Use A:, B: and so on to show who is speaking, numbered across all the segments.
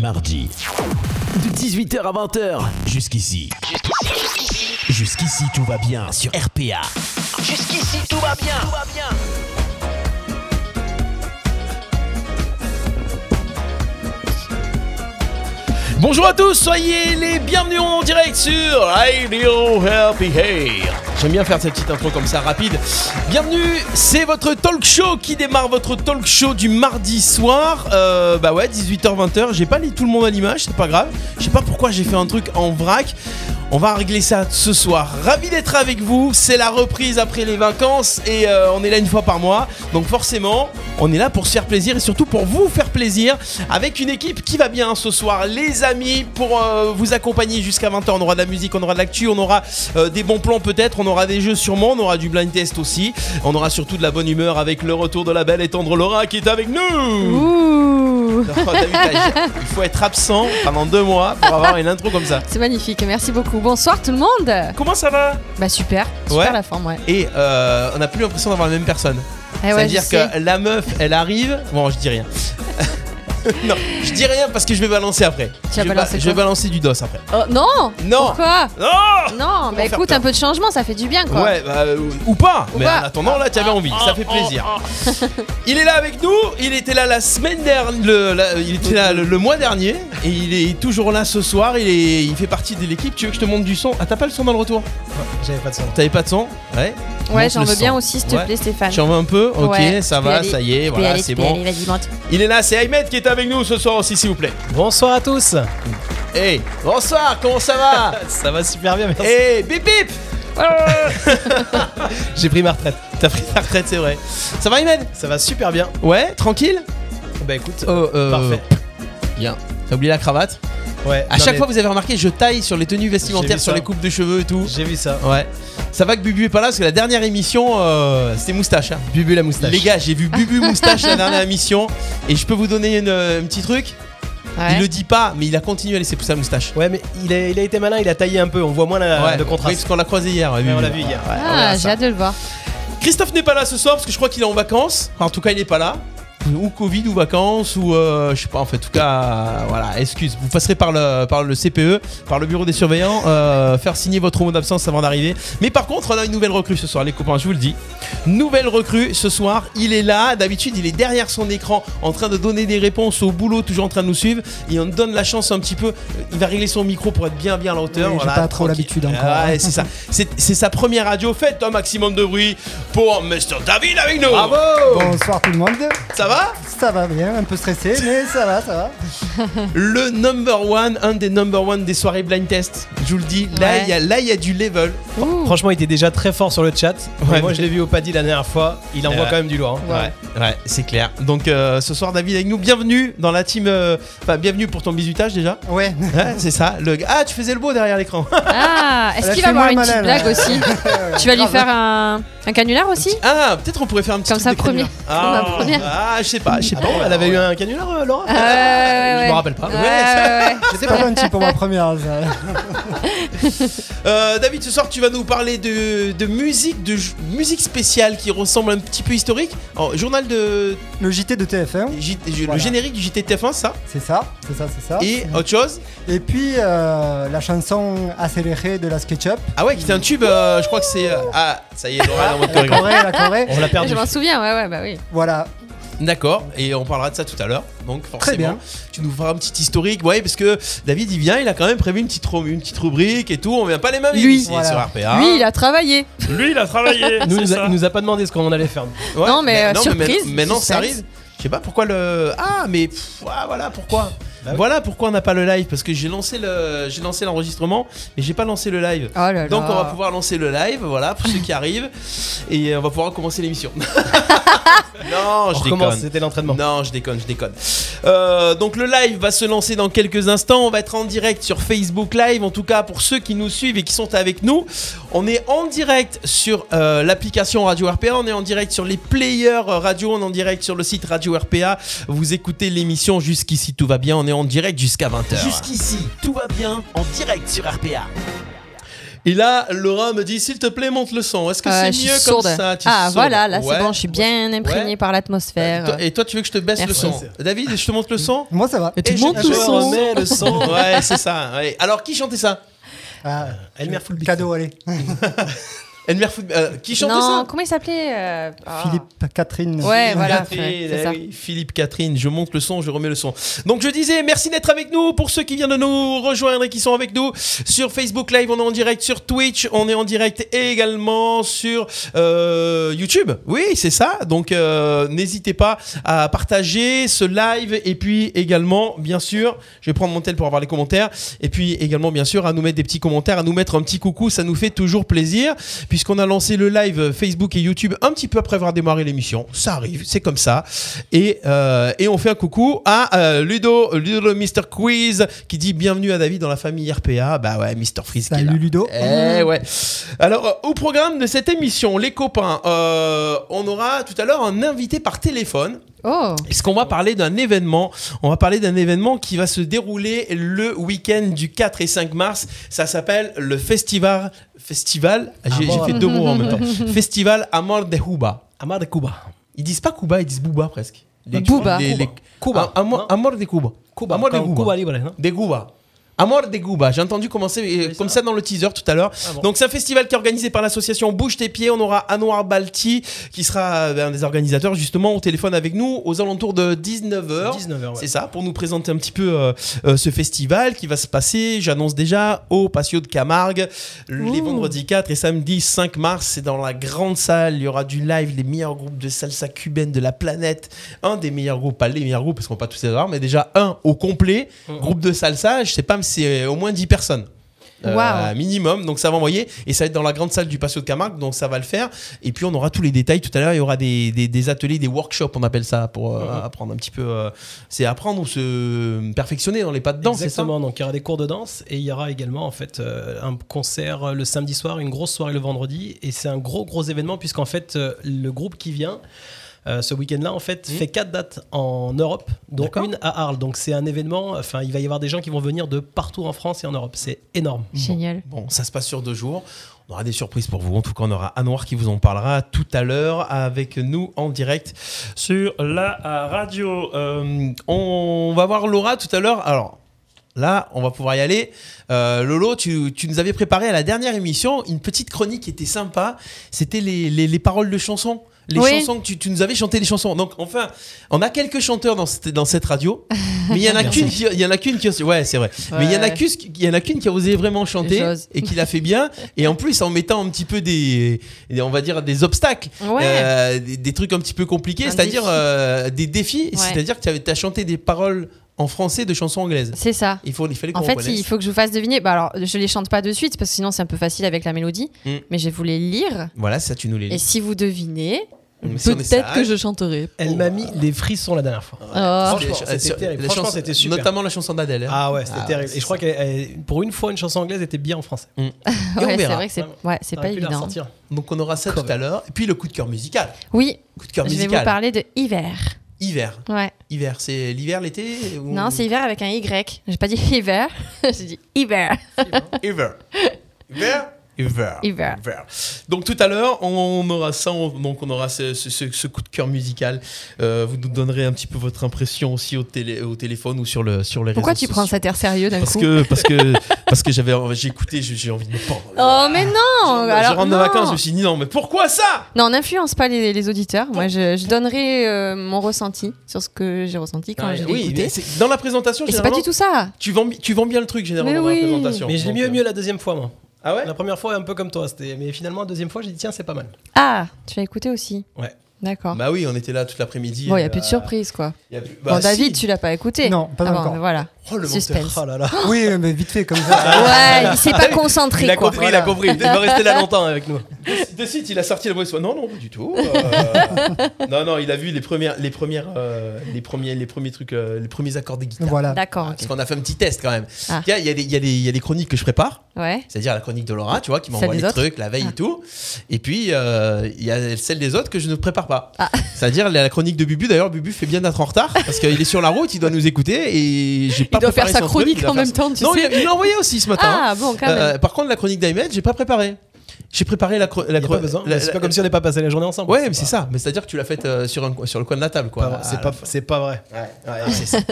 A: mardi. De 18h à 20h. Jusqu'ici.
B: Jusqu'ici,
A: Jusqu'ici, tout va bien sur RPA.
B: jusqu'ici, tout va bien. Tout va bien.
C: Bonjour à tous, soyez les bienvenus en direct sur Radio Happy Hair. J'aime bien faire cette petite intro comme ça rapide. Bienvenue, c'est votre talk show qui démarre votre talk show du mardi soir. Euh, bah ouais, 18h-20h, j'ai pas mis tout le monde à l'image, c'est pas grave. Je sais pas pourquoi j'ai fait un truc en vrac. On va régler ça ce soir. Ravi d'être avec vous, c'est la reprise après les vacances et euh, on est là une fois par mois. Donc forcément, on est là pour se faire plaisir et surtout pour vous faire plaisir avec une équipe qui va bien ce soir, les amis, pour euh, vous accompagner jusqu'à 20h. On aura de la musique, on aura de l'actu, on aura euh, des bons plans peut-être, on aura des jeux sûrement, on aura du blind test aussi. On aura surtout de la bonne humeur avec le retour de la belle et tendre Laura qui est avec nous.
D: Ouh,
C: Oh, t'as vu, t'as- Il faut être absent pendant deux mois pour avoir une intro comme ça.
D: c'est magnifique, merci beaucoup. Bonsoir tout le monde.
C: Comment ça va
D: Bah super, super
C: Ouais.
D: la forme, ouais.
C: Et euh, on n'a plus l'impression d'avoir la même personne.
D: Eh ouais, je
C: C'est-à-dire
D: sais.
C: que la meuf, elle arrive. Bon, je dis rien. non, je dis rien parce que je vais balancer après.
D: Tu vas
C: je, vais
D: balancer
C: je vais
D: quoi
C: balancer du dos après.
D: Oh, non,
C: Non.
D: Pourquoi
C: Oh
D: Non, bah
C: faire
D: écoute,
C: peur.
D: un peu de changement, ça fait du bien quoi.
C: Ouais, bah, euh, ou pas.
D: Ou
C: mais
D: pas.
C: en attendant, là, tu avais envie. Ça fait plaisir. il est là avec nous. Il était là la semaine dernière. Le, la- il était là le, le mois dernier. Et il est toujours là ce soir. Il, est, il fait partie de l'équipe. Tu veux que je te montre du son Ah, t'as pas le son dans le retour
E: J'avais pas de son.
C: T'avais pas de son Ouais.
D: Ouais,
C: Montre
D: j'en
C: le
D: veux bien
C: son.
D: aussi, s'il te
C: Ouais.
D: plaît, Stéphane.
C: Tu en veux un peu Ok,
D: Ouais,
C: ça
D: tu peux
C: va,
D: aller,
C: ça y est,
D: tu peux
C: voilà,
D: aller, tu
C: c'est
D: peux
C: bon.
D: aller, vas-y, monte.
C: Il est là, c'est Ahmed qui est avec nous ce soir aussi, s'il vous plaît.
E: Bonsoir à tous.
C: Hey, bonsoir, comment ça va
E: Ça va super bien, merci.
C: Hey, bip bip
E: J'ai pris ma retraite.
C: T'as pris ta retraite, c'est vrai. Ça va, Ahmed
E: Ça va super bien.
C: Ouais, tranquille
E: Bah écoute,
C: Oh, euh,
E: parfait.
C: Bien. T'as oublié la cravate
E: Ouais.
C: À
E: non,
C: chaque
E: mais
C: fois, vous avez remarqué, je taille sur les tenues vestimentaires,
E: vu
C: sur
E: ça.
C: les coupes de cheveux et tout.
E: J'ai vu ça.
C: Ouais. Ça va que Bubu est pas là parce que la dernière émission, euh, c'était moustache. hein.
E: Bubu la moustache.
C: Les gars, j'ai vu Bubu moustache la dernière émission et je peux vous donner une, euh, un petit truc.
D: Ouais.
C: Il le dit pas, mais il a continué à laisser pousser la moustache.
E: Ouais, mais il a, il a été malin, il a taillé un peu. On voit moins la,
C: ouais,
E: le
C: Oui,
E: contraste.
C: parce qu'on l'a croisé hier. ouais,
E: Ouais,
C: Bubu.
E: on l'a vu hier.
D: Ah, j'ai hâte de le voir.
C: Christophe n'est pas là ce soir parce que je crois qu'il est en vacances. Enfin, en tout cas, il n'est pas là. Ou Covid ou vacances ou euh, je sais pas en fait. En tout cas, euh, voilà, excuse. Vous passerez par le par le CPE, par le bureau des surveillants, euh, faire signer votre mot d'absence avant d'arriver. Mais par contre, on a une nouvelle recrue ce soir, les copains. Je vous le dis, nouvelle recrue ce soir. Il est là. D'habitude, il est derrière son écran, en train de donner des réponses au boulot, toujours en train de nous suivre. Et on donne la chance un petit peu. euh, Il va régler son micro pour être bien bien à la hauteur.
F: Oui, j'ai
C: Voilà,
F: pas trop
C: tranquille.
F: l'habitude hein. encore.
C: Ouais, c'est ça. C'est c'est sa première radio. Faites un maximum de bruit pour Mr.
E: Ah,
C: David avec nous.
F: Bonsoir tout le monde.
C: Ça va
F: Ça va bien, un peu stressé, mais ça va, ça va.
C: Le number one, un des number one des soirées blind test. Je vous le dis, là
D: Ouais.
C: il y a- là, il y, a du level.
D: Ouh.
E: Franchement, il était déjà très fort sur le chat.
C: Ouais,
E: moi,
C: mais-
E: je l'ai vu au Paddy la dernière fois. Il envoie
C: Ouais.
E: quand même du lourd. hein.
D: Ouais.
C: ouais, c'est clair. Donc euh, ce soir, David avec nous. Bienvenue dans la team. euh, Enfin, bienvenue pour ton bisutage déjà.
F: Ouais.
C: Ouais, c'est ça. Le... Ah, tu faisais le beau derrière l'écran.
D: Ah, est-ce
F: Elle a
D: qu'il va
F: fait
D: avoir une
F: moins
D: petite
F: Bah, malin,
D: blague aussi Tu vas lui faire un, un canular aussi
C: Ah, peut-être on pourrait faire un petit
D: Comme
C: truc
D: ça,
C: de canular.
D: premier.
C: Ah,
D: Comme un premier.
C: ah, je sais pas, je sais pas.
E: Elle avait eu un canular, euh, Laura
D: Ah, ouais, ouais,
E: Je
D: ouais.
E: me rappelle pas.
D: Ouais, Ah, ouais, ouais.
F: C'était pas gentil pour ma première. ça.
C: Euh, David, ce soir, tu vas nous parler de, de musique, de j- musique spéciale qui ressemble un petit peu historique. Alors, journal de
F: Le JT de TF1,
C: J- j-
F: Voilà.
C: le générique du JTTF1, ça.
F: c'est ça, c'est ça, c'est ça.
C: Et autre chose.
F: Et puis euh, la chanson accélérée de la SketchUp.
C: Ah ouais, qui était un tube. euh, je crois que c'est. euh, ah, ça y est, Laura, elle est en mode
F: La
C: corrigant.
F: Corée, la Corée.
E: On l'a perdu.
D: Je m'en souviens, ouais, ouais, bah oui.
F: Voilà.
C: D'accord. Et on parlera de ça tout à l'heure. Donc forcément,
F: bien.
C: tu nous feras un petit historique, ouais, parce que David, il vient, il a quand même prévu une petite, ru- une petite rubrique et tout. On vient pas les mêmes
D: Lui.
C: ici
F: Voilà.
C: sur RPA.
D: Lui, il a travaillé.
E: Nous, il nous a, il nous a pas demandé ce qu'on allait faire.
C: Ouais,
D: Non, mais, euh,
C: maintenant-
D: surprise,
C: Maintenant, ça
D: suspense.
C: arrive. Je sais pas pourquoi le. Ah, mais pff, ah, voilà pourquoi.
E: Bah oui.
C: Voilà pourquoi on n'a pas le live parce que j'ai lancé le j'ai lancé l'enregistrement mais j'ai pas lancé le live.
D: Oh là là.
C: Donc on va pouvoir lancer le live voilà pour ceux qui arrivent et on va pouvoir commencer l'émission. non,
E: On
C: je
E: recommence,
C: déconne.
E: c'était l'entraînement.
C: Non, je déconne, je déconne. Euh, donc le live va se lancer dans quelques instants. On va être en direct sur Facebook Live. En tout cas, pour ceux qui nous suivent et qui sont avec nous, on est en direct sur euh, l'application Radio RPA. On est en direct sur les players euh, radio. On est en direct sur le site Radio RPA. Vous écoutez l'émission jusqu'ici, tout va bien. On est en direct jusqu'à 20h.
A: Jusqu'ici, tout va bien en direct sur RPA.
C: Et là, Laura me dit s'il te plaît, monte le son. Est-ce que
D: Euh,
C: c'est
D: je suis
C: mieux
D: sourde.
C: comme ça Tu
D: ah
C: sourdes.
D: voilà, là
C: Ouais.
D: c'est bon, je suis bien imprégnée
C: Ouais.
D: par
C: Euh,
D: l'atmosphère.
C: toi- Et toi, tu veux que je te baisse le
D: Merci.
C: son David, je te monte le son
F: Moi, ça va.
D: Et tu
C: Et
D: montes
C: je-
D: le
C: je
D: son.
C: remets le son. Ouais, c'est ça. ouais. Alors, qui chantait ça
F: Ah,
E: Elmer Fulbig.
F: cadeau, allez.
C: Elmer Foot- euh, Qui chantait
D: Non,
C: ça
D: comment il s'appelait euh, ah.
F: Philippe, Catherine.
D: Ouais, voilà.
C: Catherine,
D: ouais, c'est
C: eh
D: ça.
C: oui, Philippe Catherine, je monte le son, je remets le son. Donc je disais, merci d'être avec nous pour ceux qui viennent de nous rejoindre et qui sont avec nous sur Facebook Live, on est en direct sur Twitch, on est en direct également sur euh, YouTube. Oui, c'est ça. Donc euh, n'hésitez pas à partager ce live et puis également, bien sûr, je vais prendre mon tel pour avoir les commentaires et puis également, bien sûr, à nous mettre des petits commentaires, à nous mettre un petit coucou, ça nous fait toujours plaisir puisqu'on a lancé le live Facebook et YouTube un petit peu après avoir démarré l'émission. Ça arrive, c'est comme ça. Et, euh, et on fait un coucou à euh, Ludo, Ludo Mr. Quiz, qui dit bienvenue à David dans la famille RPA. Bah ouais, Mr. Freeze qui est là.
F: Salut Ludo.
C: Eh ouais. Alors, euh, au programme de cette émission, les copains, euh, on aura tout à l'heure un invité par téléphone.
D: Oh,
C: Puisqu'on va parler d'un événement, on va parler d'un événement qui va se dérouler le week-end du 4 et 5 mars. Ça s'appelle le festival. Festival. J'ai j'ai
E: Amor.
C: fait deux mots en même temps. Festival Amor de Cuba.
E: Amar de Cuba.
C: Ils disent pas Cuba, ils disent Bouba presque.
D: Booba.
E: Cuba.
C: Ah, Amor,
E: Non.
C: Amor de Cuba.
E: Cuba.
C: Amor de
E: Comme
C: Cuba.
E: Cuba Libre, non
C: Des Gouba. Amor des Gouba. J'ai entendu commencer euh, comme ça dans le teaser tout à l'heure.
E: Ah bon.
C: Donc c'est un festival qui est organisé par l'association Bouge tes pieds. On aura Anouar Balti qui sera euh, un des organisateurs justement au téléphone avec nous aux alentours de 19h.
E: 19h, ouais.
C: C'est ça, pour nous présenter un petit peu euh, euh, ce festival qui va se passer, j'annonce déjà, au Patio de Camargue, les
D: Ouh.
C: vendredis 4 et samedi 5 mars. C'est dans la grande salle, il y aura du live, les meilleurs groupes de salsa cubaine de la planète. Un des meilleurs groupes, pas les meilleurs groupes, parce qu'on va pas tous les avoir, mais déjà un au complet. Groupe de salsa, je sais pas, mais c'est au moins 10 personnes. Euh,
D: Waouh.
C: minimum, donc ça va envoyer et ça va être dans la grande salle du Patio de Camargue, donc ça va le faire. Et puis on aura tous les détails tout à l'heure. Il y aura des, des- des ateliers, des workshops, on appelle ça pour euh, apprendre un petit peu. euh, c'est apprendre ou se perfectionner dans les pas de danse, c'est ça
E: Exactement, donc il y aura des cours de danse et il y aura également en fait euh, un concert euh, le samedi soir, une grosse soirée le vendredi et c'est un gros gros événement puisqu'en fait euh, le groupe qui vient euh, ce week-end-là en fait fait quatre dates en Europe dont
C: Hmm. D'accord.
E: une à Arles donc c'est un événement, enfin il va y avoir des gens qui vont venir de partout en France et en Europe, c'est énorme.
D: génial.
C: Bon, ça se passe sur deux jours. On aura des surprises pour vous. En tout cas, on aura Anouar qui vous en parlera tout à l'heure avec nous en direct sur la euh, radio. Euh, on va voir Laura tout à l'heure. Alors. Là, on va pouvoir y aller. Euh, Lolo, tu, tu nous avais préparé à la dernière émission une petite chronique qui était sympa. C'était les, les- les paroles de chansons. Les
D: Oui.
C: chansons que tu, tu nous avais chanté les chansons. Donc, enfin, on a quelques chanteurs dans cette, dans cette radio. Mais il y en a qu'une qui, il y en a qu'une qui, ouais, c'est vrai. Mais il y en a
D: Ouais.
C: qu'une qu'une- il y en a qu'une qui a osé vraiment chanter
D: J'ose.
C: et qui l'a fait bien et en plus en mettant un petit peu des, des- on va dire des obstacles
D: Ouais.
C: euh, des, des trucs un petit peu compliqués
D: Un
C: c'est-à-dire
D: défi.
C: euh, des défis
D: Ouais.
C: c'est-à-dire que tu as chanté des paroles en français de chansons anglaises
D: C'est ça.
C: il faut il fallait qu'on
D: En fait,
C: reconnaisse.
D: il faut que je vous fasse deviner. Bah alors, je les chante pas de suite parce que sinon c'est un peu facile avec la mélodie.
C: Mm.
D: Mais je vais vous les lire.
C: voilà ça tu nous les
D: Et si vous devinez,
C: Mais si on est
D: peut-être
C: sage-
D: que je chanterai.
E: Elle
C: Oh.
E: m'a mis les frissons la dernière fois.
D: Oh.
E: Franchement,
C: C'était-
E: c'était
C: sur-
E: terrible.
C: la
E: Franchement,
C: chanson-
E: c'était super.
C: notamment la chanson d'Adèle hein.
E: Ah ouais, c'était
C: Ah,
E: terrible.
C: c'est Hmm.
E: Et je crois
C: ça.
E: que pour une fois une chanson anglaise était bien en français.
C: Et on
D: Ouais, c'est
C: verra.
D: vrai que c'est
E: Vraiment.
D: ouais, c'est
E: T'aurais
D: pas
E: pu la
D: évident.
E: ressortir.
C: donc on aura ça
E: Quand
C: tout à l'heure et puis le coup de cœur musical
D: Oui,
C: coup de cœur
D: je vais
C: musical
D: vous parler de hiver.
C: hiver
D: Ouais.
C: hiver c'est l'hiver l'été ou-
D: Non, c'est hiver avec un Y. J'ai pas dit hiver, j'ai dit hiver.
C: Ever. Ever. Ever.
D: Ever.
C: Donc tout à l'heure, on aura ça, on- donc on aura ce, ce- ce- ce coup de cœur musical. Euh, vous nous donnerez un petit peu votre impression aussi au, télé, au téléphone ou sur, le, sur les
D: Pourquoi
C: réseaux
D: tu prends
C: sociaux.
D: cet air sérieux d'un
C: parce
D: coup
C: que, parce que parce que j'avais j'ai écouté, j'ai j'ai envie de me pendre.
D: Oh mais non
C: je
D: alors,
C: rentre de
D: non.
C: vacances, je me suis dit non, mais pourquoi ça
D: Non, on n'influence pas les, les auditeurs. Moi, je, je donnerai euh, mon ressenti sur ce que j'ai ressenti quand
C: Ah,
D: je l'ai
C: Oui,
D: écouté.
C: mais c'est- dans la présentation,
D: Et c'est pas
C: généralement,
D: du tout ça.
C: tu vends bi- tu vends bien le truc généralement
D: Mais
C: dans
D: oui.
C: la présentation.
E: Mais je l'ai
C: Donc,
E: mieux
C: euh,
E: mieux la deuxième fois moi.
C: Ah ouais
E: La première fois un peu comme toi, c'était mais finalement la deuxième fois j'ai dit tiens c'est pas mal.
D: Ah, tu l'as écouté aussi.
E: Ouais.
D: D'accord.
C: Bah oui, on était là toute l'après-midi.
D: bon, il y a
C: euh,
D: plus de surprise quoi.
C: y a plus- bah,
D: bon, David,
C: si.
D: tu l'as pas écouté.
F: Non, pas
D: Ah bon,
F: encore.
D: mais voilà.
C: Oh, le menteur.
D: Suspense.
E: Oh là là.
F: Oui, mais vite fait, comme ça.
D: Ouais, il s'est pas concentré.
E: Il a
D: quoi.
E: compris, il a compris. Il va rester là longtemps avec nous.
C: De suite, il a sorti la mauvaise foi. Non, non, pas du tout. Euh, non, non, il a vu les premières, les premières, euh, les premiers, les premiers trucs, euh, les premiers accords des guitares.
F: voilà.
D: D'accord.
C: Parce
D: ok.
C: qu'on a fait un petit test quand même.
D: Ah.
C: Il y a- il y, a des- il y a des- il y a des chroniques que je prépare,
D: Ouais.
C: c'est-à-dire la chronique de Laura, tu vois, qui m'envoie
D: Celle des
C: les
D: autres
C: trucs la veille
D: Ah.
C: et tout. Et puis euh, il y a celle des autres que je ne prépare pas.
D: Ah.
C: C'est-à-dire la la chronique de Bubu. D'ailleurs, Bubu fait bien d'être en retard parce qu'il est sur la route, il doit nous écouter et j'ai pas
D: Il doit faire
C: préparé
D: sa
C: son truc,
D: chronique
C: il doit
D: en
C: faire
D: même
C: sa-
D: temps, tu
C: Non, il
D: sais.
C: a- il l'a envoyé aussi ce matin.
D: Ah bon, quand
C: Euh,
D: même.
C: par contre, la chronique d'Ahmed, j'ai pas préparé. J'ai préparé la, chro- la
E: Il y a
C: chro-
E: pas besoin.
C: la-
E: c'est
C: la-
E: pas comme si on n'ait pas passé la journée ensemble.
C: Ouais, mais c'est ça. Mais c'est-à-dire que tu l'as faite euh, sur, un- sur le coin de la table, quoi.
E: Pas- C'est
C: Ah,
E: pas, c'est pas vrai.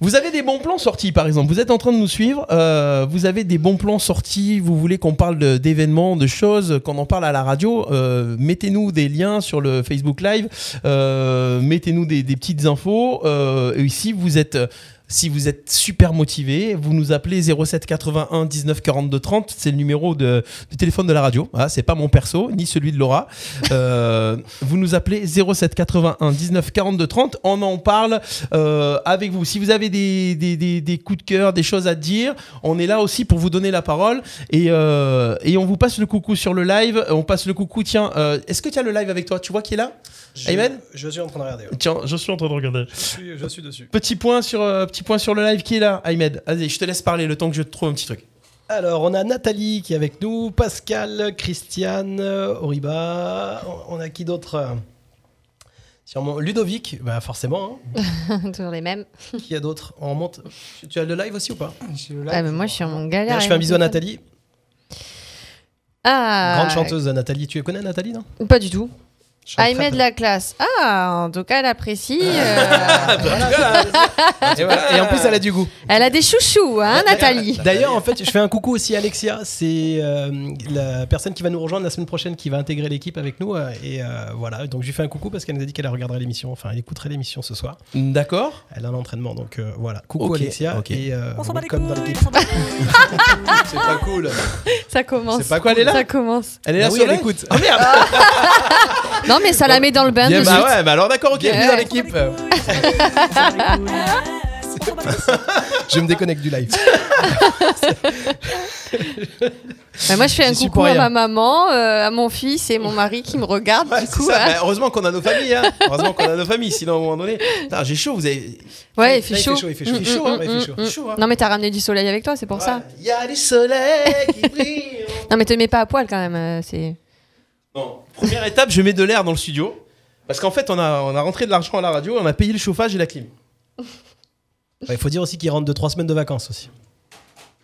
C: Vous avez des bons plans sortis, par exemple. Vous êtes en train de nous suivre. euh, vous avez des bons plans sortis. Vous voulez qu'on parle de- d'événements, de choses, qu'on en parle à la radio. euh, mettez-nous des liens sur le Facebook Live. euh, mettez-nous des, des petites infos. euh, et si vous êtes si vous êtes super motivé, vous nous appelez 07 81 19 42 30. C'est le numéro de, du téléphone de la radio. Ah, c'est pas mon perso, ni celui de Laura. Euh, vous nous appelez 07 81 19 42 30. On en parle euh, avec vous. Si vous avez des, des, des- des coups de cœur, des choses à dire, on est là aussi pour vous donner la parole. Et, euh, et on vous passe le coucou sur le live. On passe le coucou. Tiens, euh, est-ce que tu as le live avec toi Tu vois qui est là
E: Je-
C: Ayman
E: Je suis en train de regarder. ouais.
C: Tiens, je suis en train de regarder.
E: Je suis, je suis dessus.
C: Petit point sur, euh, petit point sur le live qui est là, Ahmed. Allez, je te laisse parler le temps que je te trouve un petit truc.
E: Alors, on a Nathalie qui est avec nous, Pascal, Christiane, euh, Oriba. On- On a qui d'autre euh, Sûrement Ludovic, bah forcément. hein.
D: Toujours les mêmes.
E: Qui a d'autre On remonte. Tu as le live aussi ou pas
D: Ah, mais moi, je suis
C: Mmh.
D: en galère.
E: D'ailleurs, Je fais un bisou à Nathalie,
D: Ah,
E: grande chanteuse Nathalie. Tu connais Nathalie, non
D: Pas du tout.
E: Je suis en train
D: Ahmed la classe. Ah, en tout cas, elle apprécie. euh,
E: Et, voilà. Et en plus, elle a du goût.
D: elle a des chouchous, hein, Nathalie
E: D'ailleurs, en fait, je fais un coucou aussi à Alexia. C'est euh, la personne qui va nous rejoindre la semaine prochaine, qui va intégrer l'équipe avec nous. euh, et euh, voilà, donc je lui fais un coucou parce qu'elle nous a dit qu'elle regarderait l'émission. Enfin, elle écouterait l'émission ce soir.
C: D'accord
E: Elle a l'entraînement, donc euh, voilà. Coucou
C: Ok,
E: Alexia.
C: ok.
E: Et, euh,
G: On s'en bat les couilles.
E: welcome dans l'équipe.
G: on s'en bat les
C: C'est pas cool.
D: Ça commence.
C: C'est pas quoi, elle est là
D: Ça commence.
C: Elle est là
E: Bah oui,
C: sur
E: elle
C: le-
E: écoute.
C: Ah merde
D: Non, mais ça la met dans le bain de
C: Bien, bah
D: suite.
C: ouais, bah alors d'accord, ok,
D: Ouais.
C: bienvenue dans l'équipe.
E: Je me déconnecte du live.
D: Bah, moi, je fais un
E: J'y suis
D: coucou
E: pour
D: à
E: rien.
D: ma maman, euh, à mon fils et mon mari qui me regardent.
C: Ouais,
D: du
C: c'est
D: coup,
C: ça.
D: hein.
C: Bah, heureusement qu'on a nos familles, hein. heureusement qu'on a nos familles, sinon à un moment donné, Putain, j'ai chaud, vous avez
D: ouais, il
E: Là,
D: fait chaud.
E: Il fait chaud, il
D: Mm,
E: fait chaud.
D: mm,
E: hein, il fait
D: mm,
E: chaud.
D: mm.
C: chaud. hein.
D: Non, mais t'as ramené du soleil avec toi, c'est pour ça.
C: Il y a les soleils qui brillent.
D: Non, mais te mets pas à poil quand même. euh, c'est.
C: Bon, première étape, je mets de l'air dans le studio parce qu'en fait, on a on a rentré de l'argent à la radio, on a payé le chauffage et la clim.
E: Ouais, il faut dire aussi qu'il rentre de trois semaines de vacances aussi.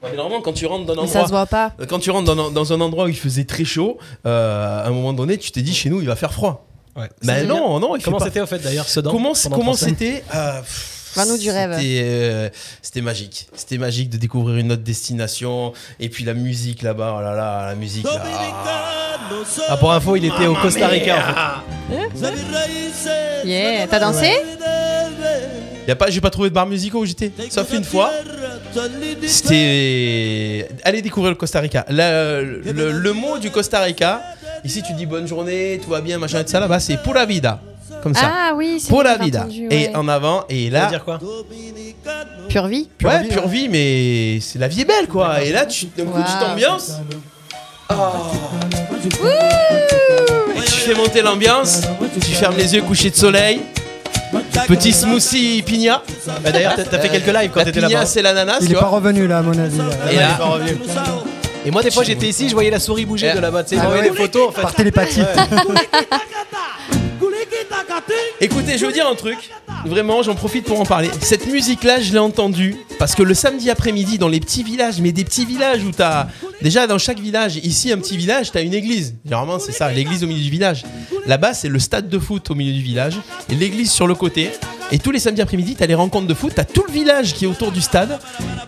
C: Ouais, mais normalement, quand tu rentres dans un
D: Mais ça
C: endroit
D: se voit pas.
C: Quand tu rentres dans, dans un endroit où il faisait très chaud, euh, à un moment donné, tu t'es dit chez nous il va faire froid.
E: Ouais.
C: Mais
D: C'est
C: non, Oh non, il fait
E: Comment
C: pas-
E: c'était au fait d'ailleurs Sedan
C: Comment,
E: pendant
C: comment
E: trois semaines
C: c'était euh, pff,
D: Parle-nous du rêve.
C: C'était, euh, c'était magique. C'était magique de découvrir une autre destination et puis la musique là-bas. Oh là là, la musique. là.
E: ah, Pour info, il était au Costa Rica. en fait.
D: Yeah, t'as dansé
C: Y a pas, j'ai pas trouvé de bar musicaux où j'étais, sauf une fois. C'était. Allez découvrir le Costa Rica. La- le, le mot du Costa Rica. Ici, tu dis bonne journée, tout va bien, machin, et tout ça. Là-bas, c'est pura vida, comme ça.
D: Ah oui, c'est
C: pour la
D: j'ai
C: vida.
D: entendu,
C: Et
D: ouais.
C: en avant, et
E: Ça
C: là,
E: veut dire quoi hein.
D: Pure vie.
C: pure ouais, vie, pure vie, mais c'est la vie est belle quoi. Et là, tu d'un coup, tu
D: Waouh.
C: t'ambiances. Et tu fais monter l'ambiance. Tu fermes les yeux, coucher de soleil. Petit smoothie pina.
E: Bah, D'ailleurs, t'as t'as fait quelques lives quand
C: Euh, La
E: t'étais
C: pina,
E: là-bas.
C: c'est l'ananas,
F: Il
C: tu
F: est pas
C: vois.
F: revenu là, à mon avis.
C: Et là,
E: Et moi, des fois, j'étais ici, je voyais la souris bouger
C: Eh.
E: de là-bas. Tu sais, ils
F: Ah
E: m'envoyaient
F: ouais.
E: des photos en fait.
F: Par télépathie.
C: Écoutez, je veux dire un truc. Vraiment, j'en profite pour en parler. Cette musique-là, je l'ai entendue parce que le samedi après-midi, dans les petits villages, mais des petits villages où t'as déjà dans chaque village, ici un petit village, t'as une église. Généralement, c'est ça, l'église au milieu du village. Là-bas, c'est le stade de foot au milieu du village et l'église sur le côté. Et tous les samedis après-midi, t'as les rencontres de foot, t'as tout le village qui est autour du stade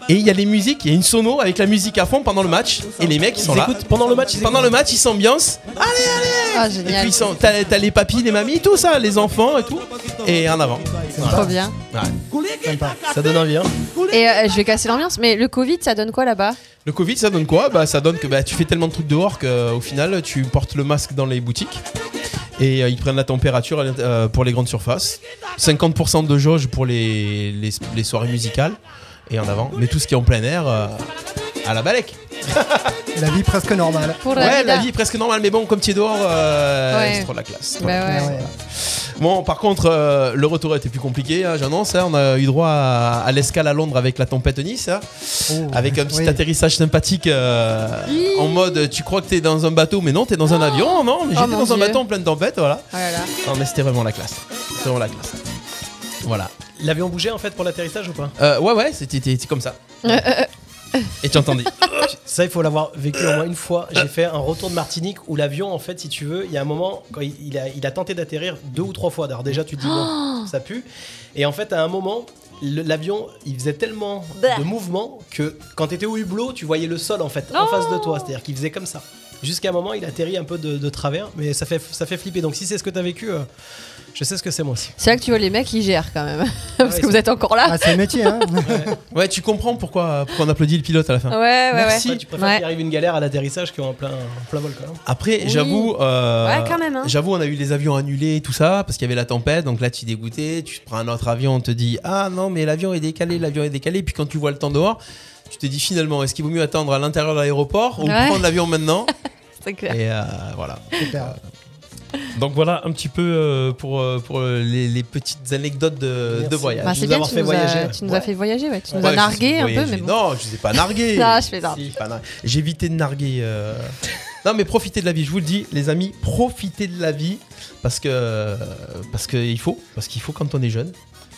C: et il y a les musiques, il y a une sono avec la musique à fond pendant le match et les mecs ils sont
E: Ils
C: là.
E: écoutent pendant le match. ils
C: Pendant le match, ils s'ambiancent.
D: Ah,
C: Et puis
D: génial.
C: ils sont- t'as t'as les papis, les mamies, tout ça, les enfants et tout. Et en avant.
D: Trop bien.
E: écoutent. Ça donne envie. hein.
D: Et euh, je vais casser l'ambiance, mais le Covid, ça donne quoi là-bas
C: Le Covid, ça donne quoi Bah, ça donne que bah, tu fais tellement de trucs dehors qu'au final, tu portes le masque dans les boutiques et euh, ils prennent la température euh, pour les grandes surfaces. 50% de jauge pour les, les, les soirées musicales et en avant. Mais tout ce qui est en plein air, euh, à la balèque.
F: La vie presque normale.
D: Pour la
C: Ouais,
D: vida.
C: la vie est presque normale, mais bon, comme tu es dehors, euh,
D: Ouais.
C: c'est trop de la classe.
D: Bah ouais.
F: Ouais, ouais.
C: Bon, par contre, euh, le retour a été plus compliqué, hein, j'annonce. hein. on a eu droit à, à l'escale à Londres avec la tempête Nice, hein,
F: Oh.
C: avec un petit
F: Oui.
C: atterrissage sympathique euh,
D: Hi.
C: en mode tu crois que t'es dans un bateau, mais non, t'es dans un avion, non Mais
D: Oh
C: j'étais
D: mon
C: dans un
D: Dieu.
C: bateau en pleine tempête, voilà.
D: Oh là là.
C: Non, mais c'était vraiment la classe. C'était vraiment la classe. Voilà.
E: L'avion bougeait en fait pour l'atterrissage ou pas
C: Euh, ouais, ouais, c'était c'était comme ça. Et tu entendais.
E: Ça, il faut l'avoir vécu au moins une fois. J'ai fait un retour de Martinique où l'avion, en fait, si tu veux, il y a un moment, quand il, il a, il a tenté d'atterrir deux ou trois fois. D'ailleurs, déjà, tu te dis,
D: Oh
E: bon, ça pue. Et en fait, à un moment, le- l'avion, il faisait tellement
D: Bah.
E: de mouvements que quand t'étais au hublot, tu voyais le sol, en fait, en
D: Non.
E: face de toi. C'est-à-dire qu'il faisait comme ça. Jusqu'à un moment, il atterrit un peu de, de travers, mais ça fait, ça fait flipper. Donc, si c'est ce que t'as vécu, euh, je sais ce que c'est moi aussi.
D: C'est là que tu vois les mecs, ils gèrent quand même. Parce
E: ouais,
D: que vous
E: c'est-
D: êtes encore là.
F: Ah, c'est un métier, hein
C: Ouais, tu comprends pourquoi, pourquoi on applaudit le pilote à la fin.
D: Ouais, ouais,
E: Merci.
D: ouais.
E: Tu préfères
D: Ouais.
E: qu'il arrive une galère à l'atterrissage qu'en plein, en plein vol, quand même.
C: Après,
D: Oui.
C: j'avoue, euh,
D: Ouais, quand même, hein.
C: j'avoue, on a eu les avions annulés, et tout ça, parce qu'il y avait la tempête. Donc là, tu es dégoûté, tu prends un autre avion, on te dit ah non mais l'avion est décalé, l'avion est décalé. Puis quand tu vois le temps dehors, tu te dis finalement est-ce qu'il vaut mieux attendre à l'intérieur de l'aéroport ou
D: Ouais.
C: prendre l'avion maintenant
D: C'est clair.
C: Et euh, voilà. Euh,
F: Super.
C: Donc voilà un petit peu euh, pour euh, pour euh, les, les petites anecdotes de,
E: Merci.
C: Euh, de voyage.
D: Bah,
E: de
D: c'est
E: nous
D: bien,
E: avoir
D: tu
E: fait
D: nous, as,
E: voyager.
D: tu nous as fait voyager, ouais. Tu nous
C: Ouais,
D: as
C: je
D: nargué
C: sais,
D: un
C: oui,
D: peu,
C: je-
D: mais bon.
C: Non, je ne ai pas nargué.
D: Ah, je fais ça.
C: Si, pas nargué. J'ai évité de narguer. euh. Non, mais profitez de la vie, je vous le dis, les amis, profitez de la vie parce que parce que il faut, parce qu'il faut quand on est jeune.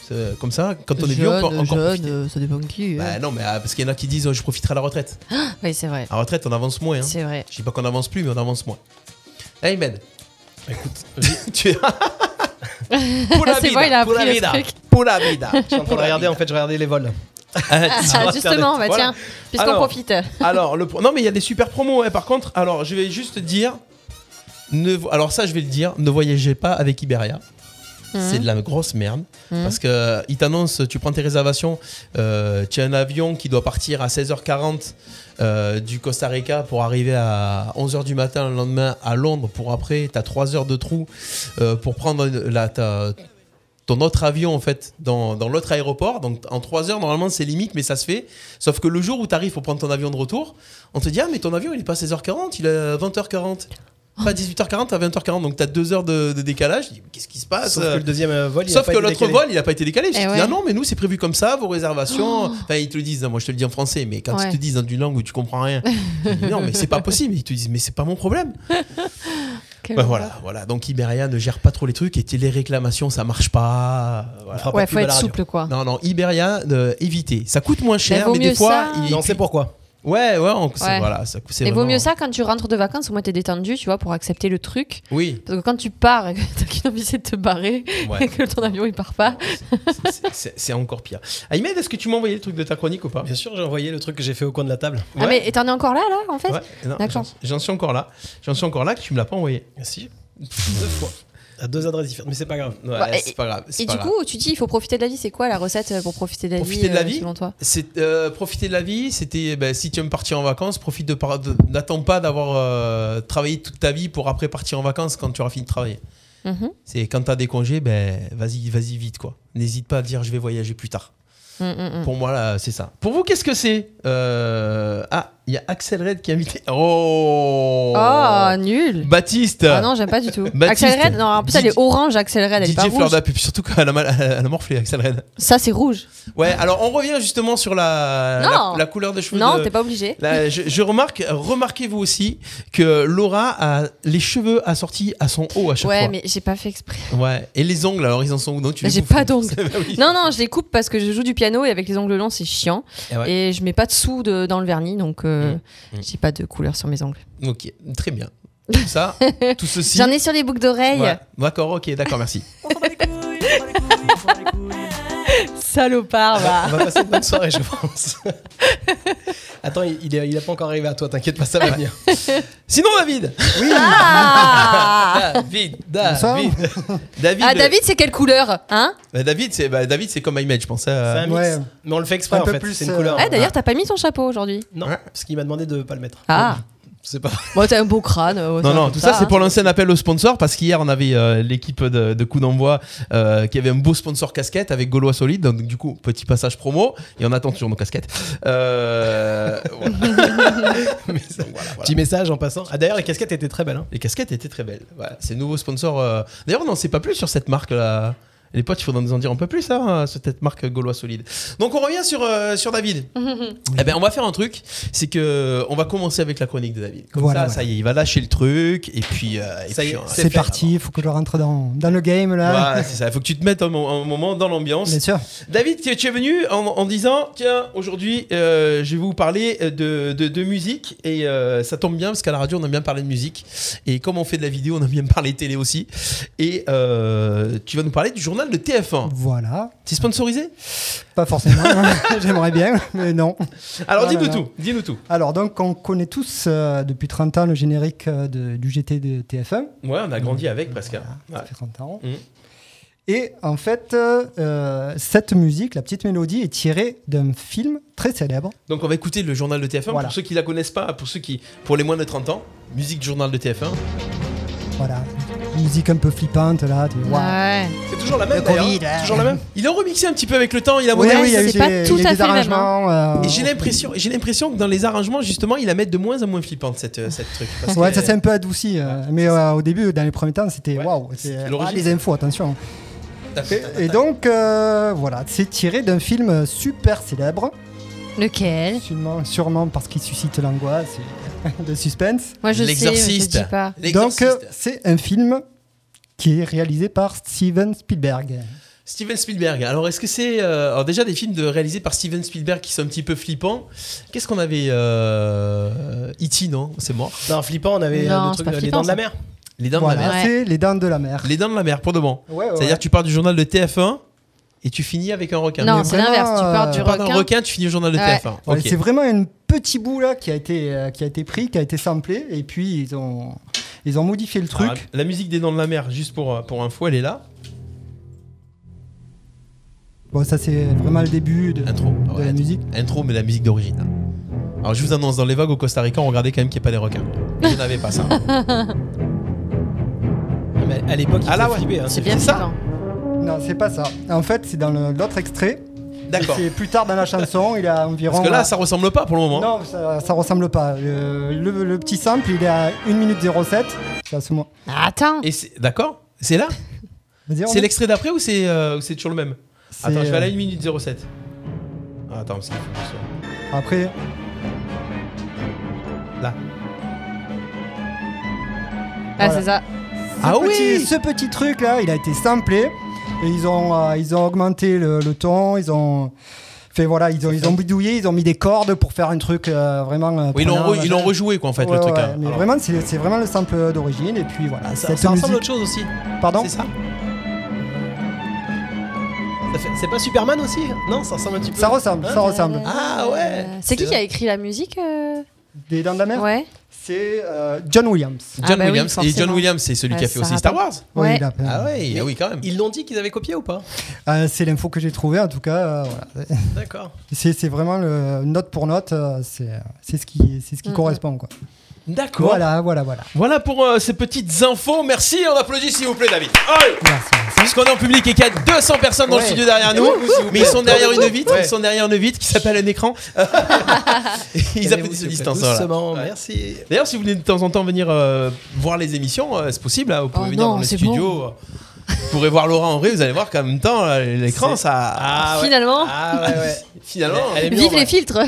C: C'est- euh, Comme ça, quand on est vieux, on peut encore profiter.
D: ça dépend qui.
C: Bah non, mais ah, parce qu'il y en a qui disent oh, je profiterai à la retraite.
D: Ah, Oui, c'est vrai.
C: À la retraite, on avance moins. Hein.
D: C'est vrai.
C: Je dis pas qu'on avance plus, mais on avance moins. Hey, Med.
E: Écoute,
C: tu es. pour la
D: C'est
C: vida,
D: bon, il a
C: pour la
D: appris le
C: vida,
D: truc.
C: pour la vida.
E: Je suis en train de regarder, en fait, je regardais les vols.
C: Ah,
D: Ah,
E: va faire
D: justement,
E: des-
D: bah
C: voilà.
D: tiens, puisqu'on
C: Alors,
D: profite.
C: Alors, le pro- non, mais il y a des super promos. hein. Par contre, alors je vais juste dire, ne... vo- alors ça, je vais le dire, ne voyagez pas avec Iberia. C'est de la grosse merde
D: Mhm.
C: parce que ils t'annoncent, tu prends tes réservations, euh, tu as un avion qui doit partir à 16h40 euh, du Costa Rica pour arriver à 11h du matin le lendemain à Londres pour après, t'as 3 heures de trou euh, pour prendre la, ta- ton autre avion en fait dans, dans l'autre aéroport. Donc en 3 heures normalement c'est limite mais ça se fait. Sauf que le jour où t'arrives pour prendre ton avion de retour, on te dit ah mais ton avion il est pas à 16h40, il est à 20h40. Pas 18h40 à 20h40, donc t'as 2 heures de, de décalage. Je dis, mais Qu'est-ce qui se passe
E: Sauf que le deuxième euh, vol, il a
C: Sauf
E: pas
C: que
E: été
C: l'autre
E: décalé.
C: vol, il n'a pas été décalé. Je
D: Eh
C: dis,
D: ouais. Oh.
C: ah non, mais nous, c'est prévu comme ça, vos réservations. Enfin, ils te le disent, hein. moi je te le dis en français, mais quand ils te disent dans une langue où tu comprends rien, tu dis, non, mais c'est pas possible. Ils te disent, mais c'est pas mon problème.
D: Quel
C: Bah, voilà, voilà. Donc Iberia ne gère pas trop les trucs et les réclamations, ça marche pas. Voilà.
E: fera pas
D: Ouais,
E: plus
D: faut
E: mal
D: être
E: à la radio.
D: souple, quoi.
C: Non, non, Iberia, euh, évitez. Ça coûte moins cher,
D: vaut
C: mais, des
D: mieux
C: fois.
D: ça.
C: il-
E: Et on sait pourquoi.
C: Ouais, ouais, on- c'est-
D: Ouais.
C: voilà, ça coûte. c'est
D: Et vaut
C: vraiment-
D: mieux ça quand tu rentres de vacances, au moins t'es détendu, tu vois, pour accepter le truc.
C: Oui,
D: Parce que quand tu pars, et que t'as qu'une envie, c'est de te barrer et
C: ouais.
D: que ton avion il part pas.
C: C'est- c'est- c'est encore pire. Ahmed, est-ce que tu m'as envoyé le truc de ta chronique ou pas
E: Bien sûr, j'ai envoyé le truc que j'ai fait au coin de la table.
D: Ah,
C: Ouais.
D: mais et t'en es encore là, là, en fait
C: Ouais, non,
D: D'accord.
C: j'en- J'en suis encore là. J'en suis encore là que tu me l'as pas envoyé.
E: Si. Deux fois. À deux adresses différentes, mais c'est pas grave.
C: Ouais,
D: Bah,
C: c'est pas grave. c'est
D: Et
C: pas
D: du
C: grave.
D: coup, tu dis, il faut profiter de la vie. C'est quoi la recette euh, pour profiter de la
C: Profiter
D: vie,
C: de la
D: euh,
C: vie
D: selon toi
C: C'est, euh, profiter de la vie, c'était ben, si tu aimes partir en vacances, profite de, par- de- n'attends pas d'avoir euh, travaillé toute ta vie pour après partir en vacances quand tu auras fini de travailler.
E: Mm-hmm,
D: Mhm.
C: C'est quand tu as des congés, ben vas-y, vas-y vite quoi. N'hésite pas à dire je vais voyager plus tard.
D: Mm,
E: mm-hmm,
D: mm, mm.
C: Pour moi là, c'est ça. Pour vous, qu'est-ce que c'est Euh, Ah, il y a Axel Red qui est invité. Oh,
D: Oh, nul
C: Baptiste.
D: Ah non, j'aime pas du tout.
C: Baptiste.
D: Axel Red, non, en plus elle est
C: Didier-
D: orange, Axel Red, elle est
C: Didier
D: pas rouge.
C: Florida, puis surtout qu'elle a, mal- elle a morflé Axel Red.
D: Ça, c'est rouge.
C: Ouais, alors on revient justement sur la,
D: Non.
C: la, la couleur de cheveux.
D: Non,
C: de-
D: t'es pas obligé.
C: Là, je, je remarque, remarquez-vous aussi que Laura a les cheveux assortis à son haut à chaque
D: Ouais,
C: fois.
D: mais j'ai pas fait exprès.
C: Ouais. Et les ongles, alors ils en sont où Non, tu les
D: J'ai
C: bouffes.
D: pas d'ongles.
C: Bah oui.
D: Non, non, je les coupe parce que je joue du piano et avec les ongles longs, c'est chiant.
C: Eh ouais.
D: Et je mets pas de sous de- dans le vernis, donc euh,
C: Mm. Mm.
D: j'ai pas de couleur sur mes ongles.
C: Ok, très bien. Tout ça, tout ceci.
D: J'en ai sur les boucles d'oreilles.
C: Ouais. D'accord, ok, d'accord, merci.
D: Salopard,
E: On va passer une bonne soirée, je pense. Attends, il, il, est- il a pas encore arrivé à toi, t'inquiète pas, ça va venir.
C: Sinon, David
D: Ah,
C: David,
F: Bonsoir.
C: David Ah, David, euh,
D: Ah, David, c'est quelle couleur Hein
C: Bah, David, c'est bah, David, c'est comme Image, je pense.
E: C'est
C: euh,
E: un mix,
F: Ouais.
E: mais on le fait exprès
F: Un
E: en
F: peu
E: fait.
F: plus,
E: C'est une
F: euh,
E: couleur.
D: Ah, d'ailleurs, t'as pas mis ton chapeau aujourd'hui.
E: Non,
C: Ouais.
E: parce qu'il m'a demandé de pas le mettre.
D: Ah,
E: C'est pas.
D: moi, t'as un beau crâne. euh,
C: Non,
D: ça,
C: non,
D: comme
C: tout ça, c'est
D: hein.
C: pour lancer un appel aux sponsors parce qu'hier, on avait euh, l'équipe de, de Coup d'envoi euh, qui avait un beau sponsor casquette avec Gaulois Solide. Donc, du coup, petit passage promo et on attend toujours nos casquettes. Euh, voilà. Mais ça, voilà, voilà.
E: Petit message en passant. Ah, d'ailleurs, la casquette était très belle. hein.
C: Les casquettes étaient très belles. Voilà, c'est nouveau sponsor. euh. D'ailleurs, on n'en sait pas plus sur cette marque-là. Les potes, il faudra nous en dire un peu plus, hein, ce tête marque gaulois solide. Donc on revient sur, euh, sur David. Eh ben, on va faire un truc, c'est que on va commencer avec la chronique de David. Comme
F: Voilà,
C: ça,
F: ouais.
C: ça y est, il va lâcher le truc et puis. euh, et
E: Ça y est,
C: puis, euh,
E: c'est
F: C'est
E: fait.
F: parti, il faut que je rentre dans, dans le game là.
C: Voilà, c'est ça. Il faut que tu te mettes un, mo- un moment dans l'ambiance.
F: Bien sûr.
C: David, tu tu es venu en, en disant Tiens, aujourd'hui, euh, je vais vous parler de, de- de musique. Et euh, ça tombe bien parce qu'à la radio, on aime bien parler de musique. Et comme on fait de la vidéo, on aime bien parler télé aussi. Et euh, tu vas nous parler du journal de TF1.
F: Voilà.
C: C'est sponsorisé
F: Pas forcément, hein. j'aimerais bien, mais non.
C: Alors,
F: Oh là
C: dis-nous
F: là.
C: tout. Dis-nous tout.
F: Alors donc on connaît tous euh, depuis 30 ans le générique euh, de- du GT de TF1.
C: Ouais, on a grandi avec presque. hein.
F: Ça
C: Ouais.
F: fait 30 ans.
C: Mhm.
F: Et en fait, euh, euh, cette musique, la petite mélodie, est tirée d'un film très célèbre.
C: Donc, on va écouter le journal de TF1.
F: Voilà.
C: Pour ceux qui la connaissent pas, pour ceux qui, pour les moins de 30 ans, musique du journal de TF1.
F: Voilà, Une musique un peu flippante là. tu- Waouh.
D: Ouais.
C: C'est toujours la même.
F: Le
C: d'ailleurs.
F: Covid, hein.
C: Toujours la même. Il a remixé un petit peu avec le temps. Il a
F: Oui,
C: modernisé.
F: oui, il y a eu
D: c'est pas
F: des,
D: tout
F: il y a eu des
D: à fait le même, hein.
F: arrangements. euh,
C: Et j'ai l'impression, j'ai l'impression que dans les arrangements justement, il la mettent de moins en moins flippante cette euh, cette truc. parce
F: Ouais,
C: que-
F: ça s'est un peu adouci. euh, mais euh, au début, dans les premiers temps, c'était
C: Ouais.
F: waouh.
C: C'était
F: c'est-
C: l'origine.
F: ah, les infos, attention.
C: T'as
F: Et,
C: fait-
F: et donc, euh, voilà, c'est tiré d'un film super célèbre,
D: Lequel
F: sûrement, sûrement parce qu'il suscite l'angoisse et le suspense.
D: Moi, je sais, mais je
C: L'exorciste.
D: te dis pas.
C: L'Exorciste.
F: Donc, euh, c'est un film qui est réalisé par Steven Spielberg.
C: Steven Spielberg. Alors est-ce que c'est euh, alors déjà des films de, réalisés par Steven Spielberg qui sont un petit peu flippants Qu'est-ce qu'on avait euh, E.T. non C'est mort.
E: Non, flippant, on avait euh,
D: Non,
E: le
D: c'est
E: truc,
D: pas
E: euh, les
D: flippant,
E: dents de la
D: ça.
E: mer.
C: Les dents de la
F: Voilà,
C: mer.
D: mer.
F: c'est Les Dents de la Mer.
C: Les dents de la mer pour de bon.
F: Ouais, ouais,
C: C'est-à-dire
F: ouais.
C: tu pars du journal de TF1 et tu finis avec un requin.
D: Non,
F: Mais
D: c'est
F: vraiment,
D: l'inverse. Tu pars du
F: euh,
C: Tu pars d'un
D: requin.
C: requin, tu finis au journal de
D: Ouais.
C: TF1.
F: Ouais,
C: Ok.
F: C'est vraiment un petit bout là qui a été, euh, qui a été pris, qui a été samplé, et puis ils ont, ils ont modifié le truc.
C: Alors, la musique des dents de la mer, juste pour euh, pour info, elle est là.
F: Bon, ça c'est vraiment le début de,
C: Intro. Ah ouais,
F: de la
C: intro.
F: musique.
C: Intro, mais la musique d'origine. Alors je vous annonce, dans les vagues au Costa Rica, on regardait quand même qu'il n'y ait pas des requins. Il n'y en avait pas ça.
E: Mais à l'époque, il
C: Ah là,
E: était
C: ouais.
E: flippé. hein.
D: C'est bien
C: C'est ça.
D: flippant.
F: Non, c'est pas ça. En fait, c'est dans le- l'autre extrait.
C: D'accord.
F: C'est plus tard dans la chanson, il a environ. euh,
C: Parce que là, ça ressemble pas pour le moment. hein.
F: Non, ça, ça ressemble pas. Le, le- le petit sample, il est à 1 minute 07. C'est à ce moment.
D: Attends.
C: Et c'est- d'accord C'est là
F: Vas-y, on-
C: C'est l'extrait d'après ou c'est euh, ou c'est toujours le même
F: c'est,
C: Attends, je vais aller à
F: euh,
C: 1 minute 07. Ah, attends, parce qu'il faut que ce soit-
F: Après,
D: Ah,
F: voilà.
D: c'est ça.
F: ce,
C: Ah
F: petit,
C: oui
F: ce petit truc là, il a été samplé. Et ils ont, euh, ils ont augmenté le, le ton, ils ont. Fait, voilà, ils ont, ils ont bidouillé, ils ont mis des cordes pour faire un truc euh, vraiment. euh,
C: Oui, ils l'ont
F: prenant,
C: re- ils l'ont
F: machin.
C: rejoué quoi en fait
F: Ouais,
C: le truc.
F: ouais,
C: hein.
F: mais
C: Alors,
F: vraiment, c'est c'est vraiment le sample d'origine. Et puis voilà,
E: Ça,
F: cette
E: ça ressemble à
F: musique.
E: autre chose aussi.
F: Pardon
C: C'est ça
E: Ça fait- C'est pas Superman aussi hein Non, ça ressemble un petit peu.
F: Ça ressemble, ça ressemble.
C: Ah, ouais.
D: Euh, C'est qui
C: C'est
D: qui a écrit la musique euh
F: Des dents de la mer
D: Ouais.
F: C'est euh, John Williams.
D: Ah,
C: John
D: bah oui,
C: Williams. et John
D: forcément.
C: Williams, c'est celui qui
D: Ouais,
C: a fait
D: ça
C: aussi Star Wars.
D: rapporte.
F: Ouais,
D: Ouais.
F: il a plein.
C: Ah ouais, ah oui, quand même.
E: Ils l'ont dit qu'ils avaient copié ou pas
F: Euh, c'est l'info que j'ai trouvée, en tout cas. euh, voilà.
E: D'accord.
F: C'est c'est vraiment le, note pour note, euh, c'est c'est ce qui, c'est ce qui
D: Mhm.
F: correspond. Quoi.
C: D'accord. Voilà.
F: Voilà, voilà, voilà.
C: pour euh, ces petites infos. Merci, on applaudit s'il vous plaît, David. Allez
F: Merci.
C: Puisqu'on est en public et qu'il y a 200 personnes dans le
F: Ouais.
C: studio derrière nous, mais ils sont derrière une vitre, ils sont derrière une vitre qui s'appelle un écran. ils
E: Calmez-vous,
C: applaudissent
E: s'il
C: de
E: vous plaît.
C: distance. voilà.
E: Doucement, merci.
C: D'ailleurs, si vous voulez de temps en temps venir euh, voir les émissions, euh, c'est possible. là, vous pouvez
D: Oh
C: venir
D: non,
C: dans les
D: c'est
C: studios. euh, Vous pourrez voir Laura en vrai. Vous allez voir qu'en même temps, là, l'écran,
E: C'est-
C: ça.
E: Ah ouais.
D: Finalement.
E: Ah ouais, ouais.
C: Finalement.
E: Elle est
D: Vive les filtres.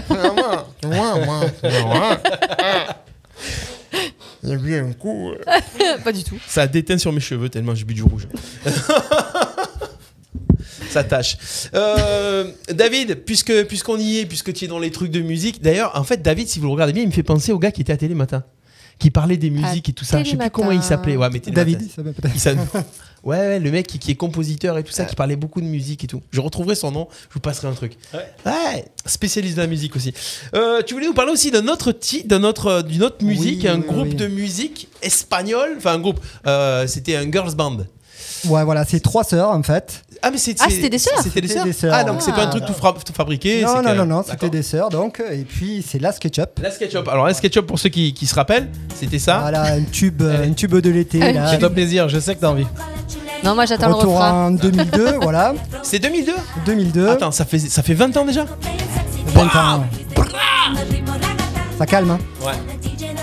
G: Il y a eu un coup. euh,
D: Pas du tout.
C: Ça déteint sur mes cheveux tellement j'ai bu du rouge. Ça tâche. Euh, David, puisque puisqu'on y est, puisque tu es dans les trucs de musique, d'ailleurs, en fait, David, si vous le regardez bien, il me fait penser au gars qui était à Télématin, qui parlait des musiques et tout ça. Je sais plus
D: Ah, Télématin.
C: comment il s'appelait. Ouais, mais Télématin.
F: David, ça va peut-être.
C: Il s'appelle- ouais, ouais, le mec qui, qui est compositeur et tout
D: Ah.
C: ça, qui parlait beaucoup de musique et tout. Je retrouverai son nom, je vous passerai un truc.
E: Ouais.
C: spécialiste de la musique aussi. Euh, tu voulais nous parler aussi d'un autre ti- d'un autre, euh, d'une autre
F: Oui,
C: musique, un
F: oui,
C: groupe
F: oui.
C: de musique espagnol, enfin un groupe. euh, c'était un girls band.
F: Ouais, voilà, c'est trois sœurs en fait.
C: Ah mais c'est-
D: Ah,
C: c'est-
D: c'était des sœurs
C: C'était des
F: C'était
C: sœurs.
F: des sœurs,
C: Ah donc
F: ouais.
C: c'est pas un truc tout, fra- tout fabriqué.
F: non, non,
C: c'est que-
F: non, non,
C: D'accord.
F: c'était des sœurs donc. Et puis c'est la SketchUp.
C: La SketchUp. Alors la SketchUp pour ceux qui, qui se rappellent, c'était ça.
F: Voilà, un tube, euh,
C: Allez.
F: un tube de l'été.
D: Un
F: là.
E: Fais-toi plaisir, je sais que t'as envie.
D: Non, moi, j'attends le
F: Retour
D: refrain.
F: en 2002, voilà.
C: C'est 2002.
F: 2002.
C: Attends, ça fait ça fait 20 ans déjà.
F: Bon temps. Ça calme. hein.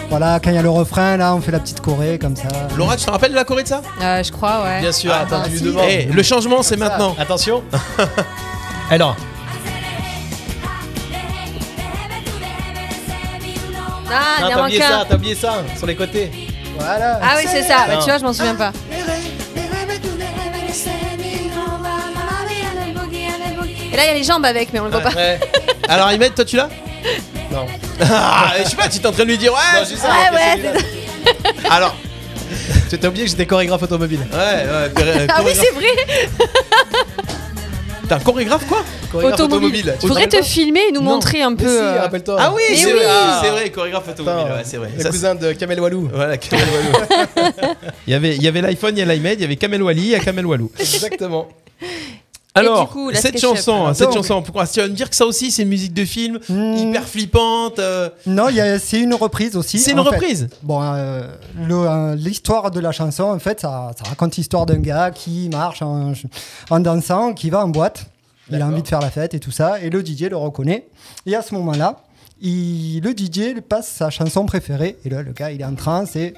F: Voilà, quand il y a le refrain, là, on fait la petite choré comme ça.
C: Laura, tu te rappelles de la Corée de ça
D: Euh, je crois, ouais.
E: Bien sûr,
D: Ah,
E: attends,
D: bah,
E: tu lui
D: si.
E: demandes.
C: Eh, le changement, c'est maintenant.
E: Attention. Alors,
D: Ah, il
E: non,
D: y
E: t'as
D: en manque
E: oublié
D: un.
E: ça, t'as oublié ça, sur les côtés.
F: Voilà.
D: Ah oui, c'est ça. Bah,
E: Non.
D: tu vois, je m'en souviens pas. Et là, il y a les jambes avec, mais on le voit pas.
E: Ouais.
C: Alors, Ahmed, toi, tu l'as
E: Non.
C: Ah, je sais pas, tu t'es en train de lui dire ouais. je-
D: Ah Ouais, ouais, c'est ça.
C: Alors,
E: Tu t'as oublié que j'étais chorégraphe automobile.
C: ouais, ouais. choré-
D: Ah oui,
C: chorégraphe.
D: c'est vrai.
C: T'es un chorégraphe quoi
E: Chorégraphe
D: Automobile.
E: Tu te
D: Faudrait te
E: rappelles
D: filmer et nous
E: Non.
D: montrer un
E: pas
D: peu.
E: Mais si,
D: euh,
E: rappelle-toi.
C: Ah oui,
D: Mais
C: c'est
D: oui.
C: vrai, ah, c'est vrai, chorégraphe automobile,
E: Attends,
C: ouais, c'est vrai.
E: Le
C: Ça,
E: cousin de Kamel Walou.
C: c'est- Voilà, Kamel Walou. il y avait, il y avait l'iPhone, il y a l'iMed, il y avait Kamel Wally, il y a Kamel Walou.
E: Exactement.
C: Alors,
D: du coup, la
C: cette
D: SketchUp.
C: chanson, hein, cette
F: Donc-
C: chanson, pourquoi tu vas me dire que ça aussi c'est une musique de film
F: Hmm.
C: hyper flippante euh,
F: Non, Ah, il y a- c'est une reprise aussi.
C: C'est une
F: en fait.
C: reprise.
F: Bon, euh, le- euh, l'histoire de la chanson, en fait, ça, ça raconte l'histoire d'un gars qui marche en, en dansant, qui va en boîte. Il a envie de faire la fête et tout ça. Et le DJ le reconnaît. Et à ce moment-là, il- le DJ lui passe sa chanson préférée. Et là, le gars, il est en transe et.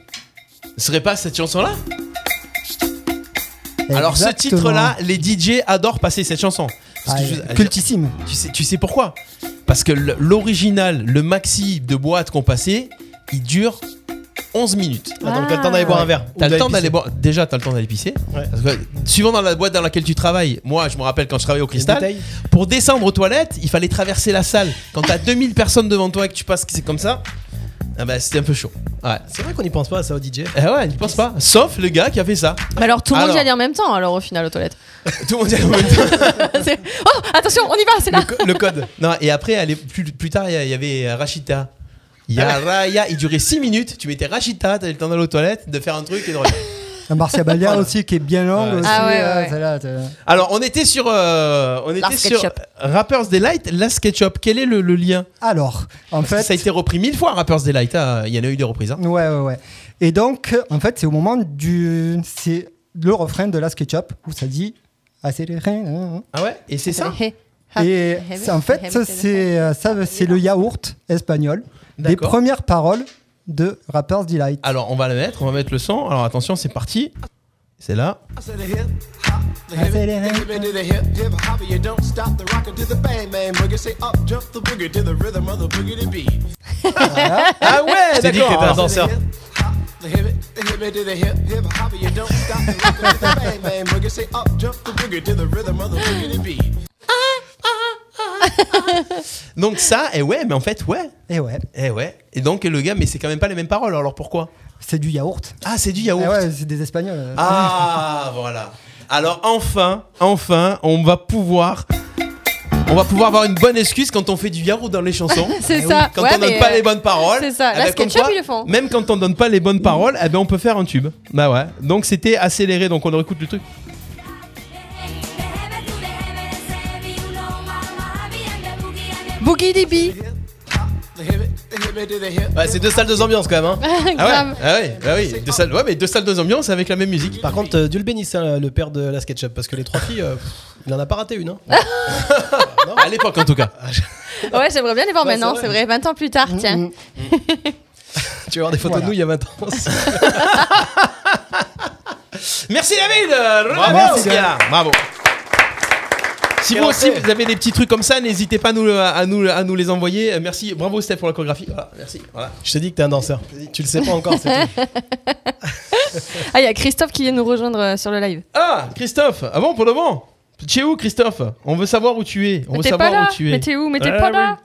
C: Ce serait pas cette chanson là Alors ce titre là, Ah, les DJ adorent passer cette chanson. Parce que je-
F: Exactement. Ah, cultissime.
C: Tu sais, tu sais pourquoi Parce que le- l'original, le maxi de boîte qu'on passait, il dure 11 minutes.
E: Ah, donc t'as le temps d'aller boire un verre.
C: T'as
E: Ou
C: le temps
E: pisser.
C: d'aller boire. Déjà, t'as le temps d'aller pisser.
E: Ouais.
C: Parce que, suivant dans la boîte dans laquelle tu travailles, moi, je me rappelle quand je travaillais au
E: Une
C: cristal,
E: bouteille.
C: pour descendre aux toilettes, il fallait traverser la salle. Quand t'as 2000 personnes devant toi et que tu passes, c'est comme ça, ah bah, c'était un peu chaud. Ouais.
E: C'est vrai qu'on n'y pense pas ça au DJ.
C: Eh ouais, n'y pense pas. Sauf le gars qui a fait ça.
E: Bah
D: Mais Bah, alors, tout le monde y
C: Alors.
D: allait en même temps, alors au final, aux toilettes.
C: Tout le monde y allait en même temps.
D: C'est- oh, attention, on y va, c'est là.
C: le code. Non, et après, elle est- plus, plus tard, il y a- il y avait Rachita. Il y a Raya, il durait 6 minutes. Tu mettais Rachita, t'avais le temps d'aller aux toilettes, de faire un truc et de revenir.
F: La Marcia Balia aussi, qui est bien longue.
C: Ouais.
F: aussi,
D: Ah ouais,
F: euh,
D: ouais, ouais.
F: celle-là, t'as-
C: Alors, on était sur, euh, on était
D: La
C: sur
D: SketchUp.
C: Rappers Delight, la SketchUp. Quel est le, le lien
F: Alors, en
C: Parce que
F: fait.
C: Ça a été repris mille fois, Rappers Delight. hein. Il y en a eu des reprises. hein.
F: Ouais, ouais, ouais. Et donc, euh, en fait, c'est au moment du. C'est le refrain de la SketchUp où ça dit. Ah, c'est les reins, hein,
C: Ah ouais Et c'est ça
D: Hé,
F: hein.
D: ha,
F: Et
D: hé,
F: c'est- en fait,
D: hé,
F: ça, c'est euh,
D: Ah,
F: ça, c'est le yaourt espagnol des
C: D'accord.
F: premières paroles de Rapper's Delight.
C: Alors, on va le mettre, on va mettre le son. Alors, attention, c'est parti. C'est là.
F: Ah, c'est les reins.
C: Ah ouais,
E: T'as dit que t'étais un
C: d'accord.
E: danseur.
C: Donc ça, et ouais, mais en fait, ouais.
F: Et Eh ouais,
C: Et ouais. Et donc, le gars, mais c'est quand même pas les mêmes paroles. Alors, pourquoi
F: c'est du yaourt.
C: Ah, c'est du yaourt.
F: Ah ouais, c'est des espagnols. euh.
C: Ah voilà. Alors enfin, enfin, on va pouvoir on va pouvoir avoir une bonne excuse quand on fait du yarou dans les chansons.
F: Eh
D: C'est ça.
C: Quand
D: ouais,
C: on donne
D: mais,
C: pas
D: euh,
C: les bonnes paroles,
D: c'est ça.
C: eh
D: La
C: ben, comme
D: SketchUp,
C: quoi,
D: ils le font.
C: Même quand on donne pas les bonnes paroles, eh ben on peut faire un tube. Bah ouais. Donc c'était accéléré, donc on écoute le truc.
D: Boogie Dibi.
E: Ouais, c'est deux salles, deux ambiances quand même. hein.
C: Ah
D: Grave.
C: ouais, ah ouais, ah oui. Deux salles, ouais, mais deux salles, deux ambiances avec la même musique.
E: Par contre, euh, Dieu le bénisse, hein, le père de la SketchUp, parce que les trois filles, euh, pff, il en a pas raté une. hein.
C: À l'époque en tout cas.
D: Ouais, j'aimerais bien les voir
E: Ouais,
D: maintenant,
E: c'est
D: c'est vrai. 20 ans plus tard, tiens.
F: Mm, mm.
E: tu vas voir des photos
F: Voilà.
E: de nous il y a 20 ans.
C: Merci David euh, Bravo,
F: merci,
C: ce gars-là. Bravo si vous aussi
E: entrée.
C: vous avez des petits trucs comme ça, n'hésitez pas à nous, le- à, nous, à nous les envoyer. Euh, Merci, bravo Steph pour la chorégraphie. Voilà, merci. Voilà.
E: Je te dis que t'es un danseur. Tu le sais pas encore, c'est tout.
D: Ah, il y a Christophe qui vient nous rejoindre euh, sur le live.
C: Ah, Christophe, avant pour le moment. Tu es où Christophe On veut savoir où tu es. On
D: Mais
C: veut
D: t'es pas
C: savoir
D: là.
C: où tu es.
D: Mais t'es où Mais t'es
C: Ah
D: pas
C: oui.
D: là.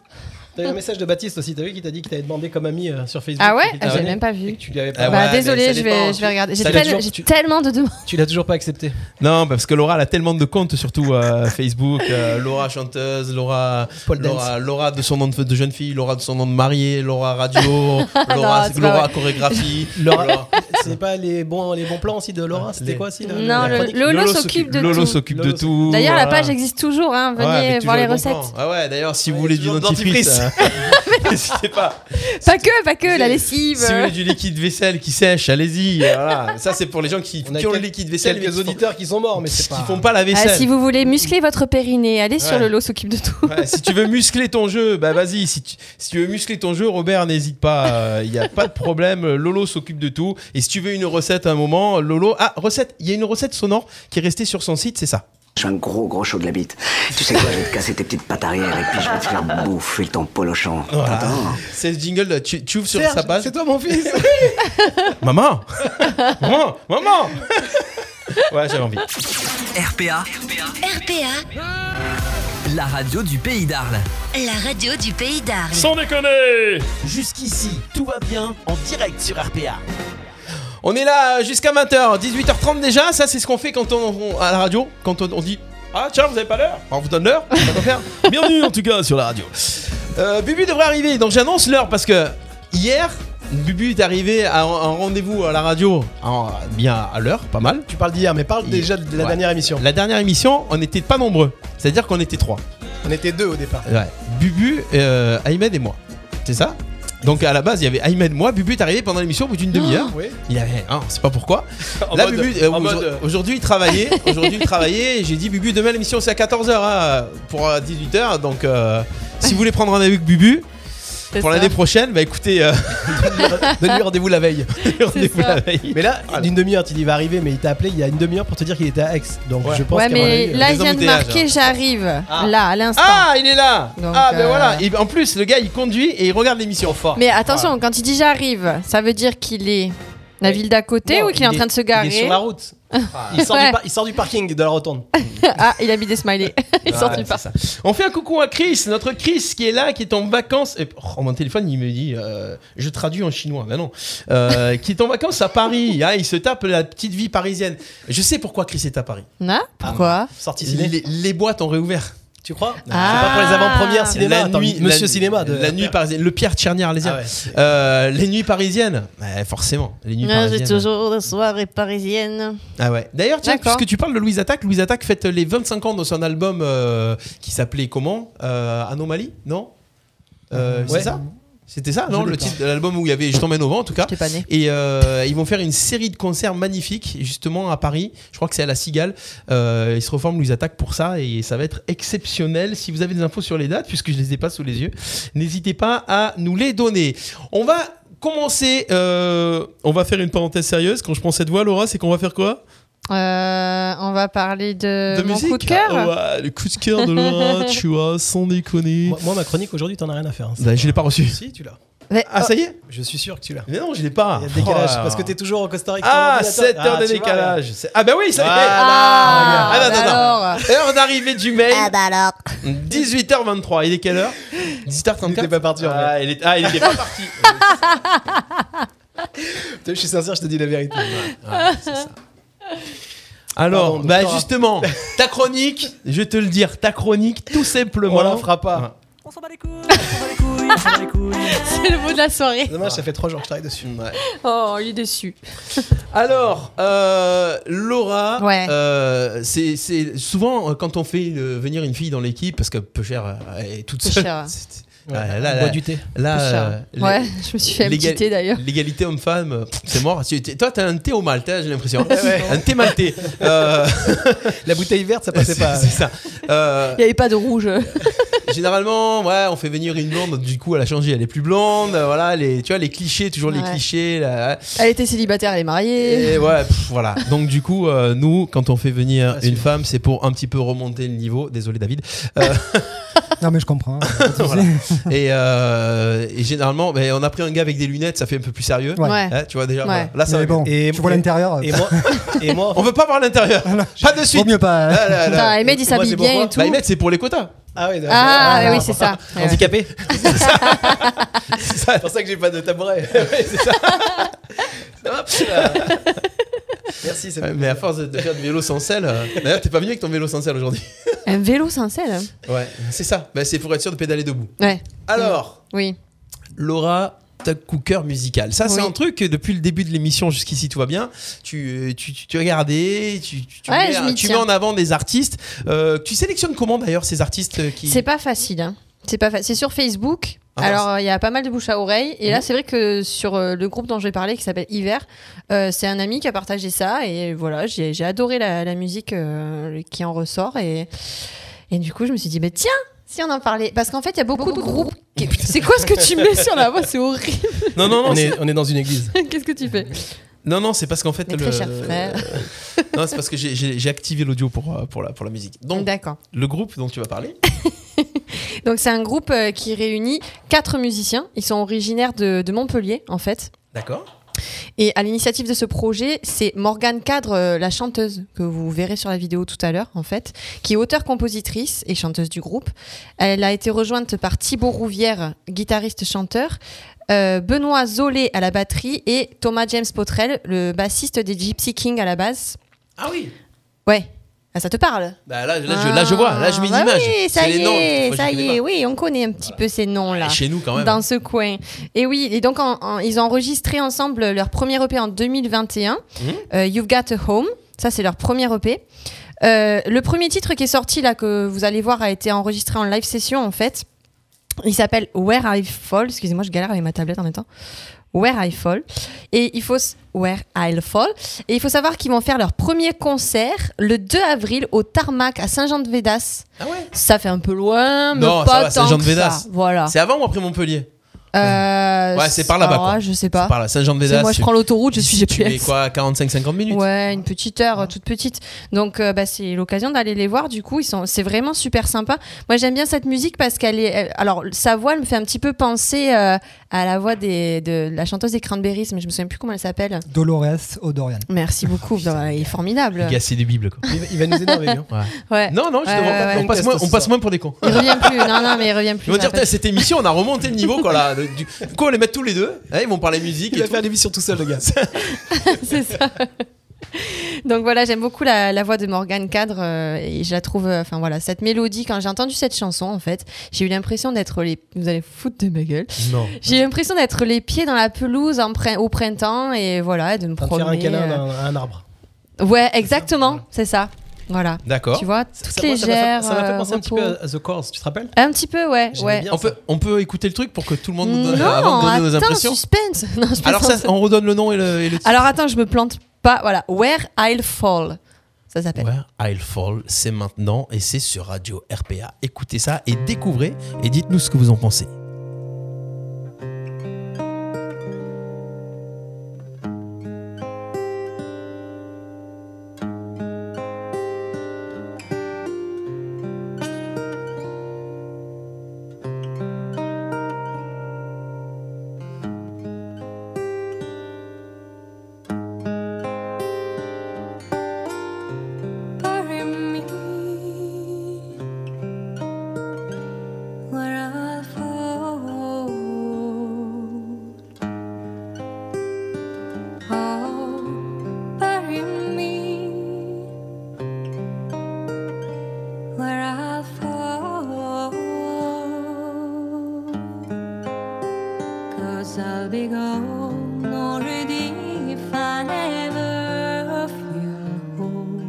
E: T'as eu un message de Baptiste aussi, t'as vu qui t'a dit que t'avais demandé comme ami euh, sur Facebook.
D: Ah
E: qu'il
D: ouais Ah,
E: t'avait
D: J'ai
E: donné
D: même pas
E: et
D: vu.
E: que tu lui avais pas-
C: Ah
D: Bah,
C: ouais, mais ça
D: désolé, je
C: dépend.
D: vais, je vais regarder. J'ai
C: Ça
D: tel-
C: dépend.
D: j'ai
E: Tu-
D: tellement de demandes.
E: Tu l'as toujours pas accepté.
C: Non, parce que Laura elle a tellement de comptes, surtout euh, Facebook. euh, Laura chanteuse, Laura,
E: Paul
C: Laura, Laura de son nom de, de jeune fille, Laura de son nom de mariée, Laura radio, Laura,
D: Ah Non, c'est pas
C: Laura
D: vrai.
C: chorégraphie,
E: Laura-
C: Laura-
E: C'est pas les bons, les bons plans aussi de Laura C'était quoi aussi la-
D: Non,
E: la
D: le-
E: chronique
D: le- Lolo s'occupe de
C: Lolo
D: tout.
C: s'occupe de
E: Lolo
C: tout.
D: D'ailleurs, la
C: voilà.
D: page existe toujours. hein,
C: euh, Ouais,
D: Venez
C: avec toujours
D: voir les
C: bons
D: recettes.
C: plans. Ah ouais, d'ailleurs, si vous
E: Ouais,
C: voulez du
E: toujours le dentifrice. euh,
C: dentifrice, N'hésitez pas.
D: Pas que, pas que, la lessive.
C: Si vous voulez du liquide vaisselle qui sèche, allez-y. Voilà. Ça, c'est pour les gens qui,
E: On a
C: qui ont le
E: quelques-
C: liquide vaisselle mais
E: quelques
C: qui font-
E: auditeurs qui sont morts, mais c'est
C: qui
E: pas.
C: font pas la
D: Ah,
C: vaisselle.
D: si vous voulez muscler votre périnée, allez
C: Ouais.
D: sur le lot s'occupe de tout.
C: Ouais, si tu veux muscler ton jeu, bah vas-y. Si tu, si tu veux muscler ton jeu, Robert, n'hésite pas. Il n'y a pas de problème. euh, Lolo s'occupe de tout. Et si tu veux une recette à un moment, Lolo. Ah, recette. Il y a une recette sonore qui est restée sur son site, c'est ça.
B: Je suis un gros gros chaud de la bite. Tu sais quoi, je vais te casser tes petites pattes arrière et puis je vais te faire bouffer ton polochon. T'entends hein
C: C'est le jingle. là. Tu, tu ouvres sur
E: Serge,
C: sa page.
E: C'est toi mon fils
C: Maman Maman Maman Ouais, j'avais envie.
H: RPA,
I: RPA,
H: la radio du pays d'Arles.
I: la radio du pays d'Arles.
C: Sans déconner
A: Jusqu'ici, tout va bien en direct sur RPA.
C: On est là euh, jusqu'à 20h, 18h30 déjà. Ça, c'est ce qu'on fait quand on, on- à la radio, quand on, on dit Ah, tiens, vous avez pas l'heure On vous donne l'heure on va faire. Bienvenue en tout cas sur la radio. Euh, Bubu devrait arriver, donc j'annonce l'heure parce que hier. Bubu est arrivé à un un rendez-vous à la radio, en- bien à l'heure, pas mal.
E: Tu parles d'hier, mais parle
C: Il-
E: déjà de la
C: ouais.
E: dernière émission.
C: La dernière émission, on n'était pas nombreux, c'est-à-dire qu'on était trois.
E: On était deux au départ.
C: Ouais. Bubu, euh, Ahmed et moi. C'est ça Donc à la base, il y avait Ahmed, moi. Bubu est arrivé pendant l'émission au bout d'une
D: Ah,
C: demi-heure.
E: Oui.
C: Il avait. Ah, on sait pas pourquoi.
E: En
C: Là,
E: mode-
C: Bubu, euh,
E: en
C: aujourd'hui-
E: mode-
C: aujourd'hui, il travaillait. Aujourd'hui, il travaillait. et J'ai dit, Bubu, demain, l'émission, c'est à 14h hein, pour 18h. Donc, euh, si vous voulez prendre rendez-vous avec Bubu
D: C'est
C: pour
D: ça.
C: l'année prochaine, bah écoutez, euh,
E: Donne-lui rendez-vous la veille.
C: rendez-vous
D: ça.
C: la veille.
E: Mais là, d'une demi-heure, tu dis il va arriver, mais il t'a appelé il y a une demi-heure pour te dire qu'il était à Aix. Donc
C: Ouais.
E: je pense
D: Ouais,
E: qu'à mon
D: mais
E: avis, euh,
D: là,
C: les
D: il vient de
C: embouteillages,
D: marquer
C: hein.
D: j'arrive.
E: Ah.
D: Là, à l'instant.
C: Ah, il est là
D: Donc,
C: Ah, ben
D: euh,
C: voilà. Et en plus, le gars, il conduit et il regarde l'émission fort.
D: Mais attention, quand il dit j'arrive, ça veut dire qu'il est la ville d'à côté
E: Non,
D: ou qu'il est, en train de se garer
E: Il est sur la route.
C: Ah.
E: Il sort, du, par- il sort du parking de la rotonde.
D: Ah, il a mis des smileys. il sort
C: Ouais,
D: du
C: c'est
D: parc.
C: ça. On fait un coucou à Chris, notre Chris qui est là, qui est en vacances. Et, oh, mon téléphone, il me dit, euh, je traduis en chinois, mais non. Euh, qui est en vacances à Paris. hein, il se tape la petite vie parisienne. Je sais pourquoi Chris est à Paris.
D: Non Pourquoi
E: Sorti Ah, ciné.
C: Les, les boîtes ont réouvert.
E: Tu crois
D: Ah.
E: C'est pas pour les avant-premières cinéma.
C: la
E: attends,
C: nuit,
E: Monsieur
C: la-
E: Cinéma. De...
C: la nuit parisienne. Le Pierre Tcherniar, les
E: Ah ouais.
C: Euh, les nuits parisiennes, Ouais, forcément. Les nuits
D: Non, J'ai
C: parisiennes.
D: toujours des soirées parisiennes.
C: Ah ouais. D'ailleurs, tiens,
D: D'accord.
C: puisque tu parles de Louise Attaque, Louise Attaque fête les 25 ans de son album euh, qui s'appelait comment Euh, Anomalie Non Euh,
E: Ouais.
C: C'est ça C'était ça,
E: Je
C: non
E: l'ai
C: Le
E: pas.
C: titre de l'album où il y avait Je t'emmène au vent, en tout cas.
D: T'es pas né.
C: Et euh, ils vont faire une série de concerts magnifiques, justement à Paris. Je crois que c'est à la Cigale. Euh, ils se reforment, Louise Attaque pour ça. Et ça va être exceptionnel. Si vous avez des infos sur les dates, puisque je les ai pas sous les yeux, n'hésitez pas à nous les donner. On va commencer. euh, on va faire une parenthèse sérieuse. Quand je prends cette voix, Laura, c'est qu'on va faire quoi
D: Euh, on va parler de, mon coup de cœur.
C: Ah, ouais, le coup de cœur de Laura, tu vois, sans déconner.
E: Moi, moi, ma chronique aujourd'hui, t'en as rien à faire. hein.
C: Bah, je l'ai pas reçu.
E: Si, tu l'as.
D: Mais-
C: Ah, ça y est
E: Je suis sûr que tu l'as.
C: Mais non, je l'ai pas.
E: Il y a le décalage.
C: Oh.
E: Parce que t'es toujours au Costa Rica.
C: Ah,
E: ordinateur.
C: 7 heures
E: Ah,
C: de
E: tu vois,
C: décalage. C'est- Ah, bah oui, ça y est.
D: Ah,
C: Ah, bah,
D: bah
C: attends, attends.
D: alors. Ah,
C: Heure d'arrivée du mail,
I: bah alors.
C: 18h23. Il est quelle heure 18h34
E: Il était pas parti, en vrai.
C: Ah, il est- ah, il était pas parti.
E: regarde. Je suis sincère, je te dis la vérité.
C: Alors,
E: Pardon,
C: bah
E: docteur.
C: justement, ta chronique, je vais te le dire, ta chronique, tout simplement.
E: On la fera pas.
D: C'est le mot de la soirée.
E: Dommage, ça fait 3 jours que je travaille dessus.
C: Ouais.
D: Oh, il est déçu.
C: Alors, euh, Laura,
D: Ouais.
C: euh, c'est- c'est souvent euh, quand on fait euh, venir une fille dans l'équipe, parce que peu cher, euh, elle est toute
D: Peu
C: seule.
D: Cher.
C: c'est-
E: Ouais,
C: Ah, là,
E: on
C: là,
E: boit du thé.
C: Là,
D: Peu cher.
C: euh, l'é-
D: ouais, je me suis fait
C: l'égal-
D: quitter d'ailleurs.
C: L'égalité homme-femme, euh, pff, c'est mort. Tu- t'es- Toi, t'as un thé au mal, t'as- j'ai l'impression. Un thé maltais. Euh,
E: La bouteille verte, ça passait
C: c'est
E: pas.
C: c'est ça. Euh,
D: Il n'y avait pas de rouge.
C: généralement, ouais, on fait venir une blonde, du coup, elle a changé, elle est plus blonde. euh, Voilà, les, tu vois, les clichés, toujours les
D: Ouais.
C: clichés. là.
D: Elle était célibataire, elle est mariée.
C: Et ouais, pff, voilà. Donc du coup, euh, nous, quand on fait
F: Ah,
C: venir
E: Facile.
C: une femme, c'est pour un petit peu remonter le niveau. Désolé David. Euh,
F: Non, mais je comprends. hein,
C: Voilà. et, euh, et généralement, ben, on a pris un gars avec des lunettes, ça fait un peu plus sérieux.
F: Ouais.
D: Ouais.
C: Hein, tu vois déjà.
D: Ouais.
C: voilà. Là, ça
F: mais
C: va.
F: bon,
C: mieux.
E: Et-
F: tu vois
E: et-
F: l'intérieur.
E: Et moi, et moi, en
C: On veut pas voir l'intérieur. pas de
F: Vaut
C: suite.
F: mieux pas. euh,
C: Ah, là, là.
D: Putain, Ahmed, il
E: moi,
D: s'habille
E: c'est
D: bien
E: pourquoi
D: et tout.
C: Bah, ils mettent, c'est pour les quotas.
E: Ah oui, d'accord.
D: Ah, oui, c'est ça. Ouais, ouais.
E: Handicapé
C: C'est ça.
E: C'est pour ça que j'ai pas de tabouret. Hop là. Merci, c'est
C: Ouais,
E: bon.
C: Mais à force de- de faire du vélo sans selle, euh, d'ailleurs t'es pas venu avec ton vélo sans selle aujourd'hui.
D: Un vélo sans selle.
C: Ouais, c'est ça. Bah, c'est pour être sûr de pédaler debout.
D: Ouais,
C: Alors,
D: oui.
C: Laura, ta cooker musical. Ça, c'est
D: Oui.
C: un truc que depuis le début de l'émission jusqu'ici, tout va bien. Tu, euh, tu, tu, tu regardais, tu, tu, tu
D: Ouais, je
C: mets,
D: m'y
C: tu
D: tiens.
C: mets en avant des artistes. Euh, tu sélectionnes comment d'ailleurs ces artistes qui.
D: C'est pas facile. hein. C'est pas fa- C'est sur Facebook.
C: Ah, Mhm.
D: Alors, euh, il y a pas mal de bouche à oreille. Et là, c'est vrai que sur euh, le groupe dont j'ai parlé, qui s'appelle Hiver, euh, c'est un ami qui a partagé ça. Et voilà, j'ai j'ai adoré la, la musique euh, qui en ressort. Et, et du coup, je me suis dit, mais tiens, si on en parlait. Parce qu'en fait, il y a beaucoup, de groupes. qui- C'est quoi ce que tu mets sur la voix C'est horrible.
C: Non, non, non,
E: On
C: c'est-
E: est, on est dans une église.
D: Qu'est-ce que tu fais
C: non, non, c'est parce qu'en fait.
D: Mes
C: le-
D: très chers frères.
C: Non, c'est parce que j'ai- j'ai j'ai activé l'audio pour, euh, pour, la, pour la musique. Donc,
D: D'accord.
C: le groupe dont tu vas parler.
D: Donc c'est un groupe euh, qui réunit quatre musiciens. Ils sont originaires de, de Montpellier en fait.
C: D'accord.
D: Et à l'initiative de ce projet, c'est Morgane Cadre, euh, la chanteuse que vous verrez sur la vidéo tout à l'heure en fait, qui est auteure-compositrice et chanteuse du groupe. Elle a été rejointe par Thibaut Rouvière, guitariste-chanteur. euh, Benoît Zolé à la batterie et Thomas James Potrel, le bassiste des Gypsy King à la base.
C: Ah oui.
D: Ouais, Ah, ça te parle
C: Bah, là, là, je, là, je vois. Là, je mets
D: Ah,
C: l'image.
D: Oui, ça
C: C'est
D: y
C: les noms,
D: est,
C: moi, je
D: ça
C: connais
D: y
C: pas.
D: est, oui, on connaît un petit peu ces noms-là.
C: Chez nous, quand même.
D: Dans ce coin. Et oui, et donc en- en- ils ont enregistré ensemble leur premier EP en 2021,
C: Mhm.
D: euh, You've Got a Home. Ça, c'est leur premier EP. Euh, le premier titre qui est sorti, là, que vous allez voir, a été enregistré en live session, en fait. Il s'appelle Where I Fall. Excusez-moi, je galère avec ma tablette en même temps. Where I Fall. Et il faut, s- Where I'll Fall. Et il faut savoir qu'ils vont faire leur premier concert le 2 avril au Tarmac à Saint-Jean-de-Védas.
C: Ah ouais.
D: Ça fait un peu loin, mais
C: Non, ça
D: pas
C: va, c'est
D: tant
C: Jean de
D: que
C: Védas.
D: ça. Voilà.
C: C'est avant ou après Montpellier
D: Euh,
C: Ouais, c'est par là-bas,
D: alors
C: quoi.
D: Je sais pas.
C: Par là, Saint-Jean-de-Védas.
D: C'est Moi, je
C: tu-
D: prends l'autoroute, je suis
C: d'ici, Tu mets
D: GPS.
C: quoi 45-50 minutes
D: Ouais, une petite heure, euh, toute petite. Donc, euh, bah, c'est l'occasion d'aller les voir. Du coup, ils sont, c'est vraiment super sympa. Moi, j'aime bien cette musique parce qu'elle est. elle- alors, sa voix elle me fait un petit peu penser euh, à la voix des, de la chanteuse des Cranberries, mais je me souviens plus comment elle s'appelle.
F: Dolores O'Dorian.
D: Merci beaucoup. Bah, elle est formidable.
C: Les gars, c'est des bibles, quoi.
E: Ah, Il va- il va nous énerver. hein.
D: Ouais.
C: Non, non, justement,
D: Ouais, ouais,
C: on,
E: ouais.
C: passe moins, on passe moins pour des cons.
D: Il revient plus. Non, non, mais il revient plus.
C: Ils vont dire,
D: Après,
C: Tain, cette émission, on a remonté le niveau, quoi, là. Du du coup, on les met tous les deux. hein, Ils vont parler musique
E: Il
C: et
E: va
C: tout.
E: faire des missions tout seul, le gars.
D: C'est ça. Donc voilà, j'aime beaucoup la, la voix de Morgane Cadre euh, et je la trouve, euh, enfin voilà, cette mélodie, quand j'ai entendu cette chanson en fait, j'ai eu l'impression d'être les... Vous allez foutre de ma gueule.
C: Non.
D: J'ai eu l'impression d'être les pieds dans la pelouse en prin- au printemps et voilà, et de me
E: En train de
D: promener.
E: faire un câlin à
D: euh,
E: un- à un arbre.
D: Ouais, exactement, c'est ça. Voilà.
C: D'accord.
D: Tu vois,
E: Ça-
D: toute
E: moi, ça m'a fait-
D: légère.
E: Ça m'a fait
D: euh,
E: penser un petit peu
D: repos.
E: à à The Course, tu te rappelles
D: Un petit peu, ouais,
E: J'aimais
D: ouais.
E: bien
C: On
E: ça.
C: peut, on peut écouter le truc pour que tout le monde nous donne,
D: Non,
C: avant de donner nos
D: attends,
C: impressions.
D: suspense. Non, je
C: Alors ça,
D: plaisante.
C: on redonne le nom et le, et le titre.
D: Alors attends, je me plante pas. Voilà, Where I'll Fall, ça s'appelle.
C: Where I'll Fall, c'est maintenant et c'est sur Radio RPA. Écoutez ça et découvrez et dites-nous ce que vous en pensez.
J: bury me where I fall. Oh, bury me where I fall. Cause I'll be gone already if I never feel whole.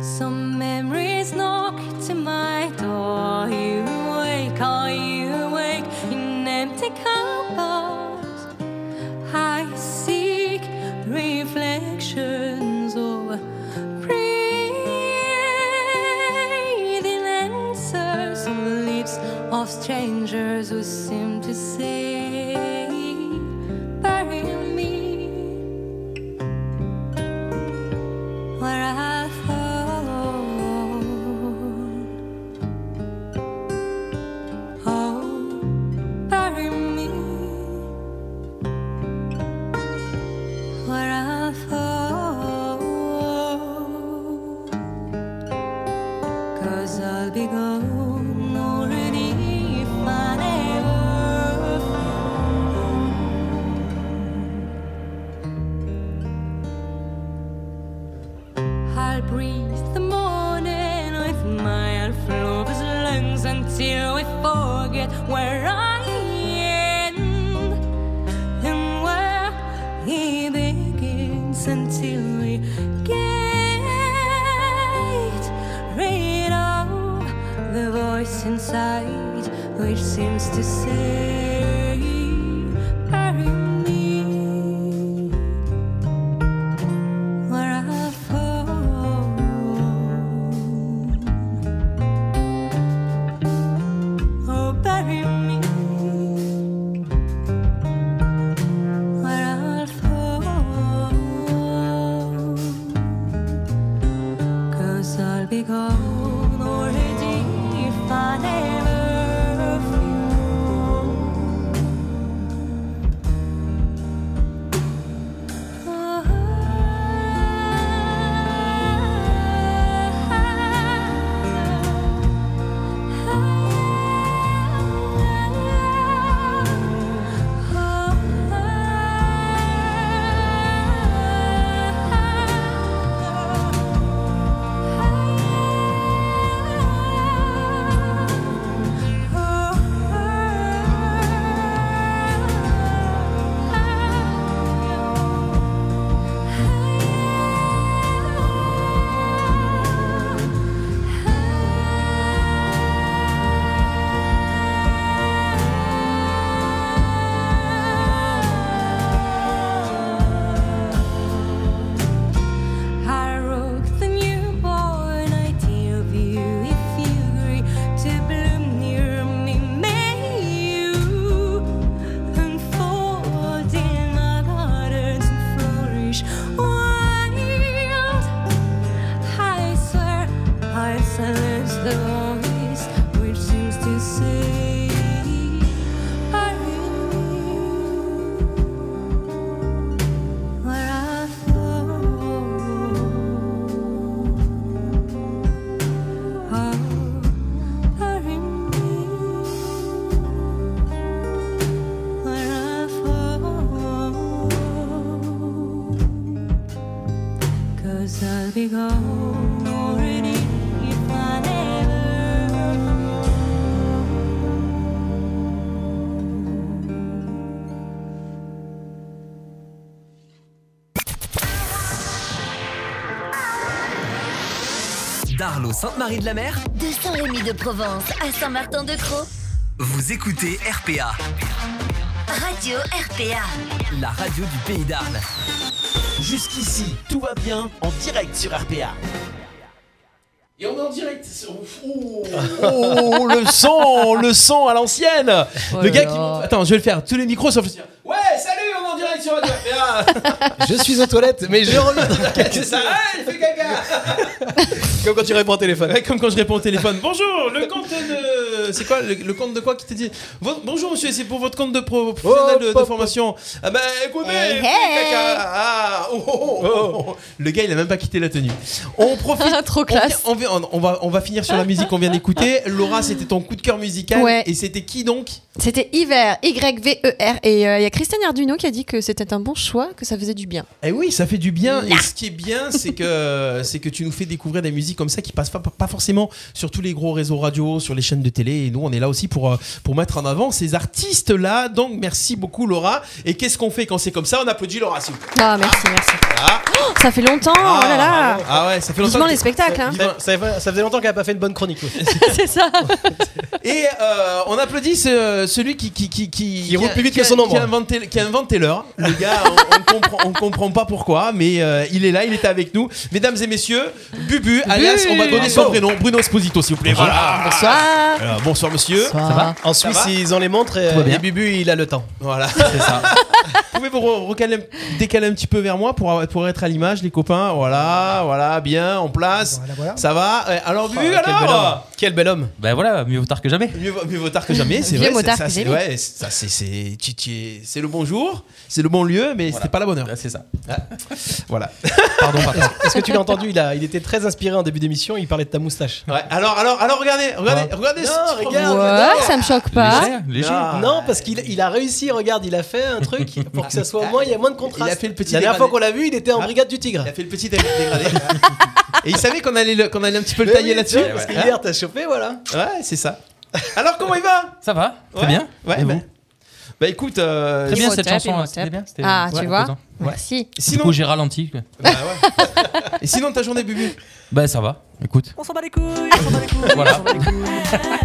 J: Some memories knock to my door. You wake, are you awake? In empty cupboards, I seek reflections of breathing answers on lips of strangers who seem to say, "Bury me." where I fall. Oh, bury me where I fall. Cause I'll be gone already if I never I'll breathe the morning with my alflover's lungs until we forget where I end and where he begins until we get voice inside which seems to say, Bury me where I fall. Oh, bury me where I fall. Cause I'll be gone already if I never feel. I rock the newborn idea of you. If you agree to bloom near me, may you unfold in my gardens and flourish wild. I swear, I silence the voice which seems to say, "Are you where I fall. Oh, bury me where I fall. Cause I'll be gone already if I never.
H: Darlo Sainte-Marie-de-la-Mer,
I: De Saint-Rémy de Provence à Saint-Martin-de-Croix.
H: vous écoutez RPA,
I: Radio RPA.
H: la radio du pays d'Arles.
A: Jusqu'ici, tout va bien en direct sur RPA.
C: Et on est en direct. Oh, oh, oh, le son, le son à l'ancienne.
E: Oh
C: le gars qui monte. Attends, je vais le faire. Tous les micros sauf le sien. Ouais, salut, on est en direct sur Radio RPA.
E: Je suis aux toilettes, mais je reviens.
C: C'est ça. Ouais, il fait caca.
E: Comme quand tu réponds au téléphone.
C: Ouais, comme quand je réponds au téléphone. Bonjour, le compte de. C'est quoi le, le compte de quoi qui t'a dit Votre- Bonjour monsieur, c'est pour votre compte de pro, professionnel de- de, formation. Ah bah écoutez
D: Hey,
E: Eh,
C: c'est
D: hey.
C: caca. Ah, oh, oh, oh, oh. Le gars il a même pas quitté la tenue. On profite.
D: Trop
C: on vient-
D: classe.
C: On, vient- on- on va, on va finir sur la musique qu'on vient d'écouter. Laura, c'était ton coup de cœur musical.
D: Ouais.
C: Et c'était qui donc
D: C'était Hiver, Y-V-E-R. Et euh, il y a Christiane Arduino qui a dit que c'était un bon choix, que ça faisait du bien.
C: Eh oui, ça fait du bien. Et ce qui est bien, c'est que c'est que tu nous fais découvrir des musiques comme ça qui passent pas, pas forcément sur tous les gros réseaux radio, sur les chaînes de télé. Et nous, on est là aussi pour euh, pour mettre en avant ces artistes là. Donc merci beaucoup Laura. Et qu'est-ce qu'on fait quand c'est comme ça On applaudit Laura. s'il vous plaît.
D: Ah, merci, merci.
C: Ah,
D: Oh, ça fait longtemps, oh là là.
C: ah ouais, ça fait longtemps.
D: Vivement
C: que-
D: les spectacles, hein.
E: Ça, ça- ça faisait longtemps qu'elle n'a pas fait une bonne chronique. ouais.
D: c'est ça.
C: Et euh, on applaudit ce- celui qui qui qui qui,
E: Qui roule plus vite
C: qui a-
E: que son ombre.
C: Qui a inventé qui a inventé l'heure. Le gars, on, on comprend on comprend pas pourquoi, mais euh, il est là, il était avec nous, mesdames et messieurs. Bubu, alias, on va donner son prénom, Bruno Esposito, s'il vous plaît. Voilà.
D: Bonsoir.
C: Alors, Euh, bonsoir monsieur.
E: Ça va En Suisse,
C: va
E: ils ont les montres et,
C: va bien.
E: et Bubu, il a le temps.
C: Voilà, c'est ça. Pouvez-vous re- recaler- décaler un petit peu vers moi pour, avoir- pour être à l'image, les copains Voilà, voilà, bien, en place.
F: Voilà, voilà.
C: Ça va Ouais, Alors,
D: Ah,
C: Bubu,
E: Oh, quel bel homme.
C: alors
E: Quel bel homme.
K: Ben voilà, mieux vaut tard que jamais.
C: mieux, vaut- mieux vaut tard que jamais, c'est vrai.
D: Vieux
C: c'est-
D: motard
C: ça,
D: que
C: c'est-
D: j'aime.
C: ouais, ça, c'est- c'est tu- tu es- c'est le bon jour, c'est le bon lieu, mais c'était pas la bonne heure.
K: Ah, C'est ça.
C: Voilà.
K: Pardon, pardon.
E: Est-ce que tu l'as entendu il, a, il était très inspiré en début d'émission, il parlait de ta moustache. Ah.
C: Ouais, alors, alors, alors, regardez, regardez, regardez. ce-
D: Ouais, ça me choque pas.
K: Léger, léger.
C: Ah.
E: non, parce qu'il il a réussi, regarde, il a fait un truc pour que ça soit au moins, il y a moins de contraste.
C: Il a fait le petit
E: La dernière
C: dégradé. Ah.
E: fois qu'on l'a vu, il était en brigade du tigre.
C: Il a fait le petit dé- dégradé. Et il savait qu'on allait, le- qu'on allait un petit peu le tailler là-dessus. hein
E: Parce que hier, t'as chopé, voilà.
C: Ouais, c'est ça. Alors, comment il va
K: Ça va Très
C: Ouais.
K: bien
C: Ouais,
K: Et
C: ben,
K: vous
C: Bah écoute, euh,
K: Très bien,
C: je-
K: cette chanson, hein, c'était bien, c'était-
D: Ah,
K: ouais,
D: tu vois
K: reposant. Ouais.
D: Merci.
K: Du coup, j'ai ralenti. Bah, quoi.
C: Bah, Et sinon, ta journée, Bubu
K: Bah, ça va, écoute.
C: On s'en bat les couilles,
K: on s'en bat les couilles. Voilà.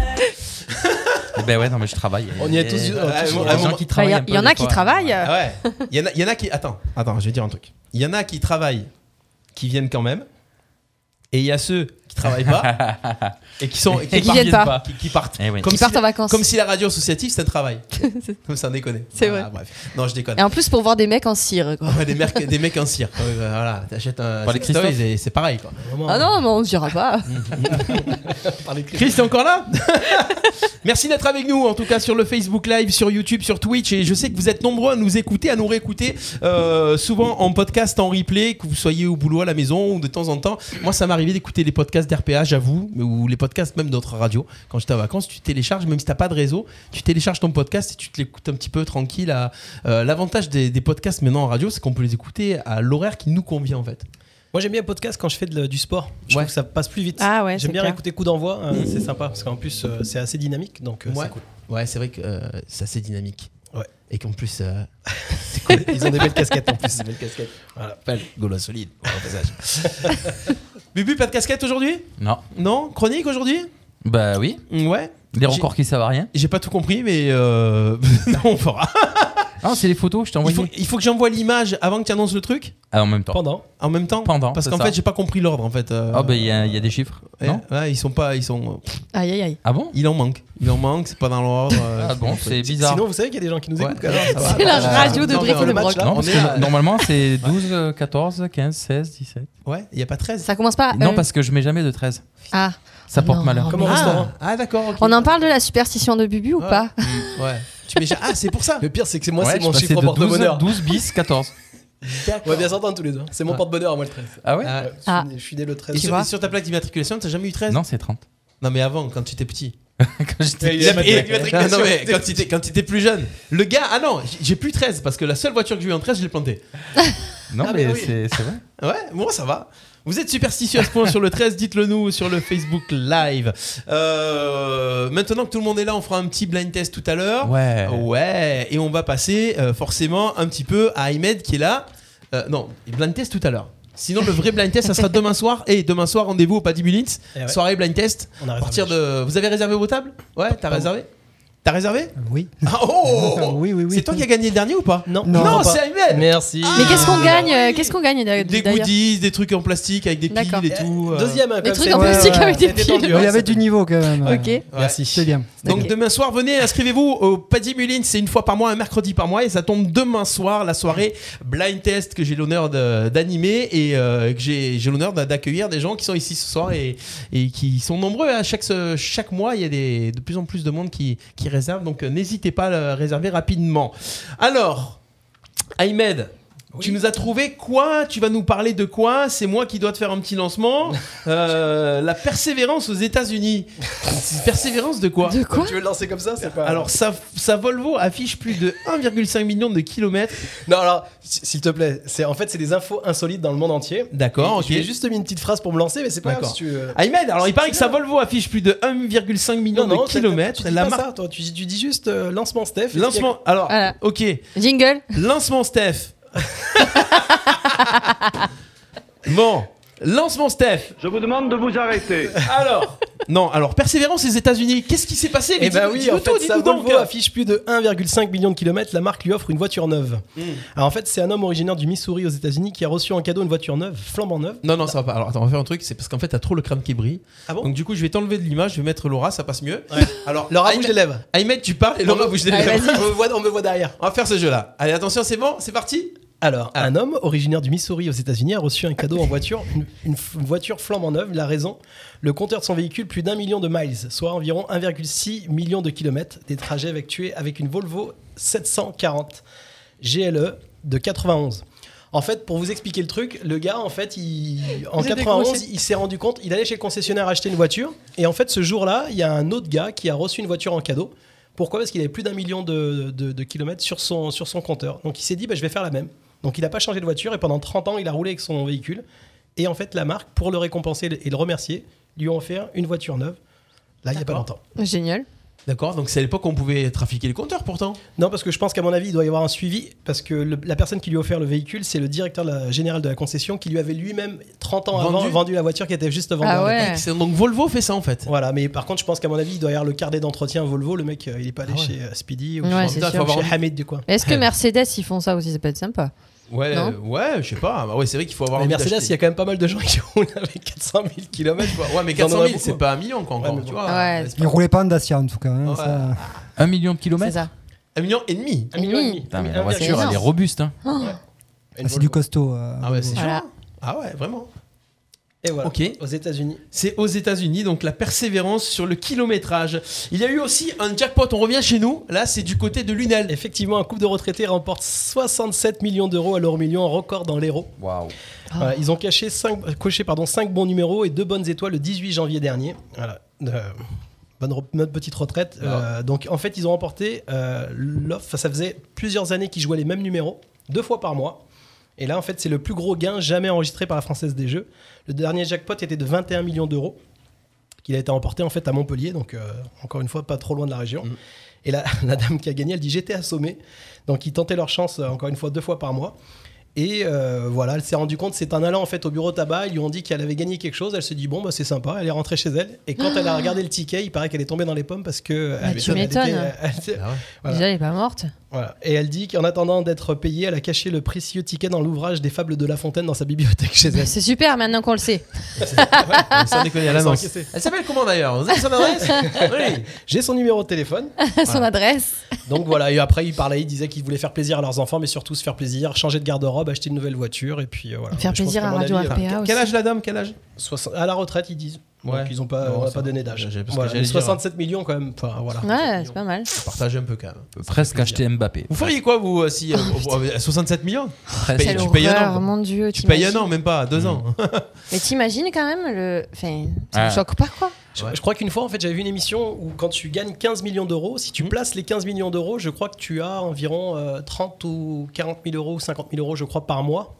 K: bah, ouais, non, mais je travaille.
C: On y est
K: Et- Ah,
C: tous. euh, tous-
K: bon,
C: il y a
K: ah,
C: des
K: bon.
C: gens qui travaillent
D: Bah, y a-
C: un peu
D: y en a
C: des
D: qui
C: fois.
D: travaillent.
C: Ah ouais. Il y, en a- il y en a qui. Attends, attends, je vais dire un truc. Il y en a qui travaillent, qui viennent quand même. Et il y a ceux qui travaillent pas et qui sont
K: Et qui viennent
C: partent-
K: pas.
C: qui, qui partent,
K: Eh oui.
D: Qui
C: si-
D: partent en vacances.
C: Comme si la radio associative c'était un travail. comme ça, on déconne.
D: C'est
C: Voilà,
D: vrai.
C: bref. Non, je déconne.
D: Et en plus pour voir des mecs en cire. Quoi.
C: Ah Ouais, des, mecs, des mecs en cire. Ouais, voilà, t'achètes un.
K: Pas les
C: Toys
K: Christophe.
C: et c'est pareil quoi.
D: Ah non, mais on ne dira pas.
C: Chris, t'es encore là Merci d'être avec nous, en tout cas sur le Facebook Live, sur YouTube, sur Twitch. Et je sais que vous êtes nombreux à nous écouter, à nous réécouter, euh, souvent en podcast, en replay, que vous soyez au boulot, à la maison ou de temps en temps. Moi, ça m'est arrivé d'écouter les podcasts d'RPA, j'avoue, ou les podcasts même d'autres radios. Quand j'étais en vacances, tu télécharges, même si t'as pas de réseau, tu télécharges ton podcast et tu te l'écoutes un petit peu tranquille. à- euh, L'avantage des, des podcasts maintenant en radio, c'est qu'on peut les écouter à l'horaire qui nous convient en fait.
E: Moi j'aime bien le podcast quand je fais de- du sport. Je trouve que ça passe plus vite.
D: Ah ouais,
E: j'aime
D: c'est
E: bien
D: clair.
E: écouter coup d'envoi, euh, c'est sympa parce qu'en plus euh, c'est assez dynamique donc euh,
C: Ouais.
E: c'est cool.
C: Ouais, c'est vrai que euh, c'est assez dynamique.
E: Ouais.
C: Et qu'en plus, euh, c'est
E: Ils ont des belles casquettes en plus.
C: Des belles casquettes. Voilà, pas le Gaulois solide, au passage. Bubu, pas de casquette aujourd'hui
K: Non.
C: Non Chronique aujourd'hui
K: Bah, oui.
C: Ouais.
K: Les records qui savent à rien.
C: J'ai pas tout compris, mais euh, non, on fera.
K: Ah, c'est les photos, je t'ai
C: Il
K: envoyé.
C: faut, il faut que j'envoie l'image avant que tu annonces le truc
K: Ah, en même temps.
E: Pendant.
C: En même temps
K: Pendant.
C: Parce
K: c'est
C: qu'en
K: ça.
C: fait, j'ai pas compris l'ordre en fait. euh,
K: Ah, bah, il y, a il y a des chiffres.
C: ouais,
K: Non
C: ouais, ils sont pas. Ils sont,
D: Aïe aïe aïe.
K: Ah bon
C: il en manque. Il en manque, c'est pas dans l'ordre. euh,
K: Ah bon, c'est bizarre.
E: Sinon vous savez qu'il y a des gens qui nous
C: Ouais.
E: écoutent. quand même.
C: Ça va.
D: C'est la radio de
C: Ah, Non, mais
D: Brick
C: on
D: et de
C: le match,
D: Broc.
C: là.
K: Non,
C: on
K: parce
C: est
K: que
C: à-
K: normalement, c'est 12, euh, 14, 15, 16, 17.
C: Ouais, il y a pas 13.
D: Ça commence pas. euh,
K: Non, parce que je mets jamais de 13.
D: Ah.
K: Ça
D: Ah
K: porte
D: non.
K: malheur.
E: Comme au
C: Ah,
E: restaurant.
C: Ah, d'accord. ok.
D: On en parle de la superstition de Bubu ou
C: Ouais.
D: pas
C: Mm. Ouais. Tu mets... Ah, c'est pour ça.
E: Le pire c'est que c'est moi
K: Ouais,
E: c'est
K: je
E: mon
K: passais
E: chiffre
K: de
E: porte-bonheur.
K: 12, 12 bis, 14.
E: On va bien s'entendre tous les deux. hein. C'est mon
C: Ouais.
E: porte-bonheur moi le 13.
K: Ah ouais
C: Ah,
E: Ouais, je suis
D: Ah.
E: né- je suis dès le
C: et
E: 13.
D: Tu
C: sur,
D: vois.
C: et sur ta plaque d'immatriculation, t'as jamais eu 13
K: Non, c'est 30.
C: Non, mais avant, quand tu étais petit.
K: Quand j'étais-
E: Et il a
C: Et-
E: pas de
C: et-
E: plaque.
C: Ah, non, mais quand tu étais- quand tu étais plus jeune. Le gars, ah non, j'ai- j'ai plus 13 parce que la seule voiture que j'ai eu en 13, je l'ai plantée.
K: Non,
C: Ah,
K: mais
C: mais oui.
K: c'est c'est vrai.
C: Ouais, bon, ça va. Vous êtes superstitieux à ce point sur le 13, dites-le nous sur le Facebook Live. Euh, maintenant que tout le monde est là, on fera un petit blind test tout à l'heure.
K: Ouais.
C: Ouais, et on va passer euh, forcément un petit peu à Ahmed qui est là. Euh, non, blind test tout à l'heure. Sinon, le vrai blind test, ça sera demain soir. Et demain soir, rendez-vous au Paddy Mullins.
E: Eh ouais.
C: Soirée blind test.
E: On a
C: À
E: réservé
C: partir
E: les
C: de. Vous avez réservé vos tables Ouais, t'as
E: Pardon.
C: réservé T'as réservé
F: Oui.
C: Ah, oh
F: Oui, oui, oui.
C: C'est toi qui as gagné le dernier ou pas
E: Non,
F: Non,
E: non,
C: c'est Ahmed Ah.
E: Merci.
D: Mais qu'est-ce qu'on gagne euh, Qu'est-ce qu'on gagne d'a-
C: Des
D: d'ailleurs
C: goodies, des trucs en plastique avec des piles
D: D'accord.
C: et tout. euh.
E: Deuxième. hein,
D: Des
E: comme
D: trucs
E: c'est-
D: en
F: Ouais,
D: plastique
F: ouais,
D: avec
E: ouais.
D: des
E: C'était
D: piles.
E: tendu,
F: Il y
E: hein,
F: avait
E: c'était-
F: du niveau quand même.
D: Ok.
E: Merci.
F: C'est bien.
C: Donc
D: Ok.
C: demain soir, venez, inscrivez-vous au Paddy Mullin, c'est une fois par mois, un mercredi par mois, et ça tombe demain soir, la soirée Blind Test que j'ai l'honneur de- d'animer et euh, que j'ai j'ai l'honneur d'a- d'accueillir des gens qui sont ici ce soir et, et qui sont nombreux. hein. Chaque, ce- chaque mois, il y a des, de plus en plus de monde qui, qui réserve, donc euh, n'hésitez pas à le réserver rapidement. Alors, Ahmed Tu nous as trouvé quoi Tu vas nous parler de quoi C'est moi qui dois te faire un petit lancement. Euh, la persévérance aux États-Unis. Persévérance de quoi
D: De quoi
E: Tu veux le lancer comme ça C'est pas.
C: alors, sa, sa Volvo affiche plus de 1,5 million de kilomètres.
E: Non, alors, s- s'il te plaît, c'est en fait c'est des infos insolites dans le monde entier.
C: D'accord,
E: Et
C: ok.
E: Je lui ai juste mis une petite phrase pour me lancer, mais c'est pas grave.
C: D'accord.
E: Si tu, euh,
C: Ahmed, alors il paraît que sa Volvo affiche plus de 1,5 million de
E: t'as-
C: kilomètres.
E: Tu dis pas ça, toi. Tu, dis- tu dis juste euh, lancement Steph.
C: Lancement. Alors,
D: Voilà.
C: ok.
D: Jingle
C: Lancement Steph. bon. Lancement Steph.
L: Je vous demande de vous arrêter.
C: Alors. non, alors, persévérance les États-Unis. Qu'est-ce qui s'est passé
E: Et
C: Mais
E: ben
C: dis-nous-
E: oui,
C: dis-nous
E: en
C: tout,
E: fait,
C: dis-nous
E: sa
C: donc.
E: Volvo affiche plus de 1,5 million de kilomètres. La marque lui offre une voiture neuve.
C: Hmm.
E: Alors en fait, c'est un homme originaire du Missouri aux États-Unis qui a reçu en cadeau une voiture neuve, flambant neuve.
C: Non, non, ça va pas. Alors, attends, on va faire un truc. C'est parce qu'en fait, t'as trop le crâne qui brille.
E: Ah bon
C: Donc, du coup, je vais t'enlever de l'image. Je vais mettre Laura, ça passe mieux. Alors,
E: Laura
C: Ahmed-
E: bouge les lèvres.
C: Ahmed, tu parles et Laura bouge les
D: Allez,
C: lèvres.
E: on, me voit, on me voit derrière.
C: On va faire ce jeu-là. Allez, attention, c'est bon, c'est parti.
E: Alors, un homme originaire du Missouri aux États-Unis a reçu un cadeau en voiture, une, une f- une voiture flambant neuve. La raison le compteur de son véhicule plus d'un million de miles, soit environ 1,6 million de kilomètres, des trajets effectués avec une Volvo 740 GLE E de 91. En fait, pour vous expliquer le truc, le gars, en fait, il, en
D: Vous êtes
E: 91,
D: décroché.
E: il s'est rendu compte, il allait chez le concessionnaire acheter une voiture, et en fait, ce jour-là, il y a un autre gars qui a reçu une voiture en cadeau. Pourquoi Parce qu'il avait plus d'un million de, de- de kilomètres sur son, sur son compteur. Donc, il s'est dit, bah, je vais faire la même. Donc, il n'a pas changé de voiture, et pendant 30 ans, il a roulé avec son véhicule. Et en fait, la marque, pour le récompenser et le remercier, lui ont offert une voiture neuve. Là, il n'y a pas longtemps.
D: Ah, Génial.
C: D'accord, donc c'est à l'époque où on pouvait trafiquer les compteurs pourtant.
E: Non, parce que je pense qu'à mon avis, il doit y avoir un suivi, parce que le- la personne qui lui a offert le véhicule, c'est le directeur de la- général de la concession qui lui avait lui-même 30 ans avant
C: Vendu.
E: vendu la voiture qui était juste vendue.
C: Ah ouais. C'est- Donc Volvo fait ça en fait.
E: Voilà, mais par contre, je pense qu'à mon avis, il doit y avoir le carnet d'entretien Volvo. Le mec, euh, il est pas
C: Ah
E: allé chez euh, Speedy ou
D: Ouais,
E: je
D: c'est
E: sais
D: Putain,
E: pas,
D: sûr. faut avoir-
E: chez Hamid du coin.
D: Mais Est-ce que Mercedes, ils font ça aussi Ça peut être sympa.
C: Ouais,
D: Non
C: euh, ouais, je sais pas. Bah ouais, c'est vrai qu'il faut avoir.
E: Mais
C: envie
E: Mercedes,
C: d'acheter.
E: il y a quand même pas mal de gens qui roulent avec 400 000 km.
C: Ouais, mais 400 000,
E: hein.
C: c'est pas un million quoi, encore, tu vois.
D: Ouais.
F: Il roulait pas en Dacia en tout cas. hein, ça-
K: Un million de kilomètres
D: ça.
C: Un million et demi.
E: Un million et demi.
K: Putain, mais
E: Un
K: la
E: virgule-
K: voiture, elle est robuste. Hein.
F: Ah, c'est du costaud. euh,
C: Ah ouais, c'est
D: Oh. Voilà.
C: chaud. Ah ouais, vraiment.
E: Et voilà.
C: Ok.
E: Aux États-Unis.
C: C'est aux États-Unis, donc la persévérance sur le kilométrage. Il y a eu aussi un jackpot. On revient chez nous. Là, c'est du côté de Lunel.
E: Effectivement, un couple de retraités remporte 67 millions d'euros à leur million, un record dans l'Hérault.
K: Waouh.
E: Voilà, ils ont caché cinq- euh, coché pardon, 5 bons numéros et 2 bonnes étoiles le 18 janvier dernier. Voilà. Euh, bonne re- notre petite retraite.
C: Ah.
E: Euh, donc en fait, ils ont remporté euh, l'offre. Enfin, Ça faisait plusieurs années qu'ils jouaient les mêmes numéros, deux fois par mois. Et là, en fait, c'est le plus gros gain jamais enregistré par la Française des Jeux. Le dernier jackpot était de 21 millions d'euros, qu'il a été emporté en fait à Montpellier, donc euh, encore une fois pas trop loin de la région. Et la, la dame qui a gagné, elle dit j'étais assommée. Donc ils tentaient leur chance euh, encore une fois deux fois par mois. Et euh, voilà, elle s'est rendue compte, c'est un allant en fait au bureau tabac, ils lui ont dit qu'elle avait gagné quelque chose, elle se dit bon bah c'est sympa, elle est rentrée chez elle. Et quand elle a regardé le ticket, il paraît qu'elle est tombée dans les pommes parce que... euh, elle-
D: Ah. tu
E: elle était-
D: m'étonnes. Ah
E: elle- Voilà.
D: Déjà, elle est pas morte.
E: voilà. Et elle dit qu'en attendant d'être payée, elle a caché le précieux ticket dans l'ouvrage des fables de La Fontaine dans sa bibliothèque chez elle.
D: C'est super maintenant qu'on le sait.
C: Sans
D: Ah.
C: déconner, elle
E: Sans
C: annonce.
E: encaisser.
C: Elle s'appelle comment d'ailleurs Vous avez son adresse Oui.
E: J'ai son numéro de téléphone.
D: Son adresse.
E: Donc voilà, et après il parlait, il disait qu'il voulait faire plaisir à leurs enfants, mais surtout se faire plaisir, changer de garde-robe, acheter une nouvelle voiture, et puis euh, voilà.
D: Faire
E: Je pense
D: plaisir
E: qu'à
D: à
E: mon
D: Radio
E: avis, euh,
D: RPA aussi.
C: Quel âge la dame Quel âge
E: 60 à la retraite, ils disent.
C: Ouais.
E: Donc ils n'ont pas,
C: Non,
E: on a
C: ça
E: pas
C: va.
E: donné d'âge.
C: J'ai- parce que
E: Voilà,
C: j'allais dire-
E: 67 millions quand même. Enfin, voilà.
C: Ah,
D: Ouais, c'est pas mal.
C: Partagez un peu quand même.
K: Presque acheté Mbappé.
C: Vous feriez quoi vous euh, si euh, euh, 67 millions
K: Presque.
C: Tu payes- Tu payes un an.
D: horreur,
C: quoi.
D: mon dieu.
C: Tu payes un
D: t'imagines
C: an, même pas
K: Mm.
C: deux ans. hein.
D: Mais t'imagines quand même le. Enfin, ça me
K: Ah.
D: choque pas quoi.
E: Je, je crois qu'une fois, en fait, j'avais vu une émission où quand tu gagnes 15 millions d'euros, si
C: Hmm.
E: tu places les 15 millions d'euros, je crois que tu as environ euh, 30 ou 40 000 euros ou 50 000 euros, je crois, par mois.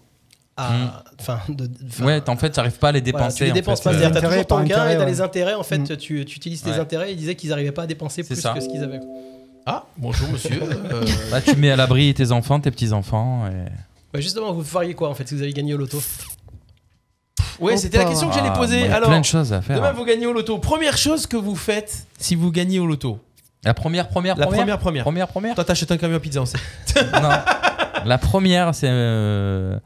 C: Ah,
E: à- Enfin, de- enfin,
K: Hmm. Ouais, en fait, t'arrives pas à les
E: Voilà,
K: dépenser.
E: tu les
K: en
E: dépenses
K: fait,
E: pas,
K: euh,
E: c'est-à-dire t'as
F: Intérêt
E: toujours
F: par
E: ton gain
F: intérêt,
E: et t'as
F: ouais.
E: les intérêts en fait, tu, tu utilises tes
K: Ouais.
E: intérêts, ils disaient qu'ils n'arrivaient pas à dépenser
K: C'est
E: plus
K: ça.
E: que ce qu'ils avaient.
C: Ah, bonjour monsieur. Euh,
K: Là, bah, tu mets à l'abri tes enfants, tes petits-enfants. et-
E: Bah, justement, vous feriez quoi en fait si vous avez gagné au loto
C: Ouais,
D: Oh,
C: c'était la
D: pas.
C: question que j'allais
K: Ah,
C: poser.
K: moi, il y a
C: Alors,
K: plein de choses à faire.
C: demain vous gagnez au loto. Première chose que vous faites si vous gagnez au loto.
K: La première, première,
C: La
K: première.
C: première, première.
K: Première, première.
C: Toi, t'achètes un camion à pizza, on sait.
K: Non. La première, c'est. euh,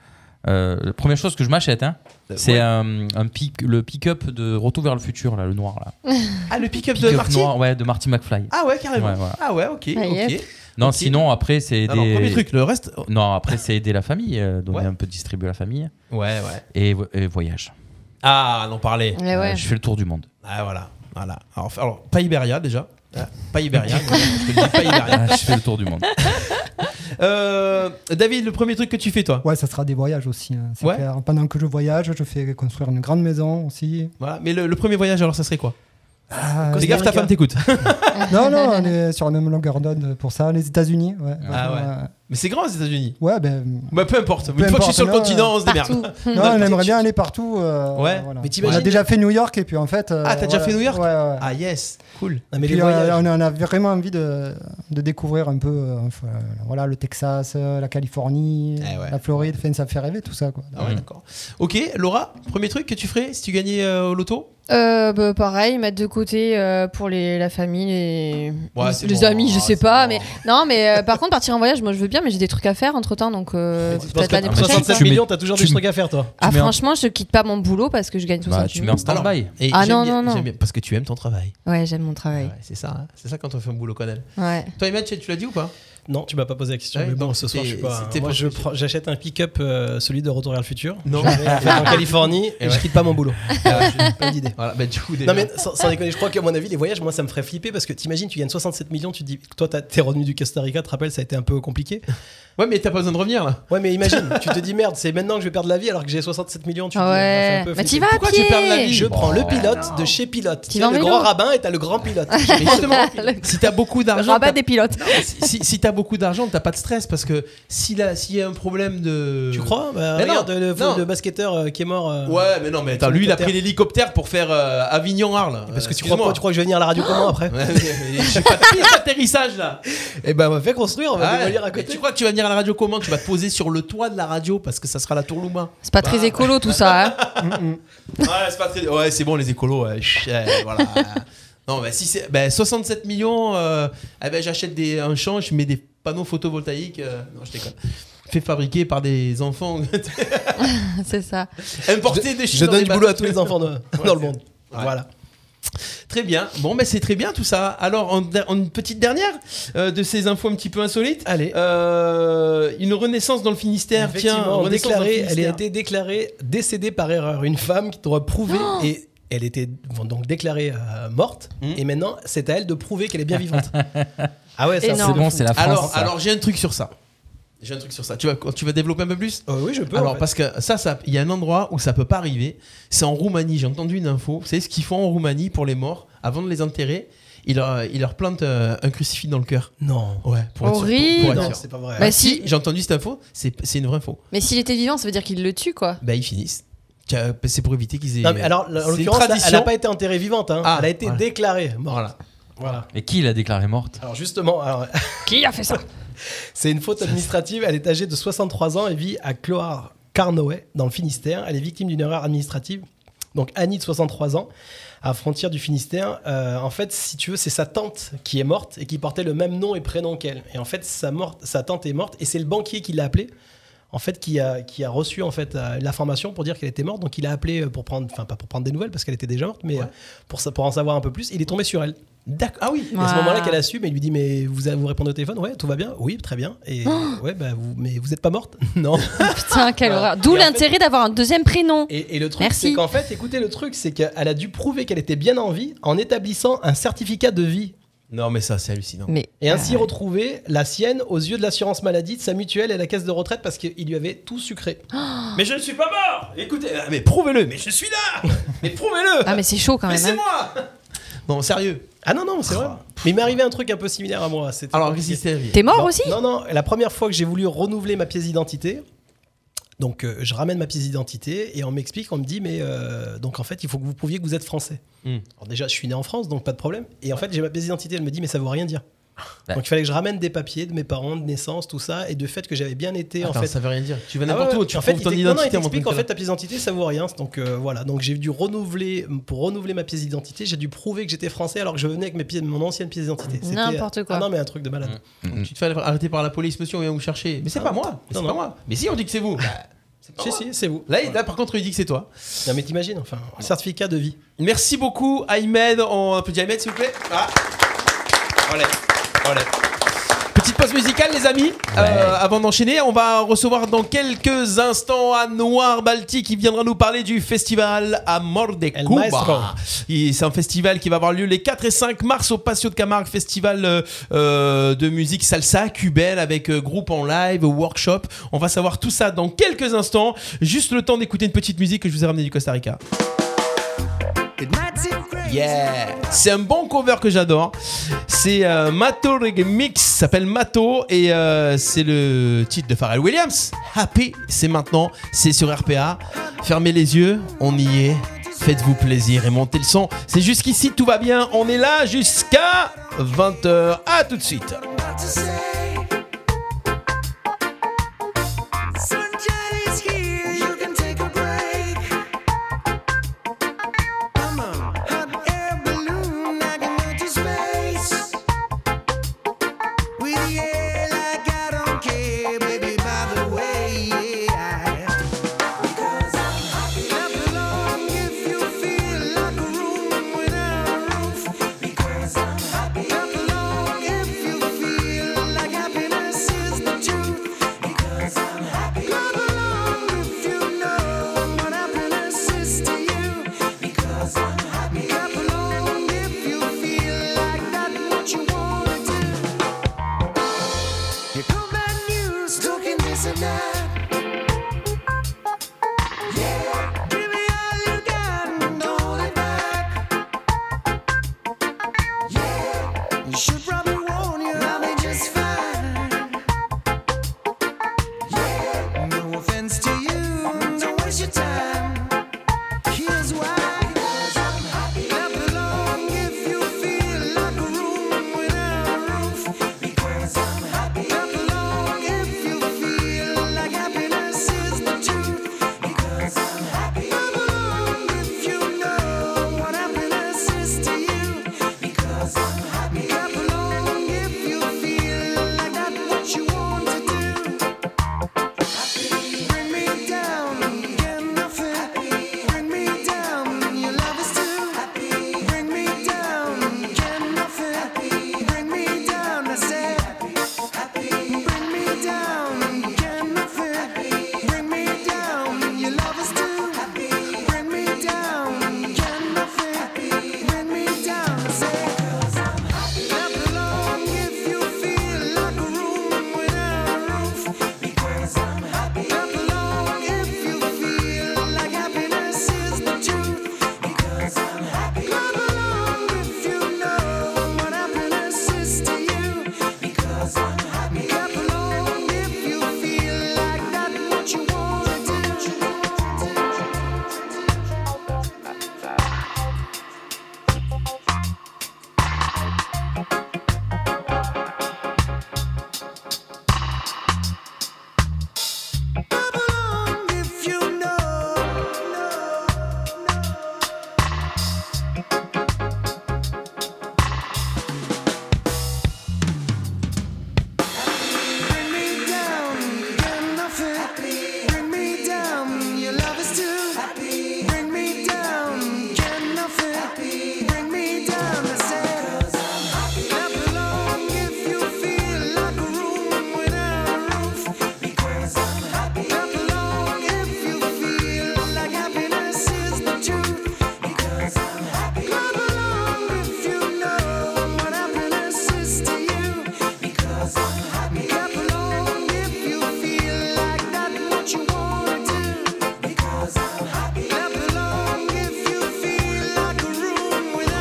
K: euh, la première chose que je m'achète, hein, c'est euh, un pic, le pick-up de Retour vers le futur, là, le noir. Là.
C: Ah, le pick-up de
K: Pick-up
C: Marty
K: noir, ouais, de Marty McFly.
C: Ah ouais, carrément.
K: Ouais, voilà.
C: Ah ouais, ok,
D: Ah,
C: ok.
D: yep.
K: non,
C: ok.
K: sinon, après, c'est aider.
C: Non, non, premier truc, le reste. oh.
K: Non, après, c'est aider la famille, euh, donner
C: Ouais.
K: un peu, distribuer à la famille.
C: Ouais, ouais.
K: Et, vo- et voyage.
C: Ah, on en parlait.
D: Mais Eh ouais.
K: Euh, je fais le tour du monde.
C: Ah, voilà. voilà. Alors, alors, pas Iberia déjà. Ah, Pas Iberia. voilà, je te le dis, pas Iberia.
K: Ah, je fais le tour du monde.
C: Euh, David, le premier truc que tu fais, toi.
F: Ouais, ça sera des voyages aussi. hein, c'est
C: Ouais.
F: clair. Pendant que je voyage, je fais construire une grande maison aussi.
C: Voilà. Mais le, le premier voyage, alors, ça serait quoi
F: Ah,
C: Fais gaffe, ta femme t'écoute.
F: non, non, on est sur la même longueur d'onde pour ça. Les États-Unis, ouais.
C: Ah ouais.
F: Euh,
C: Mais c'est grand aux États-Unis.
F: ouais, ben.
C: Bah, peu importe.
F: Peu
C: Une fois que je suis
F: importe,
C: sur le
F: non,
C: continent, on se démerde.
F: euh, Non, on aimerait bien aller partout. euh,
C: Ouais,
F: voilà.
E: mais
F: on
E: t'imagines-
F: a déjà fait New York et puis en fait. euh,
C: Ah, t'as déjà
F: voilà.
C: fait New York
F: Ouais, ouais.
C: Ah, yes. Cool.
E: Non, mais
F: Puis,
E: les
F: euh,
E: voyages.
F: on en a vraiment envie de, de découvrir un peu euh, enfin, voilà, le Texas, euh, la Californie,
C: Eh ouais.
F: la Floride. Enfin, ça fait rêver tout ça. Quoi.
C: Ah ouais, d'accord. Ok, Laura, premier truc que tu ferais si tu gagnais euh, au loto
D: Euh, bah, pareil, mettre de côté euh, pour les, la famille, les,
C: Ouais, c'est
D: les, les
C: bon.
D: amis, je
C: Ah,
D: sais
C: c'est
D: pas.
C: bon.
D: Mais non, mais euh, par contre, partir en voyage, moi je veux bien, mais j'ai des trucs à faire entre temps, donc euh,
E: Tu penses
D: peut-être
E: que
D: l'année
K: Ah,
E: pour
K: mais si
D: prochaine.
E: 65
K: tu mets-
E: millions, t'as toujours des
K: tu mets-
E: trucs à faire, toi.
D: Ah,
K: tu mets un-
D: franchement, je quitte pas mon boulot parce que je gagne
K: Bah,
D: 60
K: tu mets
D: millions.
K: en stand-by.
C: Et
D: Ah,
C: j'aime
D: non,
C: bien-
D: non, non.
C: j'aime bien- parce que tu aimes ton travail.
D: Ouais, j'aime mon travail.
C: Ouais, c'est ça, hein. c'est ça quand on fait un boulot qu'on aime.
D: Ouais.
C: Toi, Emma, tu tu l'as dit ou pas
E: Non, tu m'as pas posé la question.
C: Ouais,
E: mais bon,
C: donc
E: ce soir, je suis
C: c'était-
E: pas.
C: c'était
E: moi,
C: pas
E: je
C: possible.
E: prends- j'achète un pick-up, euh, celui de Retour vers le futur.
C: Non.
E: Je vais en Californie et,
C: Et ouais.
E: je quitte pas mon boulot.
C: Pas d'idée. Voilà, bah, du coup, déjà.
E: Non, mais sans, sans déconner, je crois qu'à mon avis, les voyages, moi, ça me ferait flipper parce que t'imagines, tu gagnes 67 millions, tu te dis, toi, t'as- t'es revenu du Costa Rica, tu te rappelles, ça a été un peu compliqué.
C: Ouais, mais t'as pas besoin de revenir là.
E: Ouais, mais imagine, tu te dis, merde, c'est maintenant que je vais perdre la vie alors que j'ai 67 millions. Tu te dis, ah, ça fait
D: Ah ouais.
E: un peu
D: Mais t'y
E: flipper.
D: vas à
C: Pourquoi tu perds la
D: pied. Oh
C: vie
E: Je
C: Bon,
E: prends le pilote de chez Pilote. Tu sais,
D: vas en
E: le
D: vélo
E: grand rabbin et t'as le grand pilote.
C: Mais justement, si t'as beaucoup d'argent.
D: Rabat
C: t'as-
D: des pilotes.
C: si si, si t'as beaucoup d'argent, t'as pas de stress parce que si là- s'il y a un problème de.
E: Tu crois Bah,
C: Mais non,
E: Regarde le
C: non.
E: le basketteur euh, qui est mort. euh,
C: Ouais, mais non, mais attends, lui il a pris
E: hélicoptère.
C: l'hélicoptère pour faire euh, Avignon-Arles.
E: Parce que tu crois, pas, tu crois que je vais venir à la radio comment après
C: J'ai pas de atterrissage là
E: Eh ben, on va faire construire, on va
C: Ouais,
E: démolir à
C: mais
E: côté.
C: Tu crois que tu vas venir à la radio comment Tu vas te poser sur le toit de la radio parce que ça sera la Bah. tour Louma.
D: C'est pas très écolo tout ça. hein.
C: ouais, Ah, c'est pas très- ouais, c'est bon les écolos. ouais, chut, mm. ouais, voilà. non, mais si c'est ben, 67 millions, euh, eh ben, j'achète des un champ, je mets des panneaux photovoltaïques. euh, non, je déconne. Fait fabriquer par des enfants.
D: c'est ça.
C: Importer
E: Je-
C: des
E: Je donne du boulot à tous les enfants de- dans le monde.
C: Voilà. Très bien. Bon, ben c'est très bien tout ça. Alors, en, en- une petite dernière euh, de ces infos un petit peu insolites. Allez. une renaissance dans le Finistère. Tiens,
E: Effectivement,
C: renaissance dans le
E: déclarée, elle a
C: Finistère.
E: été déclarée décédée par erreur. Une femme qui doit prouver et elle était bon, donc déclarée euh, morte
C: Hmm.
E: et maintenant c'est à elle de prouver qu'elle est bien vivante. ah ouais, ça,
C: Énorme.
E: de fou.
C: Alors, alors j'ai un truc sur ça. J'ai un truc sur ça. Ah, Tu vas, tu vas développer un peu plus
E: Euh, Oui, je peux.
C: Alors,
E: en fait.
C: parce que ça, ça, il y a un endroit où ça peut pas arriver. C'est en Roumanie. J'ai entendu une info. Vous savez ce qu'ils font en Roumanie pour les morts Avant de les enterrer, ils leur, ils leur plantent euh, un crucifix dans le cœur.
E: Non.
C: Ouais, pour être sûr-
D: Horrible.
C: pour être
D: Non,
C: sûr. Ah,
E: c'est pas vrai.
D: Bah, si.
C: si, j'ai entendu cette info. C'est c'est une vraie info.
D: Mais s'il était vivant, ça veut dire qu'il le tue quoi.
C: Bah, ils finissent. Tiens, C'est pour éviter qu'ils aient.
E: Non, mais alors, en
C: C'est une
E: l'occurrence, là, elle
C: tradition.
E: n'a pas été enterrée vivante. hein.
C: Ah,
E: elle a été
C: voilà.
E: déclarée morte.
C: Voilà.
E: Voilà.
K: Mais qui l'a déclarée morte
E: Alors justement, alors,
D: Qui a fait ça
E: c'est une faute administrative. Elle est âgée de 63 ans et vit à Cloire Carnoët dans le Finistère. Elle est victime d'une erreur administrative. Donc Annie de 63 ans, à frontière du Finistère. Euh, en fait, si tu veux, c'est sa tante qui est morte et qui portait le même nom et prénom qu'elle. Et en fait, sa, morte, sa tante est morte et c'est le banquier qui l'a appelée. En fait, qui a, qui a reçu en fait euh, l'information pour dire qu'elle était morte, donc il a appelé euh, pour prendre, enfin pas pour prendre des nouvelles parce qu'elle était déjà morte, mais euh, pour, sa- pour en savoir un peu plus, il est tombé sur elle.
C: D'accord. Ah oui.
E: Et à ce
D: Wow.
E: moment-là, qu'elle assume, et il lui dit Mais vous, vous répondez au téléphone Ouais, tout va bien Oui, très bien. Et ouais, bah, vous, mais vous n'êtes pas morte Non.
D: Oh Putain, quelle
E: Voilà.
D: horreur. D'où
E: Et en fait-
D: l'intérêt d'avoir un deuxième prénom.
E: Et, et le truc,
D: Merci.
E: c'est qu'en fait, écoutez, le truc, c'est qu'elle a dû prouver qu'elle était bien en vie en établissant un certificat de vie.
C: Non, mais ça, c'est hallucinant.
D: Mais
E: Et ainsi
D: euh,
E: retrouver la sienne aux yeux de l'assurance maladie, de sa mutuelle et de la caisse de retraite parce qu'il lui avait tout sucré.
C: Mais je ne suis pas mort Écoutez, ah, mais prouvez-le, mais je suis là Mais prouvez-le
D: ah mais c'est chaud quand
C: Mais
D: même.
C: c'est
D: hein.
C: moi Non, sérieux.
E: Ah non, non, c'est vrai. Mais il m'est arrivé un truc un peu similaire à moi. C'était-
C: Alors, qu'est-ce qui s'est arrivé
D: T'es mort
E: Non,
D: aussi
E: Non, non, la première fois que j'ai voulu renouveler ma pièce d'identité, donc euh, je ramène ma pièce d'identité et on m'explique, on me dit, mais euh, donc en fait, il faut que vous prouviez que vous êtes français.
C: Hmm.
E: Alors déjà, je suis né en France, donc pas de problème. Et en fait, j'ai ma pièce d'identité, elle me dit, mais ça veut rien dire.
K: Ouais.
E: Donc il fallait que je ramène des papiers de mes parents, de naissance, tout ça, et de fait que j'avais bien été
C: Attends,
E: en fait.
C: ça veut rien dire. Tu vas
E: Ah
C: n'importe
E: ouais,
C: où, tu
E: en fait,
C: prouves
E: il
C: ton
E: t'ex- non, non, il
C: identité à mon
E: t'explique
C: compte.
E: en fait ta pièce d'identité ça vaut rien. Donc euh, voilà, donc j'ai dû renouveler pour renouveler ma pièce d'identité, j'ai dû prouver que j'étais français alors que je venais avec mes pieds, mon ancienne pièce d'identité. C'était-
D: N'importe quoi.
E: Ah non mais un truc de malade.
C: Tu te fais arrêter par la police, monsieur, on vient vous chercher. Mais c'est
E: Ah,
C: pas moi mais
E: non,
C: C'est pas
E: non.
C: moi Mais si, on dit que c'est vous Bah, c'est pas
E: Si
C: moi.
E: si, c'est vous.
C: Là, il- là, par contre, il dit que c'est toi.
E: Non mais t'imagines, enfin, un certificat de vie.
C: Merci beaucoup, Ahmed. On applaudit Ahmed, s'il vous plaît. Ah. Allez, allez. Petite pause musicale, les amis. Euh, avant d'enchaîner, on va recevoir dans quelques instants à Noir Balti qui viendra nous parler du festival Amor de
E: El Maestro.
C: Cuba. Et C'est un festival qui va avoir lieu les 4 et 5 mars au Patio de Camargue, festival euh, euh, de musique salsa cubaine avec euh, groupe en live, workshop. On va savoir tout ça dans quelques instants. Juste le temps d'écouter une petite musique que je vous ai ramenée du Costa Rica. Yeah C'est un bon cover que j'adore. C'est euh, Mato Reggae Mix, ça s'appelle Mato, et euh, c'est le titre de Pharrell Williams. Happy, c'est maintenant, c'est sur RPA. Fermez les yeux, on y est. Faites-vous plaisir et montez le son. C'est jusqu'ici, tout va bien. On est là jusqu'à 20h. À tout de suite.
L: Because I'm happy. Clap along if you feel like a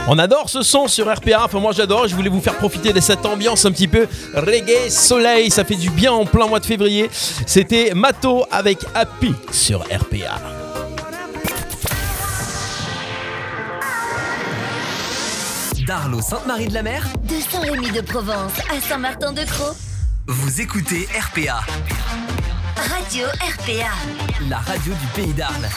C: On adore ce son sur RPA. Enfin, moi j'adore. Je voulais vous faire profiter de cette ambiance un petit peu reggae soleil. Ça fait du bien en plein mois de février. C'était Mato avec Happy sur RPA.
H: Darlo Sainte-Marie-de-la-Mer,
I: De Saint-Rémy de Provence à Saint-Martin-de-Croix.
H: vous écoutez RPA,
I: Radio RPA.
H: la radio du pays d'Arles.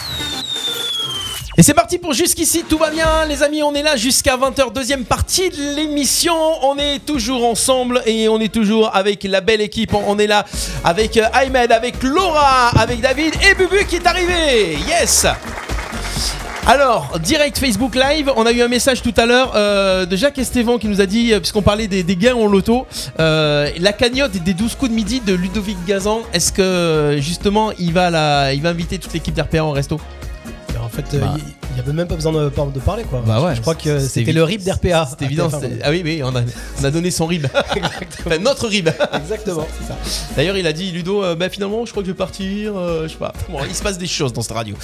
C: Et c'est parti pour jusqu'ici, tout va bien les amis, on est là jusqu'à 20h, deuxième partie de l'émission, on est toujours ensemble et on est toujours avec la belle équipe, on est là avec euh, Ahmed, avec Laura, avec David et Bubu qui est arrivé, yes alors, direct Facebook Live, on a eu un message tout à l'heure euh, de Jacques Estevan qui nous a dit, euh, puisqu'on parlait des, des gains en loto, euh, la cagnotte des 12 coups de midi de Ludovic Gazan, est-ce que justement il va, la, il va inviter toute l'équipe d'RPA en resto
E: En fait, euh, il il y avait même pas besoin de, par- de parler quoi.
C: bah ouais,
E: je crois que
C: c'est-
E: c'était
C: évi-
E: le rip d'RPA.
C: C'est évident. c'est- Ah oui, oui, on a, on a donné son rib. Enfin, notre rib.
E: Exactement, c'est ça.
C: D'ailleurs, il a dit Ludo, euh, bah finalement, je crois que je vais partir. euh, je sais pas. Bon, il se passe des choses dans cette radio.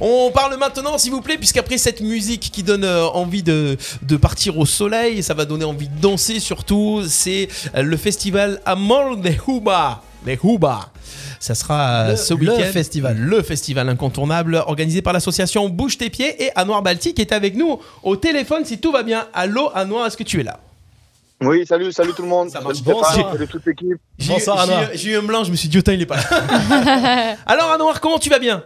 C: On parle maintenant, s'il vous plaît, puisqu'après cette musique qui donne euh, envie de, de partir au soleil, ça va donner envie de danser surtout. C'est euh, le festival Amor de Huba. Les Huba. Ça sera euh,
E: Le-
C: ce
E: le
C: week-end.
E: festival.
C: Le festival incontournable organisé par l'association Bouge tes pieds et Anoir Balti qui est avec nous au téléphone si tout va bien. Allô Anoir, est-ce que tu es là
L: Oui, salut, salut tout le monde.
C: Ça marche.
L: Salut Stéphane,
C: Bonsoir.
L: salut toute l'équipe.
C: J'ai eu- j'ai eu- J'ai eu un blanc, je me suis dit, autant il est pas là. Alors Anoir, comment tu vas bien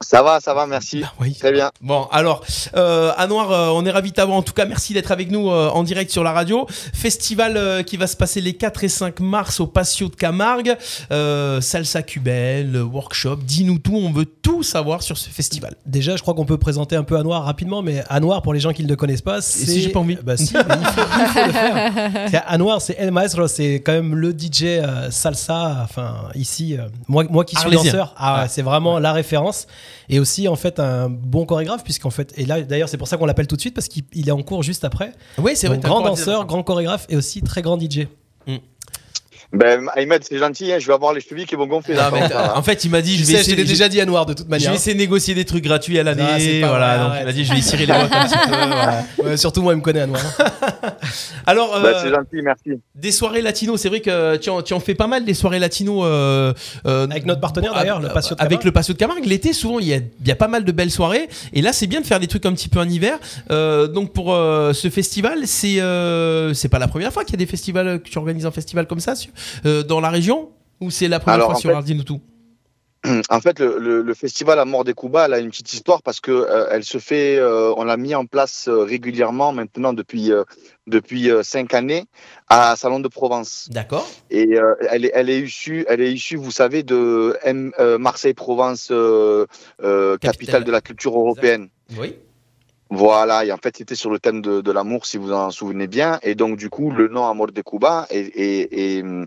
L: Ça va, ça va, merci.
C: Ah
L: Très bien.
C: Bon, alors, euh, Anouar, euh, on est ravis de t'avoir. En tout cas, merci d'être avec nous euh, en direct sur la radio. Festival euh, qui va se passer les 4 et 5 mars au Patio de Camargue. Euh, salsa cubaine, le workshop, dis-nous tout, on veut tout savoir sur ce festival.
E: Déjà, je crois qu'on peut présenter un peu à Noir rapidement, mais à Noir, pour les gens qui ne le connaissent pas, c'est.
C: si j'ai pas envie
E: Bah si, mais il faut, il faut le faire. C'est- À Noir, c'est El Maestro, c'est quand même le DJ euh, salsa, enfin, ici, euh, moi, moi qui suis
C: Arlésien.
E: danseur, ah,
C: Ouais.
E: c'est vraiment la référence. Et aussi, en fait, un bon chorégraphe, puisqu'en fait, et là, d'ailleurs, c'est pour ça qu'on l'appelle tout de suite, parce qu'il il est en cours juste après.
C: Oui, c'est vrai, t'as
E: Grand
C: encore un
E: danseur, grand chorégraphe et aussi très grand DJ.
C: Mm.
L: Ben, Ahmed, c'est gentil, hein, je vais avoir les chevilles qui vont gonfler.
C: Non,
L: d'accord,
C: mais,
L: ça va.
C: euh, en fait, il m'a dit, je
E: Tu
C: vais
E: sais, je
C: essayer.
E: l'ai déjà dit à Noir, de toute manière.
C: Je vais essayer de négocier des trucs gratuits à
E: Ah,
C: l'année.
E: c'est pas
C: voilà,
E: vrai,
C: donc
E: arrête.
C: il a dit, je vais cirer les boîtes un petit peu. voilà.
E: Ouais, surtout moi, il me connaît à Noir.
C: Alors, euh,
L: Ben, c'est gentil, merci.
C: Des soirées latino, c'est vrai que euh, tu en, tu en fais pas mal des soirées latino. euh, euh,
E: Avec notre partenaire, d'ailleurs, le Patio de Camargue.
C: Avec le Patio de Camargue, l'été souvent il y a, il y a pas mal de belles soirées et là c'est bien de faire des trucs un petit peu en hiver. Euh, donc pour euh, ce festival, c'est euh, c'est pas la première fois qu'il y a des festivals euh, que tu organises un festival comme ça sur- euh, dans la région ou c'est la première
L: Alors,
C: fois
L: en
C: sur
L: fait-
C: Ardino tout.
L: En fait, le, le- le festival à mort des Cuba, elle a une petite histoire parce que euh, elle se fait, euh, on l'a mis en place euh, régulièrement maintenant depuis euh, depuis euh, cinq années à Salon de Provence.
C: D'accord.
L: Et euh, elle, est, elle est issue, elle est issue, vous savez, de M- euh, Marseille-Provence, euh, euh, capitale de la culture européenne.
C: Oui.
L: Voilà, et en fait, c'était sur le thème de, de l'amour, si vous en souvenez bien. Et donc, du coup, le nom Amor de Cuba est, est- est, hum,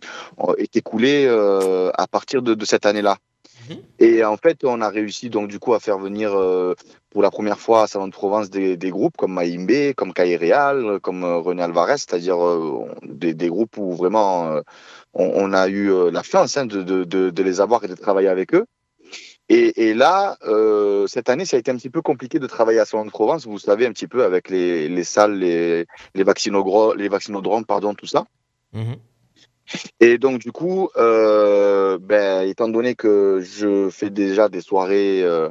L: est écoulé euh, à partir de, de cette année-là. Et en fait, on a réussi, donc, du coup, à faire venir euh, pour la première fois à Salon de Provence des, des groupes comme Maïmbé, comme Caï Real, comme euh, René Alvarez, c'est-à-dire euh, on- des, des groupes où vraiment euh, on, on a eu euh, la chance hein, de- de- de- de les avoir et de travailler avec eux. Et, et là, euh, cette année, ça a été un petit peu compliqué de travailler à Salon de Provence, vous savez, un petit peu avec les, les salles, les, les, vaccinogro- les vaccinodromes, pardon, tout ça. Et donc, du coup, euh, ben, étant donné que je fais déjà des soirées euh,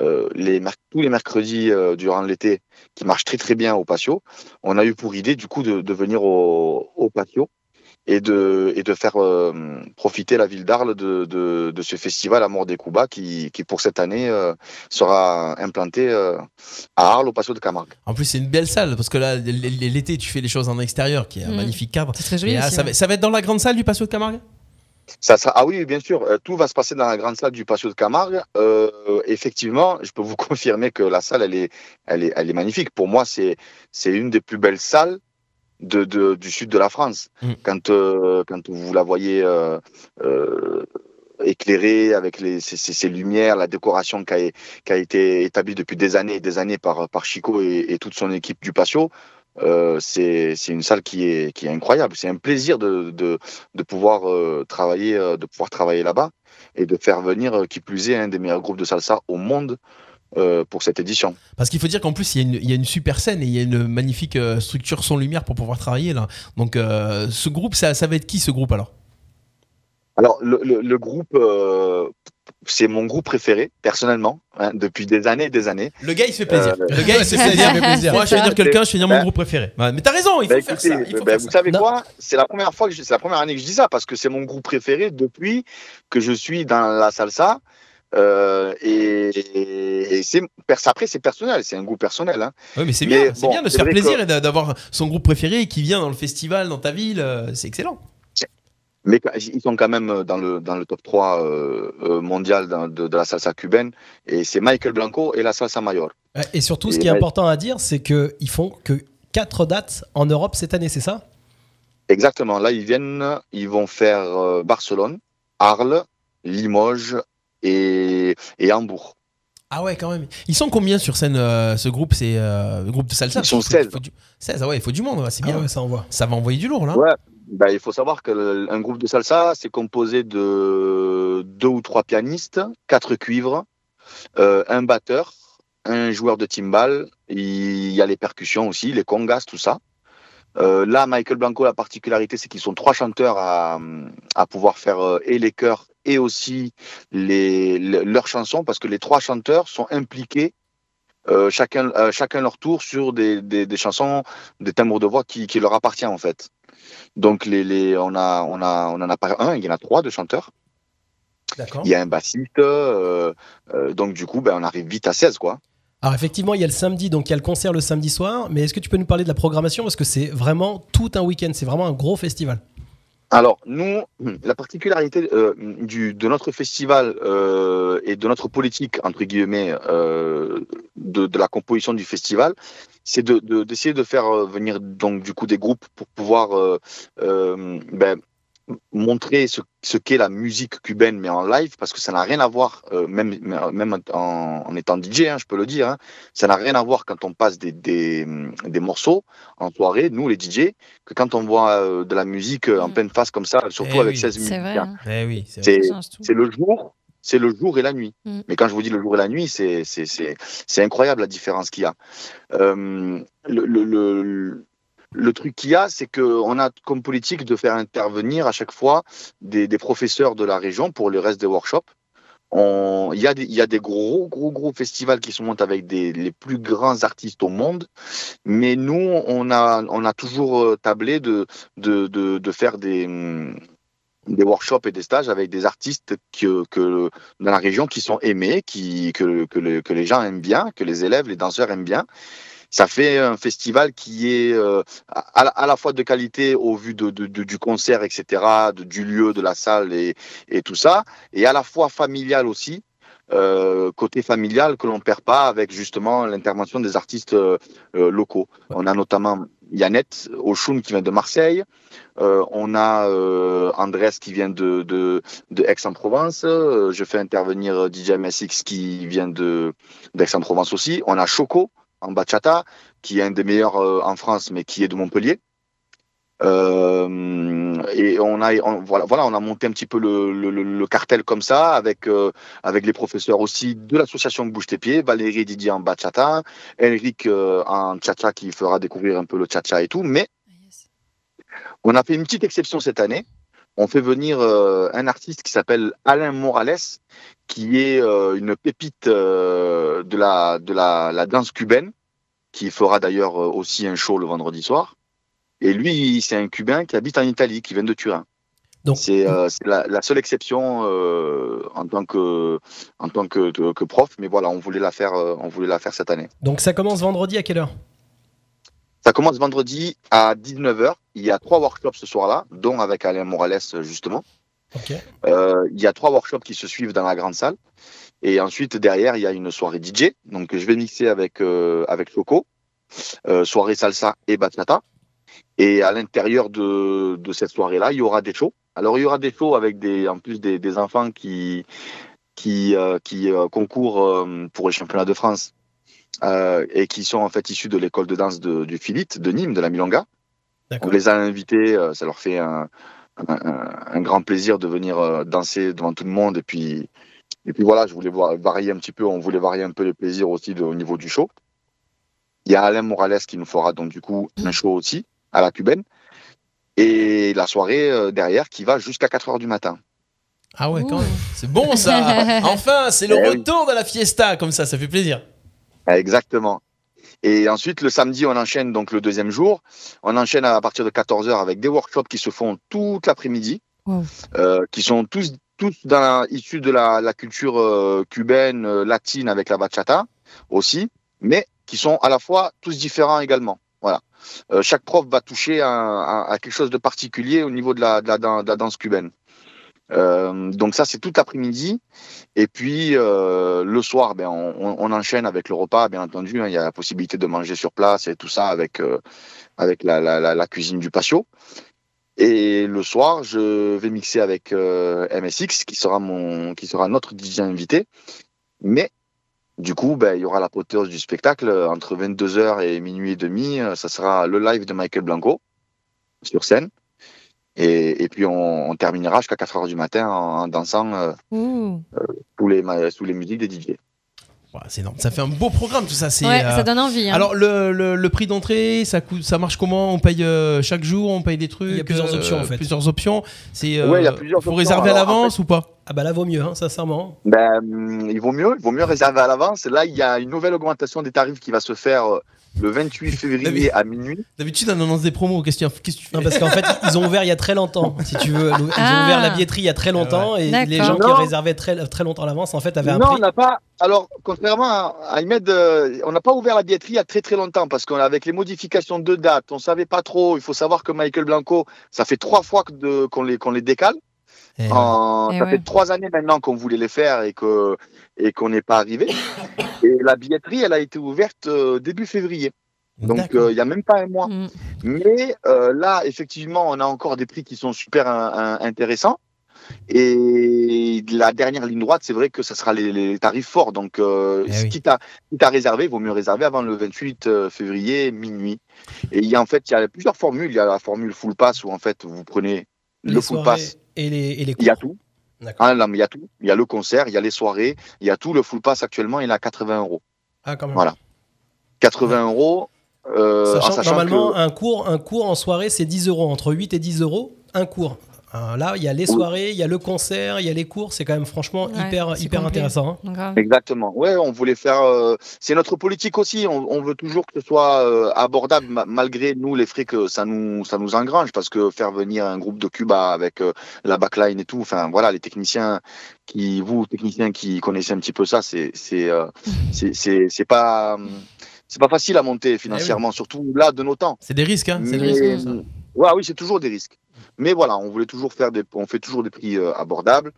L: euh, les merc- tous les mercredis euh, durant l'été, qui marchent très très bien au patio, on a eu pour idée, du coup, de, de venir au, au patio et de, et de faire euh, profiter la ville d'Arles de, de, de ce festival à mort des Cuba qui, qui, pour cette année, euh, sera implanté euh, à Arles au patio de Camargue.
C: En plus, c'est une belle salle parce que là, l- l- l'été, tu fais les choses en extérieur qui est un
L: Mhm.
C: magnifique cadre.
L: C'est très joli
C: Et là,
L: aussi,
C: ça,
L: ouais.
C: va, ça va être dans la grande salle du Patio de Camargue
L: Ça sera- Ah oui, bien sûr, euh, tout va se passer dans la grande salle du Patio de Camargue. Euh, effectivement, je peux vous confirmer que la salle, elle est, elle est, elle est magnifique. Pour moi, c'est, c'est une des plus belles salles de, de- du sud de la France. Quand, euh, quand vous la voyez euh, euh, éclairée avec les, ces, ces- ces lumières, la décoration qui a, qui a été établie depuis des années et des années par, par Chico et, et toute son équipe du Patio, euh, c'est c'est une salle qui est, qui est incroyable. C'est un plaisir de, de, de pouvoir euh, travailler, euh, de pouvoir travailler là-bas et de faire venir, euh, qui plus est, un des meilleurs groupes de salsa au monde. euh, pour cette édition.
C: Parce qu'il faut dire qu'en plus, il y, a une, il y a une super scène et il y a une magnifique euh, structure son lumière pour pouvoir travailler là. Donc, euh, ce groupe, ça, ça va être qui ce groupe alors
L: Alors, le, le- le groupe, euh, c'est mon groupe préféré, personnellement, hein, depuis des années et des années.
C: Le gars, il se fait plaisir.
L: Euh,
C: Le gars, il se fait plaisir. Moi, je vais dire quelqu'un, je vais dire mon
L: Ben,
C: groupe préféré. Ouais, Mais t'as raison, il faut
L: bah,
C: faire
L: écoutez,
C: ça. il faut
L: bah,
C: faire
L: vous
C: ça.
L: savez quoi C'est la première fois que je- c'est la première année que je dis ça parce que c'est mon groupe préféré depuis que je suis dans la salsa. Euh, et et c'est après c'est personnel, c'est un goût personnel. hein.
C: Ouais, mais c'est
L: Mais
C: bien, c'est
L: bon,
C: bien de se
L: c'est
C: faire
L: vrai
C: plaisir
L: que-
C: et d'a- d'avoir son groupe préféré qui vient dans le festival, dans ta ville. euh, C'est excellent.
L: Mais quand- ils sont quand même euh, dans le, dans le top 3 euh, euh, mondial dans- de, de la salsa cubaine. Et c'est Michael Blanco et la salsa mayor.
E: Ouais, Et surtout, ce
L: Et bah,
E: qui est
L: ouais.
E: important à dire, c'est qu'ils font que 4 dates en Europe cette année, c'est ça
L: Exactement. Là, ils viennent, ils vont faire euh, Barcelone, Arles, Limoges et, et Hambourg.
C: Ah ouais, quand même. Ils sont combien sur scène euh, ce groupe C'est euh, le groupe de salsa
L: Ils sont
C: Il faut- il
L: 16.
C: faut du- 16, ah ouais, il faut du monde, ouais, c'est bien.
E: ça envoie.
C: Ça va envoyer du lourd là.
L: Ouais. Bah, il faut savoir qu'un groupe de salsa, c'est composé de deux ou trois pianistes, quatre cuivres, euh, un batteur, un joueur de timbal. Il y a les percussions aussi, les congas, tout ça. Euh, là, Michael Blanco, la particularité, c'est qu'ils sont trois chanteurs à, à pouvoir faire euh, et les chœurs et aussi les, le- leurs chansons, parce que les trois chanteurs sont impliqués euh, chacun, euh, chacun leur tour sur des, des, des chansons, des timbres de voix qui, qui leur appartiennent en fait. Donc les, les, on, a, on, a, on en a pas un, il y en a trois de chanteurs.
E: D'accord.
L: Il y a un bassiste, euh, euh, donc du coup, ben, on arrive vite à 16 quoi.
E: Alors effectivement, il y a le samedi, donc il y a le concert le samedi soir, mais est-ce que tu peux nous parler de la programmation Parce que c'est vraiment tout un week-end, c'est vraiment un gros festival.
L: Alors, nous, la particularité euh, du, de notre festival euh, et de notre politique, entre guillemets, euh, de, de la composition du festival, c'est de- de- d'essayer de, faire euh, venir donc du coup des groupes pour pouvoir euh, euh, ben, montrer ce, ce qu'est la musique cubaine, mais en live, parce que ça n'a rien à voir, euh, même, même en, en étant DJ, hein, je peux le dire, hein, ça n'a rien à voir quand on passe des, des, des morceaux en soirée, nous les DJ, que quand on voit euh, de la musique euh, en pleine face comme ça, surtout
C: Mm. Eh
L: avec
C: oui,
L: 16 000
C: c'est vrai,
L: tiens.
C: hein. Eh oui, c'est
L: c'est
C: vrai. Ça change tout.
L: c'est le jour, c'est le jour et la nuit.
C: Mm.
L: Mais quand je vous dis le jour et la nuit, c'est c'est- c'est- c'est incroyable la différence qu'il y a. Euh, le, le- le- le truc qu'il y a, c'est qu'on a comme politique de faire intervenir à chaque fois des, des professeurs de la région pour le reste des workshops. On- Il y, a des- il y a des gros, gros, gros festivals qui se montent avec des, les plus grands artistes au monde. Mais nous, on a, on a toujours euh, tablé de, de, de, de faire des, hum, des workshops et des stages avec des artistes que, que, dans la région qui sont aimés, qui, que, que, le- que les gens aiment bien, que les élèves, les danseurs aiment bien. Ça fait un festival qui est euh, à, à la- à la fois de qualité au vu de, de- de- du concert, etc., de- du lieu, de la salle et, et tout ça, et à la fois familial aussi, euh, côté familial que l'on perd pas avec justement l'intervention des artistes euh, euh, locaux. On a notamment Yannette Oshun qui vient de Marseille, euh, on a euh, Andrés qui vient de, de, de Aix-en-Provence, Euh, je fais intervenir euh, DJ MSX qui vient de d'Aix-en-Provence aussi, on a Choco en bachata qui est un des meilleurs euh, en France mais qui est de Montpellier. Euh, et on a, on- voilà, voilà, on a monté un petit peu le, le- le- le cartel comme ça, avec, euh, avec les professeurs aussi de l'association Bouge tes pieds, Valérie Didier en bachata, Eric en cha-cha qui fera découvrir un peu le cha-cha et tout. Mais on a fait une petite exception cette année. On fait venir euh, un artiste qui s'appelle Alain Morales, qui est euh, une pépite euh, de, la, de la, la danse cubaine, qui fera d'ailleurs euh, aussi un show le vendredi soir. Et lui, c'est un Cubain qui habite en Italie, qui vient de Turin. C'est euh, c'est la, la seule exception euh, en tant que en tant que, que- que prof, mais voilà, on voulait la faire, euh, on voulait la faire cette année.
E: Donc ça commence vendredi à quelle heure
L: Ça commence vendredi à 19h. Il y a trois workshops ce soir-là, dont avec Alain Morales, justement. Euh, il y a trois workshops qui se suivent dans la grande salle. Et ensuite, derrière, il y a une soirée DJ. Donc, je vais mixer avec, euh, avec Choco. Euh, soirée salsa et bachata. Et à l'intérieur de, de cette soirée-là, il y aura des shows. Alors, il y aura des shows avec des, en plus des, des enfants qui, qui, euh, qui euh, concourent euh, pour les championnats de France euh, et qui sont en fait issus de l'école de danse de- du Philippe, de Nîmes, de la Milonga. On les a invités, euh, ça leur fait un, un- un- un grand plaisir de venir euh, danser devant tout le monde et puis Et puis voilà, je voulais voir- varier un petit peu, on voulait varier un peu les plaisirs aussi de- au niveau du show. Il y a Alain Morales qui nous fera donc du coup un show aussi à la cubaine. Et la soirée euh, derrière qui va jusqu'à 4 heures du matin.
C: Ah ouais, quand même. C'est bon ça. enfin, c'est le
L: Eh oui.
C: retour de la fiesta, comme ça, ça fait plaisir.
L: Exactement. Et ensuite, le samedi, on enchaîne donc le deuxième jour. On enchaîne à partir de 14h avec des workshops qui se font toute l'après-midi, euh, qui sont tous, tous dans la- issus de la, la culture euh, cubaine, euh, latine avec la bachata aussi, mais qui sont à la fois tous différents également. Voilà. Euh, chaque prof va toucher à, à- à quelque chose de particulier au niveau de la- de la dan- de la danse cubaine. Euh, donc ça, c'est tout l'après-midi. Et puis euh, le soir, ben, on, on- on enchaîne avec le repas, bien entendu. hein. Il y a la possibilité de manger sur place et tout ça avec, euh, avec la, la- la- la cuisine du patio. Et le soir, je vais mixer avec euh, MSX, qui sera, mon, qui sera notre DJ invité. Mais du coup, ben, il y aura l'apothéose du spectacle euh, entre 22h et minuit et demi. euh, Ça sera le live de Michael Blanco sur scène. Et, et puis on, on terminera jusqu'à 4h du matin en, en dansant euh, euh, sous, les, ma- sous les musiques des DJ.
C: c'est énorme. Ça fait un beau programme tout ça. C'est, euh,
D: Ouais,
E: euh,
D: ça donne envie, hein.
C: Alors le, le- le prix d'entrée, ça coûte, ça marche comment On paye euh, chaque jour, on paye des trucs.
E: Il y a plusieurs
C: euh,
E: options, en fait.
C: Plusieurs options. C'est. euh,
L: Ouais, il y a plusieurs
C: Faut
L: options.
C: réserver à
L: Alors, en
C: l'avance ou pas
E: Ah bah là vaut mieux, hein, sincèrement.
L: Ben, hum, il vaut mieux, il vaut mieux réserver à l'avance. Là, il y a une nouvelle augmentation des tarifs qui va se faire euh, le 28 février à minuit.
C: D'habitude, on annonce des promos. Qu'est-ce que tu- qu'est-ce que tu fais
E: Non, parce qu'en fait, ils ont ouvert il y a très longtemps, si tu veux. Ils ont
C: Ah.
E: ouvert la billetterie il y a très longtemps et
C: D'accord.
E: les gens qui
L: Non.
E: réservaient très, très longtemps à l'avance, en fait, avaient un
L: non,
E: prix.
L: on n'a pas. Alors, contrairement à à Ahmed, euh, on n'a pas ouvert la billetterie il y a très très longtemps parce qu'avec les modifications de date, on savait pas trop. Il faut savoir que Michael Blanco, ça fait trois fois que de- qu'on les, qu'on les décale. En-
M: Eh
L: Oh, ça
M: ouais.
L: fait trois années maintenant qu'on voulait les faire et que et qu'on n'est pas arrivé. et la billetterie, elle a été ouverte euh, début février. Donc euh, il y a même pas un mois. Mais euh, là, effectivement, on a encore des prix qui sont super hein, hein, intéressants. Et la dernière ligne droite, c'est vrai que ça sera les, les tarifs forts. Donc, euh, quitte, à, quitte à réserver, il vaut mieux réserver avant le 28 euh, février minuit. Et il y a en fait, il y a plusieurs formules. Il y a la formule full pass où en fait, vous prenez le
E: Les
L: full
E: soirées
L: pass.
E: Et les, et les
L: Il y a tout. Ah, non, mais il y a tout. Il y a le concert, il y a les soirées, il y a tout. Le full pass actuellement, il est à 80 euros.
E: Ah, quand même.
L: Voilà. 80 euros. euh,
E: Sachant
L: en
E: que
L: sachant
E: normalement,
L: que-
E: un, cours, un cours en soirée, c'est 10 euros. Entre 8 et 10 euros, un cours. Ah, Là, il y a les
L: Oui.
E: soirées, il y a le concert, il y a les cours. C'est quand même franchement hyper, hyper intéressant. hein.
L: Exactement. Ouais, on voulait faire. euh, c'est notre politique aussi. On, on veut toujours que ce soit euh, abordable ma- malgré nous les frais que ça nous ça nous engrange parce que faire venir un groupe de Cuba avec euh, la backline et tout. Enfin voilà, les techniciens qui vous techniciens qui connaissez un petit peu ça, c'est c'est euh, c'est c'est c'est pas hum, c'est pas facile à monter financièrement, surtout là de nos temps.
C: Eh C'est des risques, hein. C'est des
L: Mais-
C: risques. ça.
L: Ouais, oui, c'est toujours des risques. Mais voilà, on voulait toujours faire des, on fait toujours des prix euh, abordables.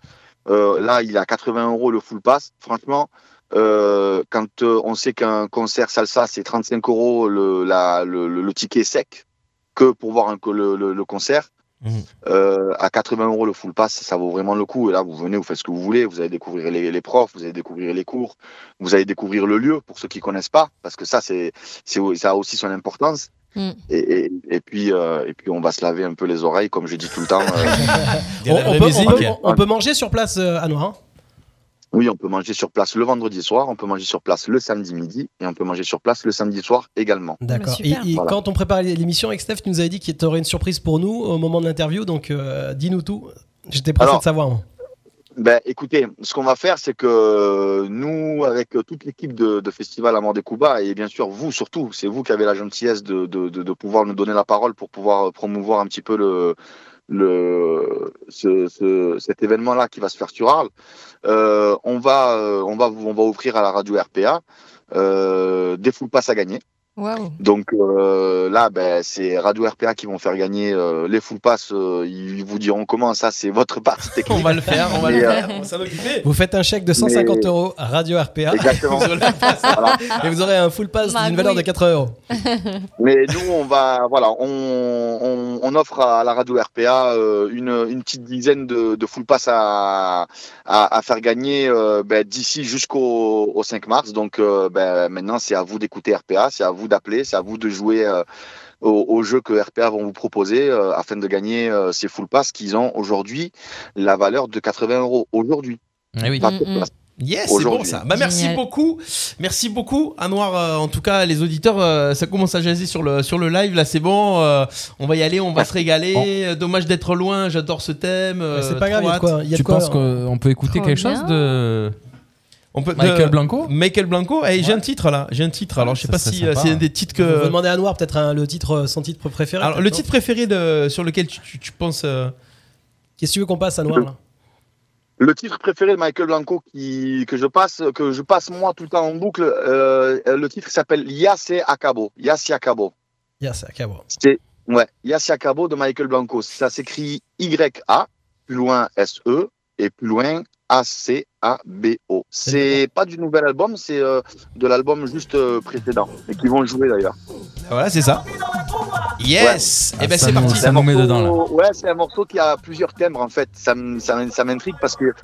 L: Euh, là, il est à 80 euros le full pass. Franchement, euh, quand euh, on sait qu'un concert salsa c'est 35 euros le, la- le, le- le ticket sec que pour voir un, co- le, le- le concert. euh, à 80 euros le full pass, ça vaut vraiment le coup. Et là, vous venez, vous faites ce que vous voulez, vous allez découvrir les, les profs, vous allez découvrir les cours, vous allez découvrir le lieu pour ceux qui connaissent pas, parce que ça, c'est, c'est, ça a aussi son importance. Et, et, et puis, euh, et puis, on va se laver un peu les oreilles, comme je dis tout le temps. euh.
E: On, on peut, on peut- on peut manger sur place euh, à Noir.
L: Oui, on peut manger sur place le vendredi soir, on peut manger sur place le samedi midi, et on peut manger sur place le samedi soir également.
E: D'accord. Et, et
L: Voilà.
E: quand on prépare l'émission avec Steph, tu nous avais dit qu'il y aurait une surprise pour nous au moment de l'interview. Donc, euh, dis-nous tout. J'étais pressé
L: Alors,
E: de savoir. moi.
L: Ben, écoutez, ce qu'on va faire, c'est que euh, nous, avec euh, toute l'équipe de, de Festival Amor des Cuba, et bien sûr vous surtout, c'est vous qui avez la gentillesse de, de- de- de pouvoir nous donner la parole pour pouvoir euh, promouvoir un petit peu le, le, ce- ce- cet événement-là qui va se faire sur Arles. Euh, on, va, euh, on, va, vous- on va offrir à la radio RPA euh, des full pass à gagner.
D: Waouh.
L: Donc euh, là, ben, c'est Radio RPA qui vont faire gagner euh, les full pass. euh, ils vous diront comment ça, c'est votre passe technique.
C: On va le faire, on va le
L: Mais, euh,
C: faire. On va s'en occuper.
E: Vous faites un chèque de 150
L: Mais-
E: euros à Radio RPA.
L: Exactement.
E: Vous aurez le pass. Et vous aurez un full pass
L: Bah,
E: d'une valeur
L: oui.
E: de 80 euros.
L: Mais nous, on va, voilà, on, on, on offre à la radio RPA euh, une, une petite dizaine de, de full pass à, à, à faire gagner euh, ben, d'ici jusqu'au au 5 mars. Donc euh, ben, maintenant, c'est à vous d'écouter RPA, c'est à vous d'appeler, c'est à vous de jouer euh, au, au jeu que RPA vont vous proposer euh, afin de gagner euh, ces full pass qu'ils ont aujourd'hui la valeur de 80 euros aujourd'hui.
K: Eh oui.
L: Pas de place.
C: Yes, c'est bon
L: Aujourd'hui.
C: ça. Bah, merci
L: Génial.
C: beaucoup. Merci beaucoup à Noir. euh, en tout cas, les auditeurs, euh, ça commence à jaser sur le, sur le live. Là, c'est bon. euh, on va y aller, on va se régaler. Euh, Dommage d'être loin, j'adore ce thème. euh,
E: c'est pas
C: trop
E: grave, il y a de
C: hâte.
E: quoi- il y a de
K: Tu
E: quoi-
K: penses qu'on peut écouter
C: Trop
K: quelque chose
C: bien.
K: de.
C: On peut,
K: Michael
E: Euh,
C: de-
K: Blanco
C: Michael Blanco. Eh, J'ai un titre là. J'ai un titre. Alors, je sais
E: Ça
C: pas
E: serait
C: si euh,
E: sympa. hein.
C: c'est un des titres
E: On peut
C: que.
E: demander à Noir peut-être un- le titre, euh, son titre préféré.
C: Alors, le titre préféré de, sur lequel tu, tu- tu penses. euh,
E: Qu'est-ce que tu veux qu'on passe à Noir là
L: Le titre préféré de Michael Blanco qui, que, je passe, que je passe moi tout le temps en boucle, euh, le titre s'appelle Yase Akabo. Yase Akabo.
E: Yes, Akabo.
L: C'est ouais, Yase Akabo de Michael Blanco. Ça s'écrit Y-A, plus loin S-E et plus loin A-C-A-B-O. C'est pas du nouvel album, c'est euh, de l'album juste euh, précédent et qui vont jouer d'ailleurs.
C: Voilà, c'est ça. Yes.
K: Ah,
C: Et ben
K: ça
C: c'est
K: nous-
C: parti.
K: ça nous met dedans là.
L: Oh, Ouais, c'est un morceau qui a plusieurs timbres en fait. Ça, m- ça, m- ça m'intrigue parce que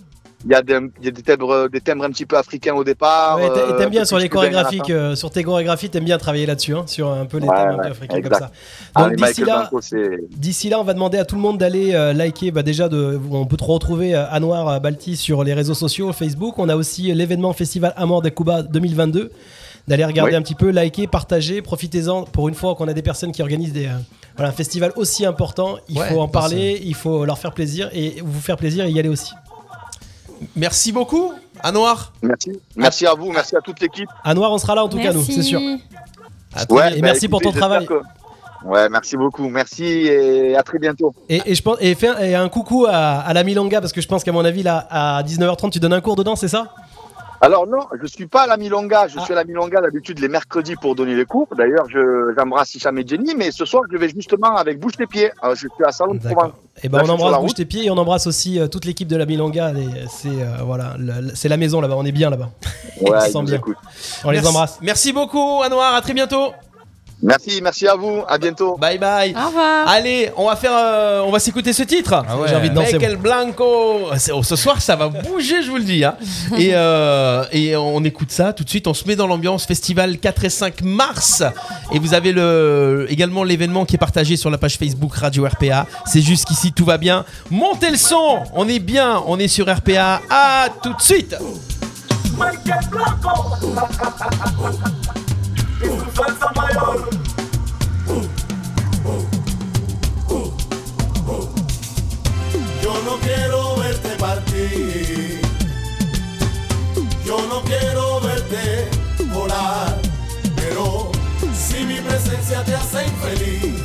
L: il y a, des, il y a des, timbres, des timbres un petit peu africains au départ.
E: Ouais, t'a-
L: euh,
E: et t'aimes bien
L: un
E: sur
L: peu
E: les
L: plus cubains à la
E: chorégraphies,
L: fin.
E: que- sur tes chorégraphies, t'aimes bien travailler là-dessus, hein, sur un peu les
L: Ouais,
E: thèmes un peu
L: ouais,
E: africains
L: exact.
E: comme ça.
L: Ah,
E: Donc
L: mais
E: d'ici
L: Michael
E: là,
L: Blanco, c'est-
E: d'ici là, on va demander à tout le monde d'aller euh, liker. Bah déjà, de, on peut trop retrouver euh, Anwar euh, Balti sur les réseaux sociaux, Facebook. On a aussi euh, l'événement Festival Amor de Cuba 2022. D'aller regarder
L: Oui.
E: un petit peu, liker, partager, profitez-en. Pour une fois qu'on a des personnes qui organisent des, euh, voilà, un festival aussi important, il
C: Ouais,
E: faut en
C: bah,
E: parler, il faut leur faire plaisir et vous faire plaisir et y aller aussi.
C: Merci beaucoup. À Noir.
L: Merci. Merci à vous, merci à toute l'équipe.
E: Anwar, on sera là en tout cas, nous, c'est sûr. très bien. Et
L: bah,
E: merci pour ton
L: j'espère
E: travail.
L: que- Ouais, merci beaucoup. Merci et à très bientôt.
E: Et, et je pense, et, fais un, et un coucou à, à la Milanga parce que je pense qu'à mon avis là à 19h30 tu donnes un cours dedans c'est ça
L: Alors non, je suis pas à la Milonga.
E: Ah.
L: Je suis à la Milonga d'habitude les mercredis pour donner les cours. D'ailleurs, je- j'embrasse Hicham et Jenny, mais ce soir, je vais justement avec Bouche les pieds. Euh, je suis à Salon de Provence.
E: Et ben
L: Là,
E: on
L: je suis sur la
E: embrasse bouge
L: route.
E: tes pieds et on embrasse aussi euh, toute l'équipe de la Milanga. Et C'est euh, voilà, le- le- c'est la maison là-bas, on est bien là-bas.
L: Ouais,
E: On se
L: ils
E: sent
L: nous
E: bien.
L: écoutent.
E: On les
C: Merci-
E: embrasse.
C: Merci beaucoup, Anouar. À très bientôt.
L: Merci, merci à vous. À bientôt.
C: Bye bye.
D: Au revoir.
C: Allez, on va faire, euh, on va s'écouter ce titre.
E: Ah ouais. J'ai envie de danser,
C: Michael Blanco. C'est- oh, ce soir, ça va bouger, je vous le dis. hein. Et, euh, et on écoute ça tout de suite. On se met dans l'ambiance festival 4 et 5 mars. Et vous avez le, également l'événement qui est partagé sur la page Facebook Radio RPA. C'est jusqu'ici, tout va bien. Montez le son. On est bien. On est sur RPA. À tout de suite.
J: Michael Blanco. Souffrance à Mayol.
M: Yo no quiero verte partir. Yo no quiero verte volar. Pero si mi presencia te hace infeliz,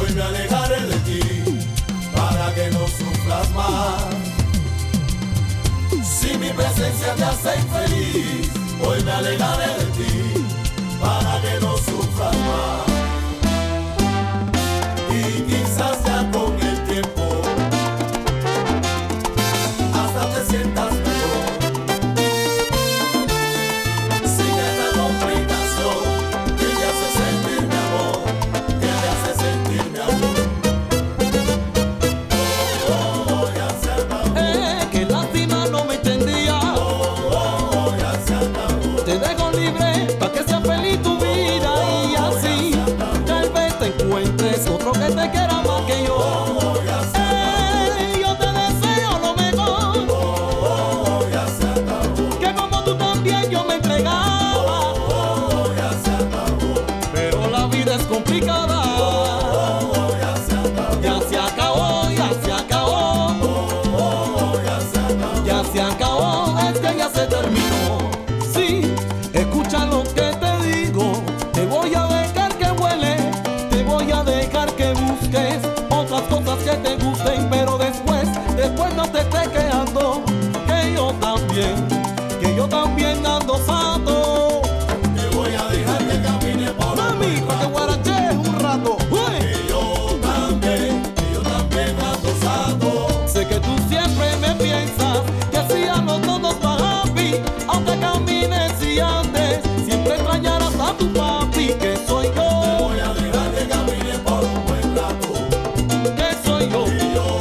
M: hoy me alejaré de ti para que no sufras más. Si mi presencia te hace infeliz, hoy me alejaré de ti para que no sufras más. Y quizás ya con el tiempo hasta te sientas mejor. Sin esta complicación que te hace sentir mi amor, que te hace sentir mi amor. No voy a ser tan
N: Eh, qué lástima no me entendía.
M: voy a ser tan
N: Te dejo libre para que sea feliz tu vida y así tal vez te encuentres otro que te quiera más que yo. Eh, yo te deseo lo mejor. Que como tú también yo me entregaba. Pero la vida es complicada. Ya se acabó, ya se acabó. Ya se acabó, es que ya se terminó. Sí, escucha lo que te digo. Te voy a dejar que huele, te voy a dejar que busques otras cosas que te gusten, pero después, después no te estés quejando. Que yo también, que yo también ando santo. Te voy a dejar que camine por Mami, para que guaraches un rato. Que yo también, que yo también ando santo. Sé que tú siempre me piensas que si ando todos para happy, aunque camines y andes, siempre extrañarás a tu papi, que soy yo. Te voy a dejar que camine por un buen rato, que soy yo. Y yo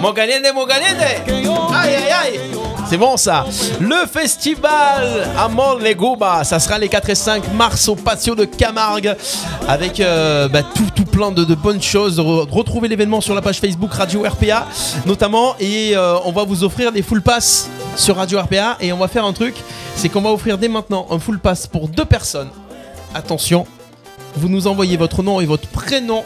C: Moganiende, Moganiende. Aïe, aïe, aïe. C'est bon ça. Le festival Amor Legoba, ça sera les 4 et 5 mars au patio de Camargue avec euh, bah, tout, tout plein de, de bonnes choses. Re- retrouvez l'événement sur la page Facebook Radio RPA notamment et euh, on va vous offrir des full pass sur Radio RPA et on va faire un truc, c'est qu'on va offrir dès maintenant un full pass pour deux personnes. Attention, vous nous envoyez votre nom et votre prénom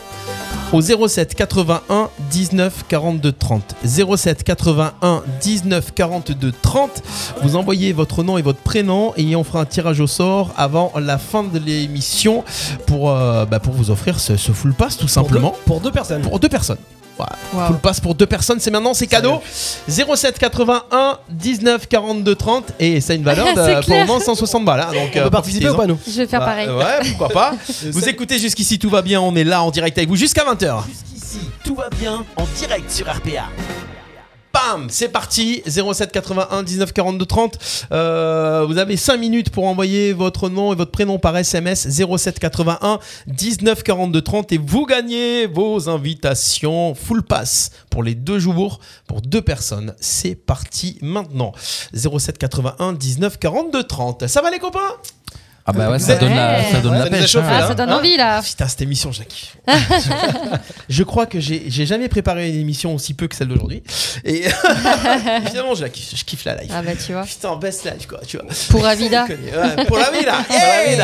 C: au 07 81 19 42 30. 07 81 19 42 30. Vous envoyez votre nom et votre prénom et on fera un tirage au sort avant la fin de l'émission pour, euh, bah, pour vous offrir ce, ce full pass tout simplement.
E: pour deux personnes.
C: Pour deux personnes. Voilà. Full pass pour deux personnes, c'est maintenant, c'est cadeau. 07 81 19 42 30 et ça a une valeur
E: C'est
C: de, pour le
E: clair.
C: moment 160 balles. hein, donc,
E: On peut participer
C: profitez-en.
E: ou pas, nous
D: Je vais faire
C: Bah,
D: pareil.
C: Ouais, pourquoi pas. vous écoutez jusqu'ici, tout va bien, on est là en direct avec vous jusqu'à 20h.
A: Tout va bien en direct sur RPA.
C: Bam, c'est parti 07 81 19 42 30. Euh, vous avez 5 minutes pour envoyer votre nom et votre prénom par SMS 07 81 19 42 30 et vous gagnez vos invitations full pass pour les deux jours pour deux personnes. C'est parti maintenant 07 81 19 42 30. Ça va les copains
K: Ah bah ouais, ça donne la, ça donne la
C: nous a
K: pêche.
C: chauffé,
K: hein.
C: là.
D: Ah, ça donne envie, là.
C: Putain, cette émission, Jackie. Je crois que j'ai j'ai jamais préparé une émission aussi peu que celle d'aujourd'hui. Et finalement, je, la kiffe, je kiffe la live.
D: Ah bah tu vois.
C: Putain, best live quoi, tu vois.
D: Pour Avida.
C: Ouais, pour la vie là. Hey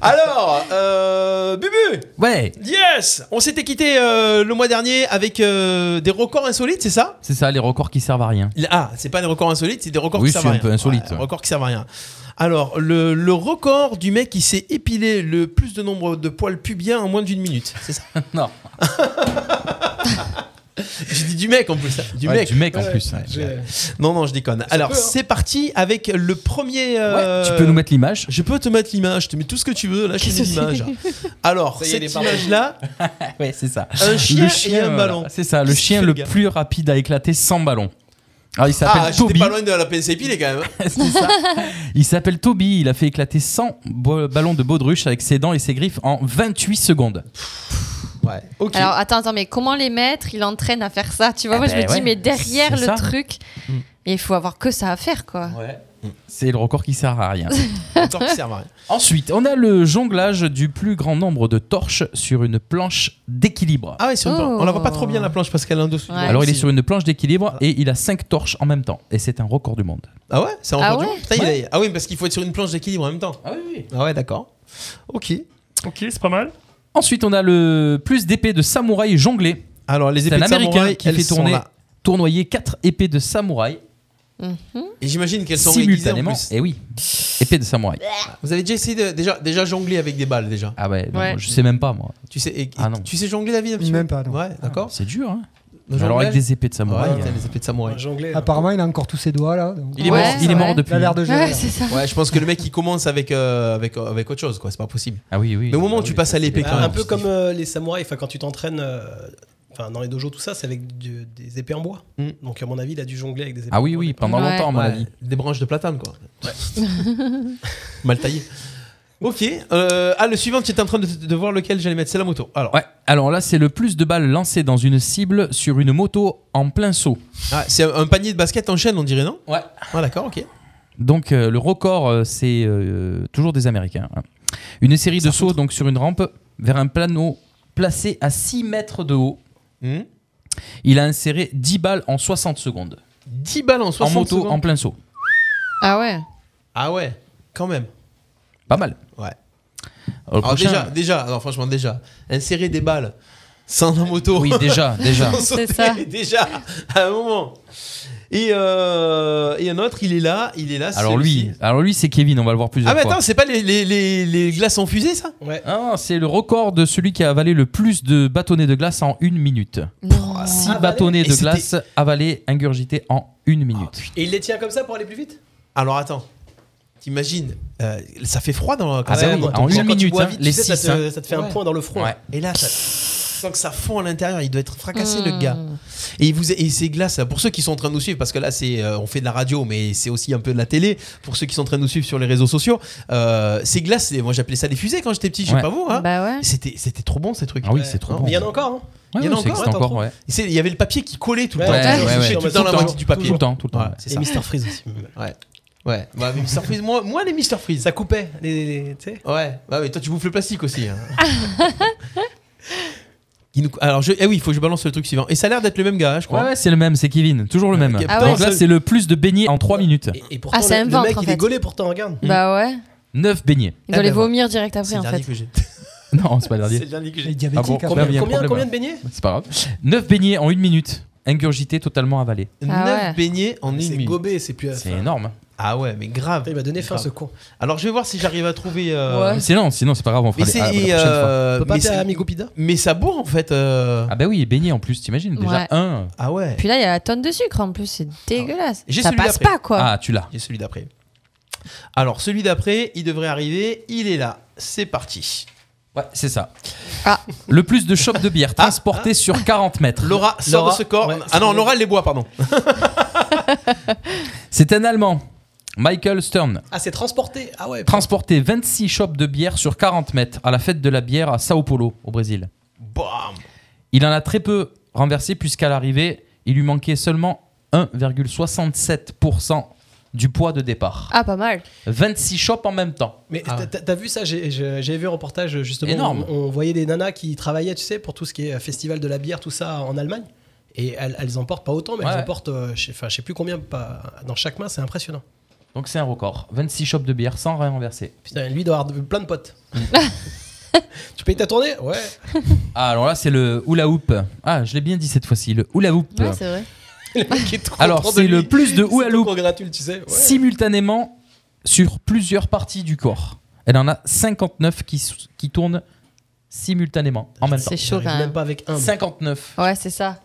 C: Alors, euh, Bubu.
K: Ouais.
C: Yes. On s'était quitté euh, le mois dernier avec euh, des records insolites, c'est ça
K: C'est ça, les records qui servent à rien.
C: Ah, c'est pas des records insolites, c'est des records
K: Oui,
C: qui
K: je
C: servent
K: suis
C: à
K: un
C: rien.
K: peu insolite.
C: Des records qui servent à rien. Alors, le, le record du mec qui s'est épilé le plus de nombre de poils pubiens en moins d'une minute, c'est ça
K: Non.
C: J'ai dit du mec en plus. hein. Du
K: Ouais,
C: mec.
K: du mec, en Ouais, plus, hein. ouais. j'ai-
C: Non, non, je déconne. Alors,
K: peut, hein.
C: c'est parti avec le premier.
K: tu peux nous mettre
C: l'image Je peux te mettre l'image. Je te mets tout ce que tu veux. Là, je te mets l'image. Alors,
K: Ça y est,
C: cette
K: elle est partie.
C: image-là. Ah,
K: ouais, c'est ça.
C: Un chien,
K: Le
C: et un
K: voilà.
C: ballon.
K: C'est ça, le
C: Qu'est-ce qu'il
K: chien
C: fait,
K: le
C: gars
K: plus rapide à éclater sans ballon. Alors il s'appelle
C: Ah, j'étais
K: Toby.
C: pas loin de la pince épilée quand même. hein.
K: Il s'appelle Toby, il a fait éclater 100 bo- ballons de baudruche avec ses dents et ses griffes en 28 secondes.
C: Ouais. OK.
D: Alors attends, attends, mais comment les mettre Il entraîne à faire ça. Tu vois,
K: Ah
D: moi
E: ben
K: bah
D: je me
K: ouais,
D: dis, mais derrière
K: c'est
D: le
K: ça.
D: truc,
E: Mm.
D: il faut avoir que ça à faire quoi.
K: C'est le record qui sert à rien.
C: Record qui sert à rien.
K: Ensuite, on a le jonglage du plus grand nombre de torches sur une planche d'équilibre.
C: Ah ouais, sur une planche. On la voit pas trop bien
K: Oh.
C: la planche parce qu'elle est en dessous.
K: Alors il est sur une planche d'équilibre et il a 5 torches en même temps. Et c'est un record du monde.
C: Ah ouais C'est
K: Ah
C: encore dur
K: ouais
C: Putain, il a-
K: Ouais.
C: Ah oui, parce qu'il faut être sur une planche d'équilibre en même temps. Ah oui. Ah ouais, d'accord. Ok.
K: Ok, c'est pas mal. Ensuite, on a le plus d'épées de samouraï jonglées.
C: Alors, les épées
K: C'est un
C: de
K: américain
C: samouraï,
K: qui
C: elles
K: fait
C: sont
K: tourner,
C: là.
K: tournoyer 4 épées de samouraï Mhm.
C: Et j'imagine qu'elles sont réguisées en
K: simultanément.
C: plus.
K: Et oui, épées de samouraï.
C: Vous avez déjà essayé de, déjà, déjà jongler avec des balles déjà
K: Ah ouais, non, Ouais. moi, je sais même pas, moi.
C: Tu sais, et- et-
K: Ah non.
C: Tu sais jongler David un petit
F: Même
C: peu
F: pas, non.
C: Ouais, d'accord.
K: C'est dur, hein.
C: Le
K: Alors avec
C: jonglage
K: des épées de samouraï. hein.
C: Ouais, Ah, putain, les épées de samouraï.
F: Apparemment, il a encore tous ses doigts là. donc-
K: Il est mort- Ouais, il est mort ouais. depuis.
F: Il a l'air de jouer. là.
C: Ouais, je pense que le mec il commence avec, euh, avec, euh, avec autre chose, quoi. C'est pas possible.
K: Ah oui, oui.
C: Mais au moment où tu passes à l'épée, quand
E: Ah, un
C: même.
E: peu comme euh, les samouraïs, enfin quand tu t'entraînes euh, enfin dans les dojos tout ça, c'est avec du- des épées en bois.
C: Mm.
E: Donc à mon avis, il a dû jongler avec des épées.
K: Ah oui,
E: en bois.
K: oui, pendant
E: Ouais.
K: longtemps, à mon
E: Ouais.
K: avis.
C: Des branches de platane, quoi. Mal taillé. Ok. euh, ah, le suivant, tu étais en train de, de voir lequel j'allais mettre. C'est la moto. Alors.
K: Ouais, alors là, c'est le plus de balles lancées dans une cible sur une moto en plein saut.
C: Ah, c'est un panier de basket en chaîne, on dirait, non
K: Ouais.
C: Ah, d'accord, ok.
K: Donc euh, le record, euh, c'est euh, toujours des Américains. hein. Une série de sauts donc sur une rampe vers un plano placé à 6 mètres de haut.
C: Hmm.
K: Il a inséré 10 balles en 60 secondes.
C: 10 balles en 60
K: En moto,
C: secondes.
K: en plein saut.
D: Ah ouais.
C: Ah ouais, quand même.
K: Pas mal.
C: Ouais.
K: Alors,
C: Alors
K: le prochain-
C: déjà, déjà, alors franchement déjà, insérer des balles sans la moto.
K: Oui, déjà, déjà.
C: Sans sauter,
K: C'est ça.
C: Déjà, à un moment. Et, euh, et un autre, il est là, il est là.
K: Alors
C: celui-ci.
K: lui, alors lui c'est Kevin, on va le voir plusieurs
C: Ah mais
K: fois.
C: attends, c'est pas les, les, les, les glaces en fusée ça
K: Ah, c'est le record de celui qui a avalé le plus de bâtonnets de glace en une minute.
C: Ah,
E: Ah,
K: 6
C: bah
E: bah,
K: bâtonnets
C: Et
K: de
C: c'était- Ah.
K: glace avalés, ingurgités en une minute.
E: Et il les tient comme ça pour aller plus vite
C: Alors attends, t'imagines, euh, ça fait froid dans
K: Ah bah oui, en une minute, hein, les
E: ça,
K: six,
E: te,
K: hein.
E: ça te fait un
C: Ouais.
E: point dans le front.
K: Ouais.
C: Et là, ça... sans que ça fond à l'intérieur, il doit être fracassé
E: Mm.
K: Mmh.
C: le gars. Et il vous et ces glaces, pour ceux qui sont en train de nous suivre, parce que là c'est euh, on fait de la radio, mais c'est aussi un peu de la télé. Pour ceux qui sont en train de nous suivre sur les réseaux sociaux, euh, ces glaces, c'est- moi j'appelais ça des fusées quand j'étais petit, je sais
K: Ouais.
C: pas vous. hein.
D: Bah ouais.
C: C'était c'était trop bon ces trucs.
K: Ah oui, c'est trop bon.
E: Mais il y en a encore. hein.
C: il y
K: ouais,
C: en a
K: ça
C: encore.
K: existe encore, ouais.
C: Et c'est- Il y avait le papier qui collait tout le
K: Ouais,
C: temps.
K: ouais,
C: Toujours,
K: ouais,
C: je suis
K: ouais. Tout
C: dans la
K: le
C: moitié
K: temps,
C: du papier.
K: tout le temps, tout le temps,
C: Ouais,
K: ouais.
C: c'est
K: Et
C: ça.
K: Mr.
E: Freeze aussi.
C: Ouais. Ouais, bah, mais Mr. Freeze, moi, moi les Mr. Freeze. Ça
E: coupait. Les, tu sais
C: Ouais, bah, mais toi tu bouffes le plastique aussi. hein. Il nous- Alors, je... eh oui, il faut que je balance le truc suivant. Et ça a l'air d'être le même gars, hein, je
K: Ouais,
C: crois.
K: ouais, c'est le même, c'est Kevin, toujours le même.
C: Ah ouais.
K: Donc là, c'est le plus de beignets en 3 minutes.
E: Et
D: Ah, c'est un
E: le, le
D: ventre,
E: mec,
D: en
E: il
D: fait.
E: est gaulé pourtant, regarde.
D: Bah ouais.
K: 9 beignets.
E: Eh
C: Eh
D: Il doit
C: ben
E: ben
D: les vomir direct après, en fait.
K: Non, c'est pas le dernier.
E: C'est le dernier que j'ai.
K: Ah bon,
E: Combien-
K: là, il y a un
E: combien-
K: problème.
E: combien de beignets
K: C'est pas grave. 9 beignets en 1 minute, ingurgité totalement avalé.
C: Ah Neuf ouais. beignets en une
E: C'est
C: minute.
E: gobé, c'est plus.
K: C'est énorme.
C: Ah ouais, mais grave.
E: Il m'a donné faim
C: Grave.
E: ce con.
C: Alors, je vais voir si j'arrive à trouver. euh,
K: Mais Sinon, sinon c'est pas grave, on
C: Mais
K: fera les-
C: c'est.
K: ah, la prochaine
C: euh,
K: fois.
C: mais c'est- Mais ça bourre en fait. euh.
K: Ah bah oui, et beignet en plus, t'imagines déjà
D: Ouais.
K: un.
C: Ah ouais.
D: Puis là, il y a la tonne de sucre en plus, c'est dégueulasse.
C: J'ai
D: Ça
C: celui
D: passe
C: d'après.
D: pas
E: Ah,
D: quoi.
K: Ah, tu l'as.
C: J'ai celui d'après. Alors, celui d'après, il devrait arriver. Il est là. C'est parti.
K: Ouais, c'est ça. Le plus de chopes de bière transportées sur 40 mètres.
C: Ah. Laura, sort de ce corps. ah non, Laura, elle les boit, pardon.
K: C'est un Allemand, Michael Stern.
E: Ah, c'est transporté. Ah ouais.
K: Transporté 26 chopes de bière sur 40 mètres à la fête de la bière à Sao Paulo, au Brésil.
C: Bam
K: Il en a très peu renversé puisqu'à l'arrivée, il lui manquait seulement 1,67% du poids de départ.
D: Ah, pas mal.
K: 26 chopes en même temps.
E: Mais t'as- t'as t'as vu ça j'ai- j'ai- J'avais vu un reportage justement.
K: Énorme.
E: où On, voyait des nanas qui travaillaient, tu sais, pour tout ce qui est euh, festival de la bière, tout ça en Allemagne. Et elles, elles en portent pas autant, mais
K: Ouais.
E: elles en portent, euh, je sais enfin, je sais plus combien, pas, dans chaque main, c'est impressionnant.
K: Donc c'est un record. 26 chopes de bière sans rien renverser.
E: Putain, lui doit avoir de- plein de potes.
C: Mm.
E: tu payes ta tournée Ouais.
K: Ah, alors là, c'est le hula hoop. Ah, je l'ai bien dit cette fois-ci, le hula hoop.
D: vrai.
E: Le mec est trop
K: Alors,
E: content de
K: c'est
E: lui.
K: le plus de
E: C'est
K: hula
E: ton
K: hoop
E: cours gratuit, tu sais. Ouais.
K: simultanément sur plusieurs parties du corps. Elle en a 59 qui, s- qui tournent simultanément en même temps.
D: C'est chaud, J'arrive quand même même.
E: pas avec un.
K: 59.
D: Ouais, c'est ça.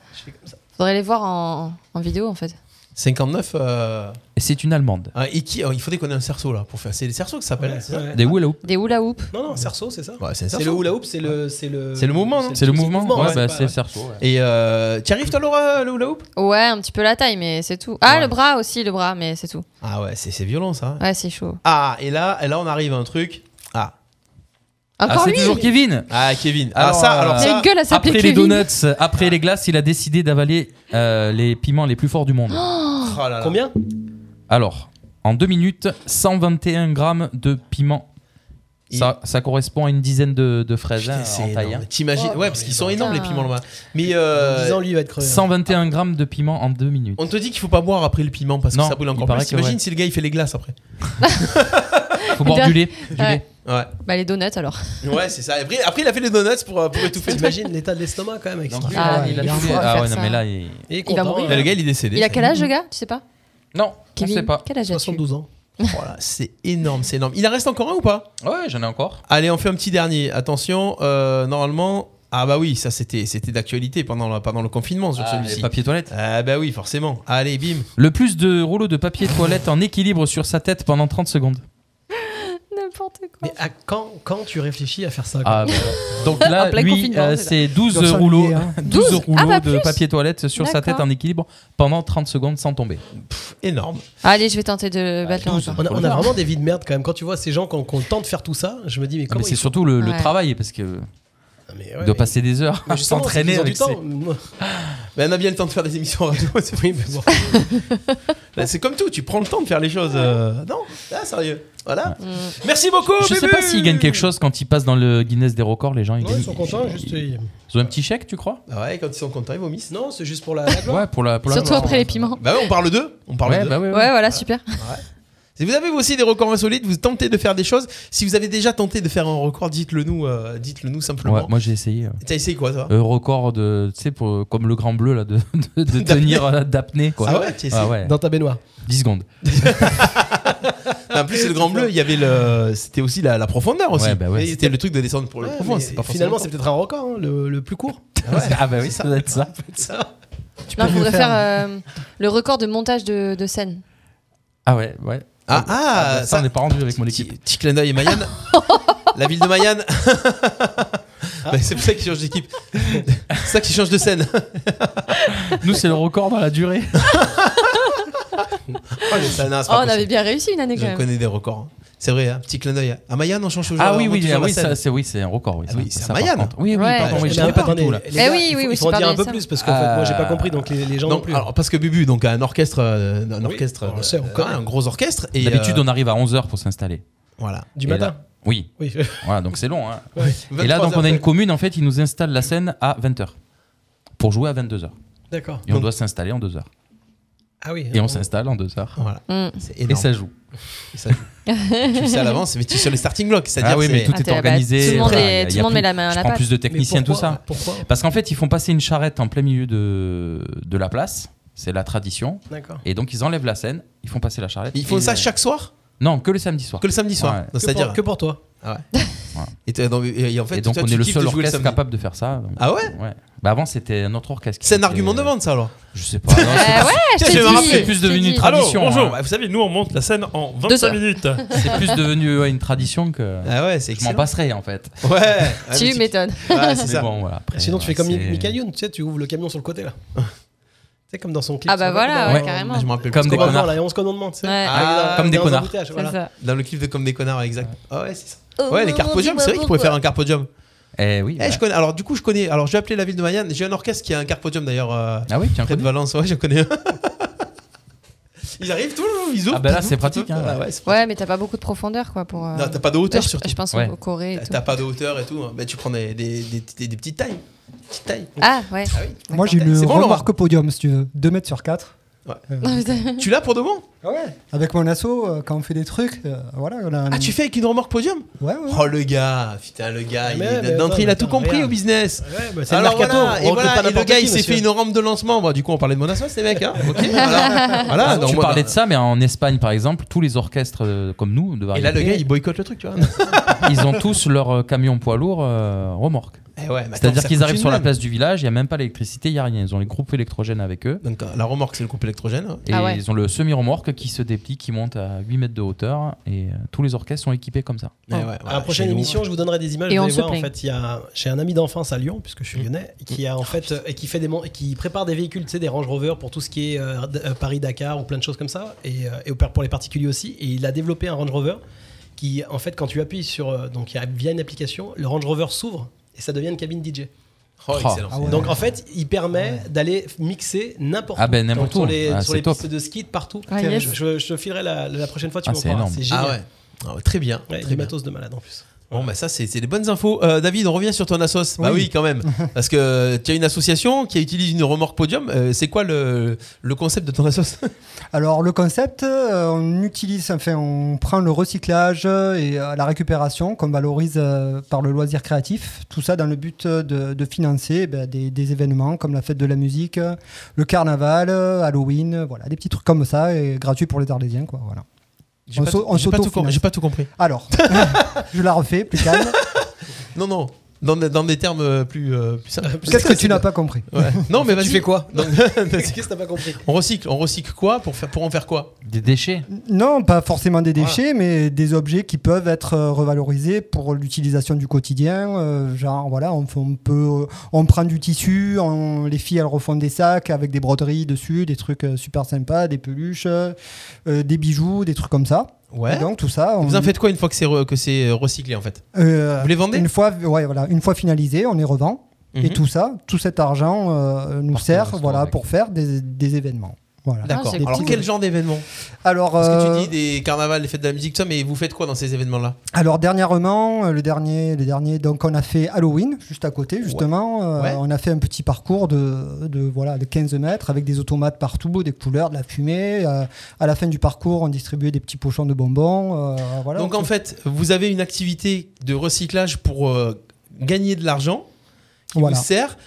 D: Faudrait les voir en, en vidéo en fait.
C: 59. euh,
K: Et c'est une Allemande.
C: ah, et qui- oh, il faudrait qu'on ait un cerceau là pour faire. C'est les cerceaux que ça s'appelle.
E: Ouais,
C: c'est ça
E: ouais.
K: Des hula hoop.
D: Des hula hoop.
E: Non, non, cerceau, c'est ça.
K: bah,
C: Ouais, c'est un
E: c'est le
C: cerceau.
E: hula hoop, c'est le, c'est le.
C: Euh, C'est le mouvement, non
K: C'est le mouvement, ouais, bah, c'est le cerceau. ouais.
C: Et euh, t'y arrives toi, Laura, le hula hoop
D: Ouais, un petit peu la taille, mais c'est tout. Ah,
C: Ouais.
D: le bras aussi, le bras, mais c'est tout.
C: Ah ouais, c'est c'est violent ça.
D: Ouais, c'est chaud.
C: Ah, et là, et là, on arrive à un truc. Ah.
D: Encore
K: c'est
D: lui
K: toujours Kevin.
C: Ah, Kevin. Ah, ça, alors
K: euh,
C: ça.
D: Il a une gueule à s'appeler
K: après les
D: Kevin.
K: donuts, euh, après les glaces, il a décidé d'avaler euh, les piments les plus forts du monde.
D: Oh
C: Oh là là.
E: Combien
K: Alors, en deux minutes, 121 grammes de piment. Ça, ça correspond à une dizaine de, de fraises hein, en taille. hein.
C: T'imagines Ouais, parce qu'ils sont énormes les
D: Putain.
C: piments là-bas. Mais
D: Oh,
C: euh,
E: Disons, lui, il va être crevé.
K: 121 grammes de piment en deux minutes.
C: on te dit qu'il faut pas boire après le piment parce que
K: Non,
C: ça brûle
K: il
C: encore
K: paraît
C: plus.
K: que
C: T'imagines
K: ouais.
C: si le gars il fait les glaces après
K: Faut boire du lait. Du
D: Ouais.
K: lait.
C: Ouais.
D: Bah, les donuts alors.
C: Ouais, c'est ça. Après, après, il a fait les donuts pour, euh, pour étouffer.
E: T'imagines l'état de l'estomac quand même avec ce
K: Donc,
E: qu'il
K: il a-
E: fait.
K: il a
E: est
K: tout
E: en
K: fait.
E: train de
K: Ah
E: faire
K: ouais,
E: ça.
K: non, mais là, il...
E: Il est
D: Il va
E: content,
D: mourir.
E: hein.
C: Le gars, il est décédé.
D: Il a
C: ça
D: quel
C: y est.
D: âge le gars Ah, Tu sais pas
K: Non, on
D: Kevin,
K: sait pas.
D: quel âge as-tu
E: 72 ans.
C: Voilà, Oh c'est énorme, c'est énorme. Il en reste encore un ou pas
K: Ouais, j'en ai encore.
C: Allez, on fait un petit dernier. Attention, euh, normalement. Ah bah oui, ça c'était c'était d'actualité pendant la- pendant le confinement sur
K: Ah,
C: celui-ci.
K: les papiers toilettes.
C: Ah bah oui, forcément. Allez, bim.
K: Le plus de rouleaux de papier toilette en équilibre sur sa tête pendant 30 secondes.
D: N'importe quoi.
E: Mais à quand, quand tu réfléchis à faire ça quoi
K: Ah, bah, donc là,
D: En plein
K: lui,
D: confinement,
K: euh,
D: c'est ça.
K: c'est 12
E: Sur sa
K: rouleaux,
E: lignée, hein.
K: 12
D: 12
K: rouleaux
D: Ah, bah,
K: de
D: plus.
K: papier toilette sur sa
D: D'accord.
K: tête en équilibre pendant 30 secondes sans tomber. Ah,
C: Énorme.
D: Ah, Allez, je vais tenter de battre le record.
E: On a,
K: Faut
E: on
K: le
E: a
K: faire.
E: vraiment des vies de merde quand même. Quand tu vois ces gens qui ont qui ont le temps de faire tout ça, je me dis, mais
K: Ah,
E: comment
K: mais c'est
E: ils
K: surtout le, le
D: Ouais.
K: travail parce que
E: font Ah, Mais ouais,
K: il doit
E: mais-
K: passer des heures
E: mais
K: à
E: justement,
K: s'entraîner
E: c'est
K: avec
E: qu'ils ont
K: ses...
E: du temps. Moi-
K: Ah,
C: Mais Bah, on a bien le temps de faire des émissions radio, c'est vrai, mais bon. Là, C'est comme tout, tu prends le temps de faire les choses. euh, Non, là, sérieux. Voilà. Merci beaucoup.
K: Je sais
C: Bubu.
K: pas s'il gagne quelque chose quand il passe dans le Guinness des records, les gens ils
E: Ouais,
K: gagnent-
E: ils sont contents, juste. ils-
K: ils ont un petit chèque, tu crois
C: Ah ouais, quand ils sont contents, ils vomissent.
E: Non, c'est juste pour la, la gloire.
K: Ouais, pour la pour la-
D: Surtout après les piments.
C: Bah ouais, on parle d'eux. On parle
K: Ouais,
C: d'eux.
K: bah ouais, ouais.
D: Ouais, voilà, super.
C: Si vous avez vous aussi des records insolites, vous tentez de faire des choses. Si vous avez déjà tenté de faire un record, dites-le nous, euh, dites-le nous simplement.
K: Ouais, moi j'ai essayé. euh,
C: T'as essayé quoi toi
K: euh, record de, tu sais, pour- comme le grand bleu là, de, de- de tenir euh, d'apnée quoi.
C: Ah ouais, tu essayes.
K: ouais.
E: Dans ta baignoire.
K: 10 secondes.
C: En plus, c'est le grand bleu. Il y avait le, c'était aussi la, la profondeur aussi.
K: Ouais, bah ouais,
C: Et c'était le truc de descendre pour le
E: Ouais,
C: profond.
E: mais
C: C'est pas forcément
E: finalement, c'est peut-être un record, hein, le, le plus court.
K: ah bah oui, ça doit être ça.
D: Là, on pourrait faire euh, le record de montage de, de scène.
K: Ah ouais, ouais.
C: Ah, ah,
K: bah, ça,
C: ça-
K: on n'est pas rendu avec mon
C: Petit,
K: équipe.
C: petit clin d'œil à Mayenne. la ville de Mayenne. Bah, c'est pour ça qu'ils changent d'équipe. c'est ça qu'ils changent de scène.
K: Nous c'est le record dans la durée.
C: Oh, mais ça, non, c'est pas
D: Oh, on
C: possible. Ah,
D: Oh, avait bien réussi une année quand
C: Je
D: même.
C: connais des records. hein. C'est vrai, hein, petit clin d'œil. À Mayan, on change toujours.
K: Ah oui,
C: on
K: oui,
C: monte
K: ah
C: toujours
K: oui,
C: la
K: ça,
C: scène.
K: c'est oui, c'est un record. Oui,
C: Ah
K: ça-
C: oui, c'est
K: ça,
C: à
K: par
C: Mayan.
K: contre. Oui, oui, pardon, oui, je savais pas du tout, là. Euh,
E: les gars, il faut- il faut en dire un peu plus parce que moi j'ai pas
C: Ah.
E: compris donc les, les gens non,
C: Donc,
E: plus.
C: Alors, parce que Bubu, donc a un orchestre, euh, un orchestre, euh, ouais, un gros orchestre. et,
K: D'habitude,
C: euh,
K: on arrive à 11h pour s'installer.
C: Voilà.
E: Du
K: Et
E: matin.
K: là- Oui.
E: Oui.
K: voilà, donc c'est long. hein.
E: Ouais.
K: Et là, donc,
C: 23
K: on a une
C: après.
K: commune, en fait, ils nous installent la scène à 20h pour jouer à 22h.
E: D'accord.
K: Et on
E: Donc-
K: doit s'installer en 2h.
E: Ah oui.
K: Et on s'installe en 2h.
C: Voilà.
D: Mm.
C: C'est
K: Et
C: énorme.
K: ça joue.
C: Et ça joue. tu le sais à l'avance, mais tu es sur les starting blocks. c'est-à-dire
K: Ah oui,
C: que
K: mais
C: c'est-
K: tout est organisé.
D: Tout le monde
K: voilà,
D: est-
K: il y a-
D: tout
K: il y
D: le
K: a
D: monde
K: plus-
D: met la main à
K: je
D: la
K: prends
D: pâte.
K: plus de
D: Mais
K: techniciens, tout
D: pourquoi-
K: ça.
D: pourquoi
K: Parce qu'en fait, ils font passer une charrette en plein milieu de, de la place. C'est la tradition.
C: D'accord.
K: Et donc, ils enlèvent la scène, ils font passer la charrette.
C: Ils font
K: Et-
C: ça chaque soir
K: Non, que le samedi soir.
C: Que le samedi soir.
K: Ouais.
C: Donc, C'est-à-dire
E: pour- que pour toi.
C: Ah ouais. Et t'as- donc, et- et en fait,
K: et donc
C: toi,
K: on
C: tu
K: est le
C: kiffes
K: seul
C: de jouer le
K: orchestre
C: samedi.
K: capable de faire ça. donc,
C: Ah ouais
K: Bah avant c'était un autre orchestre. qui
C: C'est un
K: faisait-
C: argument de vente, ça alors
K: Je sais pas. non, c'est-
C: Tiens, Ah, je vais me rappeler.
K: C'est plus devenu une tradition.
O: Allô, bonjour. Bah,
K: hein.
O: Vous savez, nous on monte la scène en
K: Deux
O: 25
K: heures.
O: minutes.
K: C'est plus devenu ouais, une tradition que.
C: Ah ouais, c'est
K: Je m'en
C: excellent.
K: passerai en fait.
C: Ouais.
D: Tu m'étonnes.
K: Mais bon, voilà, après,
E: Sinon, tu fais comme
K: c'est-
E: Michael Youn, tu sais, tu ouvres le camion sur le côté là. tu sais, comme dans son clip.
D: Ah bah
E: sur-
D: voilà,
E: dans-
D: ouais, carrément.
C: Je me rappelle
E: Parce
C: plus.
E: qu'on va voir, Là, et on se commande, on demande, tu sais.
D: Ouais.
E: Ah,
C: comme des
E: dans un
C: connards.
E: embouteillage,
C: C'est
E: voilà.
D: ça.
C: Dans le clip de Comme des connards, exact. Ah ouais, c'est ça.
E: Oh,
C: ouais, les
E: maman,
C: cartes podium,
E: dis-moi
C: c'est vrai qu'ils pourraient
E: pourquoi.
C: faire un carte podium.
K: Eh oui.
C: Eh, je connais. Alors du coup, je connais. Alors je vais appeler la ville de Mayan. J'ai un orchestre qui a un carte podium d'ailleurs. euh,
K: ah oui, tiens.
C: Près de Valence, ouais, je connais. un. ils arrivent tout, ils ouvrent.
K: Ah bah là,
C: tout,
K: c'est
C: tout,
K: pratique,
C: tout.
K: hein.
C: Ah ouais, c'est
D: Ouais, mais t'as pas beaucoup de profondeur quoi pour. euh,
C: Non, t'as pas de hauteur
D: ouais, je-
C: surtout.
D: Je pense
C: Ouais.
D: au Corée. et tout.
C: T'as pas de hauteur et tout. Bah, tu prends des, des, des, des- des petites tailles. Petites tailles.
D: Ah ouais.
F: Moi j'ai le
C: C'est bon, Laurent
F: remarque podium, si tu veux. 2 mètres sur 4.
C: tu l'as pour de bon
F: Ouais. Avec mon asso, euh, quand on fait des trucs, euh, voilà. on a un-
C: Ah, tu fais avec une remorque podium
F: Ouais, ouais.
C: Oh le gars, putain le gars, il
F: Mais,
C: est-
F: mais
C: d'entrée il a
F: attends,
C: tout compris
F: regarde.
C: au business.
E: bah, c'est le
C: Alors
E: mercato, on
C: voilà, et,
E: recrute
C: voilà,
E: pas
C: et le
E: n'importe
C: gars
E: qui,
C: il s'est
E: monsieur.
C: fait une rampe de lancement. Bon, du coup on parlait de mon assoce, les mecs. Hein ok, voilà. Voilà, donc,
K: tu
C: moi,
K: parlais
C: bah,
K: de ça, mais en Espagne, par exemple, tous les orchestres euh, comme nous, de
C: Et là le
K: variété,
C: gars il boycotte le truc, tu vois.
K: ils ont tous leur euh, camion poids lourd euh, remorque.
C: Eh ouais, mais attends,
K: C'est-à-dire
C: ça
K: qu'ils
C: coûte
K: arrivent
C: une
K: sur la
C: blinde.
K: place du village, il n'y a même pas l'électricité, il n'y a rien. Ils ont les groupes électrogènes avec eux.
C: Donc euh, la remorque, c'est le groupe électrogène.
K: Et
C: Ah ouais.
K: ils ont le semi-remorque qui se déplie, qui monte à 8 mètres de hauteur. Et euh, tous les orchestres sont équipés comme ça.
C: Eh
E: Ouais. Hein. à la prochaine émission, je vous donnerai des images.
K: Et
E: vous
K: on
E: allez
K: se
E: voir, en
K: plaint. Mm. Oh,
E: fait, il y a, j'ai un ami d'enfance à Lyon, puisque je suis lyonnais, qui a en fait euh, et qui fait des mon- et qui prépare des véhicules, tu sais, des Range Rover pour tout ce qui est euh, d- euh, Paris Dakar ou plein de choses comme ça, et, euh, et pour les particuliers aussi. Et il a développé un Range Rover qui, en fait, quand tu appuies sur euh, donc il y a- via une application, le Range Rover s'ouvre et ça devient une cabine DJ.
C: Oh, excellent. Ah ouais.
E: Donc en fait, il permet d'aller mixer n'importe
K: Ah
E: où,
K: ben, n'importe
E: sur
K: où.
E: les,
K: Ah,
E: sur
K: c'est
E: les
K: top.
E: pistes de ski de partout.
K: Ah, yes.
E: je, je- je te filerai la, la prochaine fois, tu
K: Ah,
E: me
K: c'est
E: reprends.
K: énorme.
E: C'est génial.
C: Ah ouais. Ah ouais, Très bien.
E: Ouais,
C: très
E: du
C: bien.
E: matos de malade en plus.
C: Bon, bah ça, c'est c'est des bonnes infos. Euh, David, on revient sur ton assos. Bah
E: Oui.
C: oui, quand même. Parce que euh, tu as une association qui utilise une remorque podium. Euh, c'est quoi le, le concept de ton assos
F: Alors le concept, euh, on utilise, enfin on prend le recyclage et euh, la récupération qu'on valorise euh, par le loisir créatif, tout ça dans le but euh, de, de financer eh ben, des, des événements comme la fête de la musique, euh, le carnaval, euh, Halloween, euh, voilà des petits trucs comme ça et gratuit pour les Arlésiens quoi. Voilà.
C: J'ai pas tout- j'ai pas tout com-
F: s'autofinance.
C: j'ai pas tout compris.
F: Alors, je la refais plus calme.
C: Non, non. Dans, des- dans des termes euh, plus, euh, plus simples.
F: Qu'est-ce que tu n'as pas compris
C: Ouais. Non, mais vas-y.
F: Tu fais quoi
C: Donc-
E: Qu'est-ce que t'as pas compris
C: On recycle. On recycle quoi pour, faire, pour en faire quoi
K: Des déchets.
F: Non, pas forcément des déchets, mais des objets qui peuvent être euh, revalorisés pour l'utilisation du quotidien. euh, genre, voilà, on, fait- on peut, euh, on prend du tissu, on- les filles elles refont des sacs avec des broderies dessus, des trucs euh, super sympas, des peluches, euh, euh, des bijoux, des trucs comme ça.
C: Ouais.
F: Et donc tout ça. on-
C: Vous en faites quoi une fois que c'est re- que c'est recyclé en fait
F: euh,
C: Vous les vendez
F: une fois, ouais, voilà, une fois finalisé, on les revend. Et
C: Mhm.
F: tout ça, tout cet argent euh, nous sert
C: restaurant,
F: voilà, pour faire des, des événements. Voilà.
C: D'accord.
F: Des
C: Alors
F: petits-
C: quel genre d'événement
F: Alors,
C: Parce
F: euh,
C: que tu dis des carnavals, des fêtes de la musique, tout ça, mais vous faites quoi dans ces événements-là
F: Alors dernièrement, euh, le dernier, le dernier, donc on a fait Halloween juste à côté justement. Euh,
C: Ouais.
F: On a fait un petit parcours de, de voilà de 15 mètres avec des automates partout, des couleurs, de la fumée. Euh, à la fin du parcours, on distribuait des petits pochons de bonbons. euh, voilà.
C: Donc en fait, vous avez une activité de recyclage pour euh, gagner de l'argent qui
F: Voilà.
C: vous sert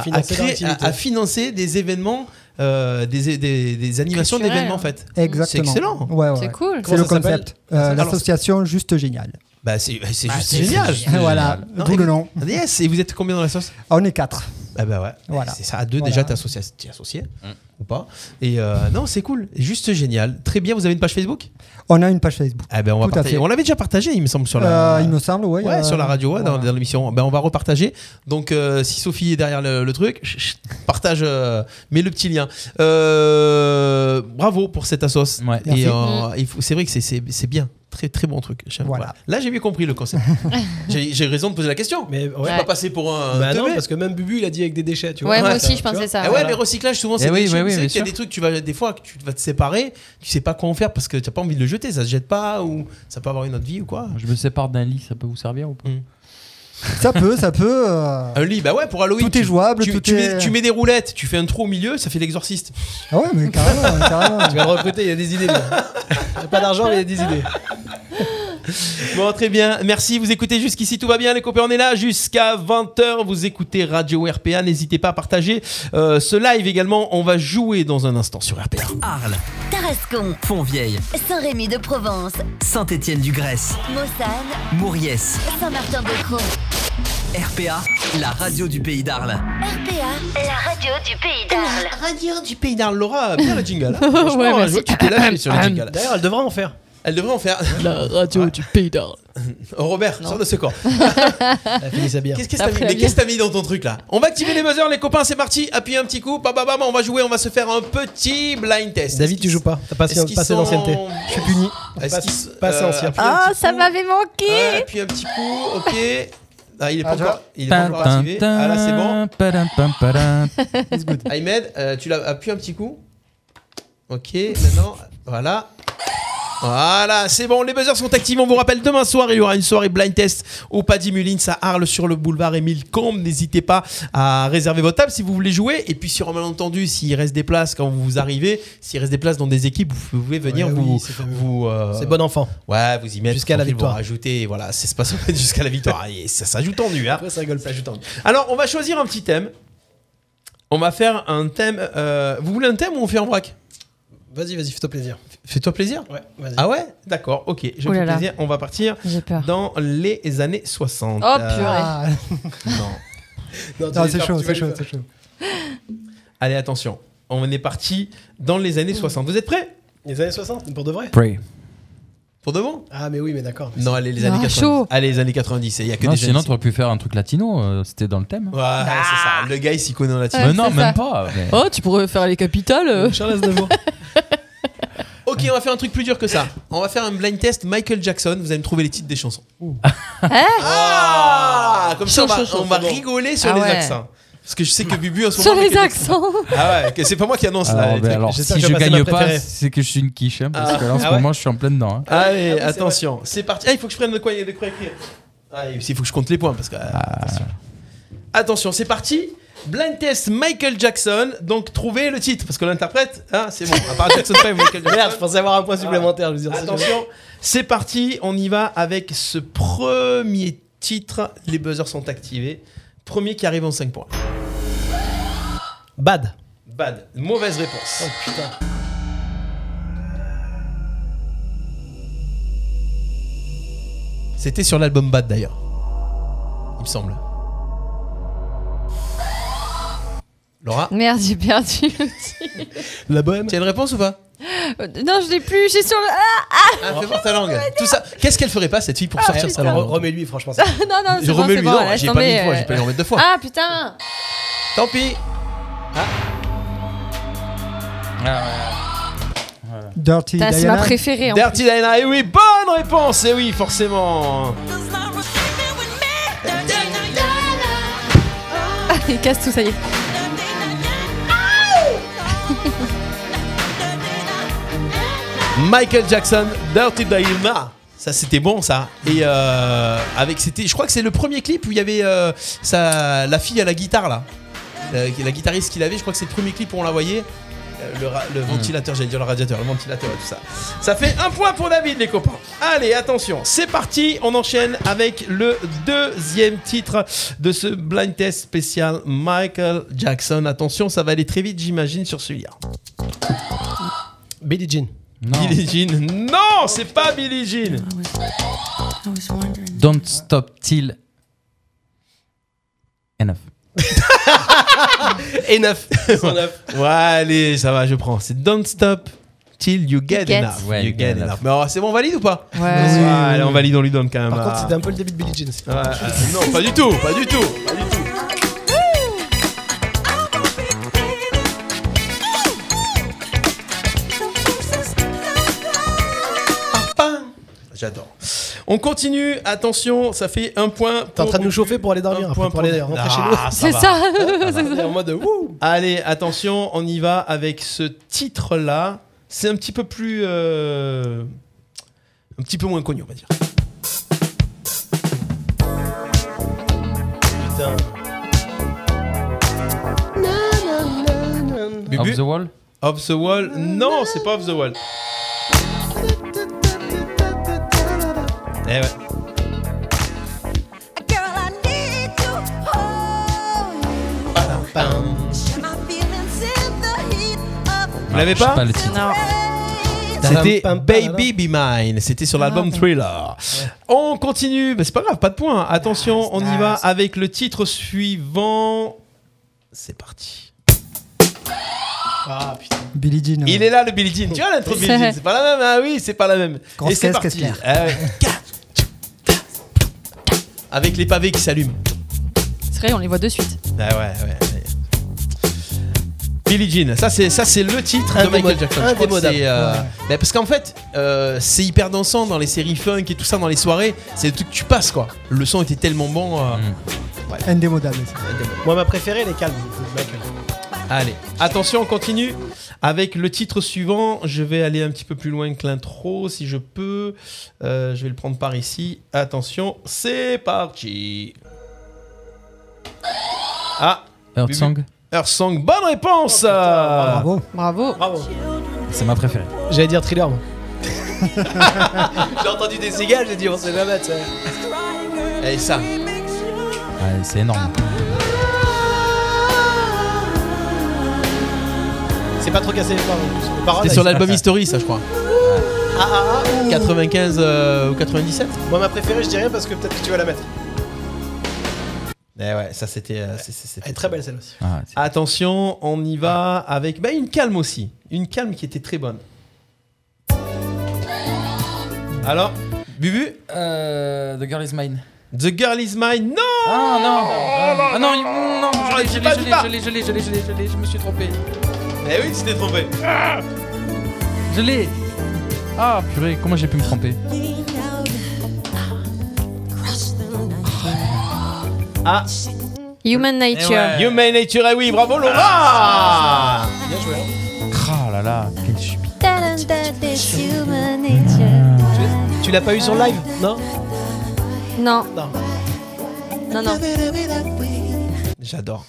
F: À
C: à,
F: financer leur
C: créer, à,
F: activité.
C: à financer des événements, euh, des, des, des animations
F: Culturel.
C: d'événements en fait. C'est
F: Exactement.
C: excellent.
F: Ouais, ouais. C'est
C: Comment
F: le
C: ça s'appelle
F: concept. Euh,
C: Alors,
F: L'association juste géniale.
C: bah, c'est bah, c'est
F: Bah,
C: juste
F: c'est
C: génial.
F: génial. Voilà,
C: Ah, Non,
F: d'où
C: et-
F: le nom.
C: Yes, et vous êtes combien dans la sauce
F: Ah, on est quatre.
C: Ah bah ouais.
F: Voilà.
C: C'est ça, à deux
F: Voilà.
C: déjà, t'es associé, t'es associé
F: Mm.
C: ou pas. Et euh, non, c'est cool. Juste génial. Très bien, vous avez une page Facebook
F: On a une page Facebook.
C: Ah ben on va
F: Tout à
C: partager.
F: fait.
C: On l'avait déjà partagé, il me semble sur
F: Euh,
C: la.
F: il me semble, ouais, euh,
C: sur la radio, ouais, dans,
F: voilà.
C: dans l'émission. Ben on va repartager. Donc euh, si Sophie est derrière le, le truc, chut, chut, partage, euh, mets le petit lien. Euh, bravo pour cette assos.
K: Merci.
C: Et euh, il faut- c'est vrai que c'est- c'est c'est bien. Très très bon truc. J'aime- voilà. Là j'ai mieux compris le concept. j'ai j'ai raison de poser la question. Mais je suis
A: ouais.
C: pas passé pour un.
E: Bah non,
C: teubé.
E: parce que même Bubu, il a dit avec des déchets, tu vois.
D: Ouais, moi aussi,
E: tu
D: je pensais
E: vois.
D: ça.
C: Eh ouais,
E: Voilà.
C: mais recyclage, souvent, c'est
E: Eh oui,
C: des
E: oui, oui,
C: tu sais
E: bien
C: qu'il y a
E: sûr.
C: des trucs, tu vas, des fois, que tu vas te séparer, tu sais pas quoi en faire parce que tu pas envie de le jeter, ça se jette pas ou ça peut avoir une autre vie ou quoi. Mm.
K: Je me sépare d'un lit, ça peut vous servir ou pas
F: Ça peut, ça peut. euh,
C: Un lit, bah ouais, pour Halloween.
F: Tout est jouable,
C: tu,
F: tout
C: tu
F: est-
C: Mets, tu mets des roulettes, tu fais un trou au milieu, ça fait l'exorciste.
F: Ah ouais, mais carrément, carrément.
C: vas le recruter, il y a des idées. J'ai pas d'argent, mais il y a des idées. Bon, très bien. Merci. Vous écoutez jusqu'ici. Tout va bien, les copains. On est là jusqu'à 20h. Vous écoutez Radio RPA. N'hésitez pas à partager euh, ce live également. On va jouer dans un instant sur RPA.
P: Arles,
I: Tarascon,
P: Fontvieille,
I: Saint-Rémy de Provence,
P: Saint-Étienne-du-Grèce,
I: Mossane,
P: Mauriès.
I: Saint-Martin-de-Croix.
P: RPA, la radio du pays d'Arles.
I: RPA, la radio du pays d'Arles.
C: radio du pays d'Arles. Laura, bien le jingle. hein.
I: Ouais,
C: Franchement,
I: merci.
C: je vois que tu t'es lâché sur le jingle.
E: D'ailleurs, elle devrait en faire.
C: Elle devrait en faire. La radio du pays d'Arles. Robert, sors de ce corps. Qu'est-ce que t'as mis,
E: Après la
C: mais
E: bière.
C: qu'est-ce que t'as mis dans ton truc là On va activer les buzzers, les copains, c'est parti. Appuyez un petit coup. Bam, bam, bam, on va jouer, on va se faire un petit blind test.
E: David, tu joues pas. T'as passé,
C: Est-ce qu'ils
E: passé
C: sont-
E: l'ancienneté. Je suis puni.
C: Est-ce qu'ils-
E: Passé
C: euh,
E: ancien.
C: appuie un
D: Oh,
C: petit
D: ça m'avait manqué
C: Ouais, appuie un petit coup, ok. Ah, il est pas
D: Ah, tu
C: encore,
D: vois
C: il est pas encore activé. Ah là, c'est bon. Ahmed, euh, tu l'as appuies un petit coup. Ok, maintenant, voilà. Voilà, c'est bon, les buzzers sont actifs. On vous rappelle, demain soir, il y aura une soirée blind test au Paddy Mullins à Arles sur le boulevard Émile Combes. N'hésitez pas à réserver votre table si vous voulez jouer. Et puis, sur un malentendu, s'il reste des places quand vous arrivez, s'il reste des places dans des équipes, vous pouvez venir
E: Ouais, oui,
C: vous.
E: c'est fameux.
C: vous euh,
E: C'est bon enfant.
C: Ouais, vous y mettez.
E: Jusqu'à la
C: tranquille, vous
E: victoire.
C: rajoutez, voilà, c'est se passe jusqu'à la victoire. Et ça s'ajoute en nu, hein.
E: Après, ça rigole pas.
C: Alors, on va choisir un petit thème. On va faire un thème. euh, vous voulez un thème ou on fait en vrac
E: Vas-y, vas-y, fais-toi plaisir.
C: Fais-toi plaisir
E: Ouais, vas-y.
C: Ah ouais D'accord, ok. Je
E: Ouh Oh là
C: fais
E: là.
C: plaisir. On va partir dans les années 60.
E: Oh,
C: Euh,
E: purée.
F: Ah.
C: Non.
F: Non,
C: tu vas
F: c'est
C: les faire,
F: chaud,
C: tu
F: c'est
C: vas les
F: chaud,
C: faire.
F: c'est chaud.
C: Allez, attention. On est parti dans les années 60. Vous êtes prêts
E: Les années 60, pour de vrai
K: Pray.
C: Pour de bon
E: Ah, mais oui, mais d'accord.
C: Non, allez, les années
E: Ah,
C: 90.
E: chaud.
C: Allez, les années 90. Il y a que
K: Non,
C: des
K: sinon,
C: années-
K: t'aurais pu faire un truc latino, euh, c'était dans le thème.
C: Ouais, c'est ça. Le gars, il s'y connaît en latino.
K: Mais non, même pas. mais-
Q: Oh, tu pourrais faire les capitales. euh.
C: Ok, on va faire un truc plus dur que ça. On va faire un blind test Michael Jackson. Vous allez me trouver les titres des chansons.
D: Hein
C: Ah, comme ça, on
Q: Chaud,
C: va,
Q: chaud, chaud,
C: on va
Q: c'est bon.
C: rigoler sur
Q: Ah
C: les
Q: ouais.
C: accents. Parce que je sais que Bubu en ce
Q: Sur
C: moment.
Q: les
C: avec
Q: accents.
C: Ah ouais, que c'est pas moi qui annonce
K: Alors,
C: là. les
K: ben,
C: trucs.
K: alors,
C: J'espère
K: si
C: que
K: je
C: vais passer ma
K: gagne pas,
C: préférée.
K: c'est que je suis une quiche, hein, parce
C: Ah.
K: que là en ce
C: Ah ouais.
K: moment je suis en plein dedans. hein.
C: Allez,
E: Ah oui, c'est
C: attention, c'est parti. Ah, il faut que je prenne de quoi, de quoi écrire. Ah, il faut que je compte les points parce que.
K: Ah.
C: attention. Attention, c'est parti. Blind test Michael Jackson. Donc trouvez le titre parce que l'interprète, hein, c'est bon. À part Jackson 5, Michael Jackson.
E: Merde, je pensais avoir un point supplémentaire. je veux dire, c'est
C: Attention, c'est parti, on y va avec ce premier titre. Les buzzers sont activés. Premier qui arrive en 5 points.
E: Bad.
C: Bad, mauvaise réponse. Oh putain. C'était sur l'album Bad d'ailleurs. Il me semble. Laura
D: Merde, j'ai perdu le titre.
E: La bohème
C: Tu as une réponse ou pas
D: Euh, Non, je l'ai plus, j'ai sur le. Ah, ah
C: Ah, Fais voir ta langue. Tout ça. Qu'est-ce qu'elle ferait pas cette fille pour
D: Ah,
C: sortir sa
D: putain.
C: langue
D: Re-
E: Remets-lui, franchement.
D: Non, non,
C: Je
D: c'est bon,
C: remets
D: c'est
C: lui
D: bon,
C: dedans,
D: laisse
C: j'ai pas
D: tomber,
C: mis une fois,
D: euh.
C: j'ai pas eu en mettre deux fois.
D: Ah putain
C: Tant pis.
F: Dirty
D: Putain,
F: Diana.
D: c'est ma préférée en
C: Dirty Diana, et oui, bonne réponse, et oui, forcément.
D: Ah, Il casse tout, ça y est.
C: Michael Jackson, Dirty Diana. Ça, c'était bon, ça. Et euh, avec, c'était, je crois que c'est le premier clip où il y avait euh, sa- la fille à la guitare, là. Euh, la guitariste qu'il avait, je crois que c'est le premier clip où on la voyait. Euh, Le, ra-
E: Hmm.
C: le ventilateur, j'allais dire le radiateur, le ventilateur et tout ça. Ça fait un point pour David, les copains. Allez, attention, c'est parti. On enchaîne avec le deuxième titre de ce blind test spécial Michael Jackson. Attention, ça va aller très vite, j'imagine, sur celui-là.
E: Billie Jean.
C: Billie Jean. Non, c'est pas Billie Jean.
K: Don't stop till enough.
C: Et 9. ouais, allez, ça va, je prends. C'est Don't Stop Till You Get,
E: Get.
C: Enough.
E: Ouais,
C: you
E: you
C: get
E: get
C: enough. Mais alors, c'est bon, on valide ou pas
E: Ouais. Oui, oui,
C: allez, on
E: oui.
C: valide, on lui donne quand même.
E: Par
C: ah.
E: contre, c'était un peu le début de Billie Jean. c'est-
C: Ouais, euh, non, pas du tout, pas du tout, pas du tout. J'adore. On continue, attention, ça fait un point. T'es
E: en train de nous chauffer pour aller dormir, après, pour aller rentrer chez
C: Ah,
E: nous.
R: C'est ça.
E: C'est ça.
C: En mode wouh. Allez, attention, on y va avec ce titre-là. C'est un petit peu plus. euh, un petit peu moins connu, on va dire. Putain.
K: Off
C: Bubu
K: the wall
C: Off the wall Non, c'est pas off the wall. Eh ouais. Vous l'avez pas
K: Ah, pas le titre.
C: C'était
E: Pam, pam, pam,
C: Baby Be Mine, c'était sur l'album Thriller. On continue, mais c'est pas grave, pas de points. Attention, on y va avec le titre suivant. C'est parti.
E: Ah putain.
F: Billy Jean. ouais.
C: Il est là le Billie Jean. Tu vois l'intro de Billie Jean, c'est pas la même. Ah oui, c'est pas la même.
F: Grosse
C: Et c'est
F: caisse,
C: parti.
F: caisse
C: Ah ouais. Avec les pavés qui s'allument.
R: C'est vrai, on les voit de suite.
C: Ah ouais, ouais. ouais. Billie Jean, ça c'est ça c'est le titre de Michael
E: Indémodable.
C: Jackson. Je crois que
E: Indémodable.
C: c'est, euh,
E: Ouais.
C: bah, parce qu'en fait, euh, c'est hyper dansant dans les séries funk et tout ça, dans les soirées. C'est le truc que tu passes quoi. Le son était tellement bon. euh,
F: Indémodable.
E: Mm. Moi, ma préférée, elle est calme. Michael.
C: Allez, attention, on continue avec le titre suivant. Je vais aller un petit peu plus loin que l'intro si je peux. Euh, je vais le prendre par ici. Attention, c'est parti. Ah,
K: Earth Song
C: Earth Song, bonne réponse.
F: Bravo.
R: Bravo.
E: Bravo.
K: C'est ma préférée.
E: J'allais dire thriller. moi.
C: J'ai entendu des cigales, j'ai dit on sait jamais. tu sais. Allez, Eh, ça.
K: Ouais, c'est énorme.
E: C'est pas trop cassé les paroles. en plus. Les paroles,
C: C'était
E: elles-
C: sur l'album History, ça, je crois.
E: Ah, ah, ah, ouh.
C: 95 euh, ou 97
E: Moi, ma préférée, je dirais parce que peut-être que tu vas la mettre.
C: Eh ouais, ça c'était. euh, c'est- c'est- c'était-
E: Elle est très belle celle aussi.
K: Ah, c'est- Ah.
C: Attention, on y va avec bah, une calme aussi. Une calme qui était très bonne. Alors, Bubu
K: Euh, The Girl Is Mine.
C: The Girl Is Mine, non Oh
K: Ah non Ah non, il- non, je l'ai,
C: j'ai
K: je
C: pas,
K: l'ai,
C: j'ai pas.
K: je l'ai, je l'ai, je l'ai, je l'ai, je l'ai, je me suis trompé.
C: Eh oui, tu t'es trompé.
K: Je l'ai Ah purée, comment j'ai pu me tromper
C: Ah,
D: Human Nature.
C: Eh Human Nature, eh oui, bravo Laura
K: Ah là là, quel stupide.
E: Tu l'as pas eu sur live Non
D: Non.
E: Non.
D: Non, non.
C: J'adore.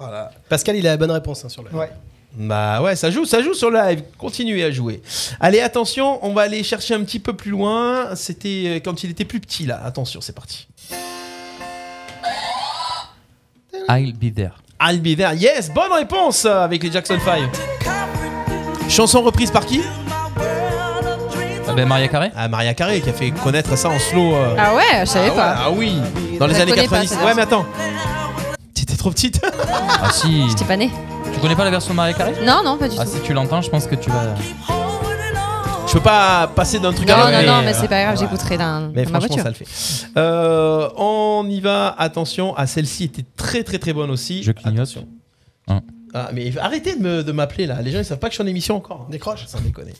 C: Oh là.
E: Pascal, il a la bonne réponse hein, sur live.
F: Ouais.
C: Bah ouais, ça joue, ça joue sur live. Continuez à jouer. Allez, attention, on va aller chercher un petit peu plus loin. C'était euh, quand il était plus petit là. Attention, c'est parti.
K: I'll be there.
C: I'll be there. Yes, bonne réponse euh, avec les Jackson 5. Chanson reprise par qui
K: Ah ben Maria Carré
C: Ah, Maria Carré qui a fait connaître ça en slow. euh.
D: Ah ouais, je savais
C: Ah ouais,
D: pas.
C: Ah oui, dans les
D: Je la
C: années
D: connais pas,
C: 90.
D: celle-là.
C: ouais, mais attends. T'étais trop petite.
K: Ah si
D: J'étais pas née.
K: Tu connais pas la version de Maria Carré
D: Non, non, pas du
K: Ah
D: tout.
K: si tu l'entends, je pense que tu vas...
C: Je peux pas passer d'un truc à
D: Non,
C: l'autre.
D: non,
K: mais,
D: non, mais
K: euh,
D: c'est pas grave,
C: ouais.
D: j'écouterai dans,
C: Mais
D: dans ma
C: franchement,
D: voiture.
C: ça le fait. Euh, on y va. Attention, à celle-ci était très très très bonne aussi.
K: Je clignote.
C: Attention.
K: Hein.
C: Ah, mais arrêtez de me- de m'appeler là. Les gens ils savent pas que je suis en émission encore. hein.
E: Décroche.
C: Sans déconner.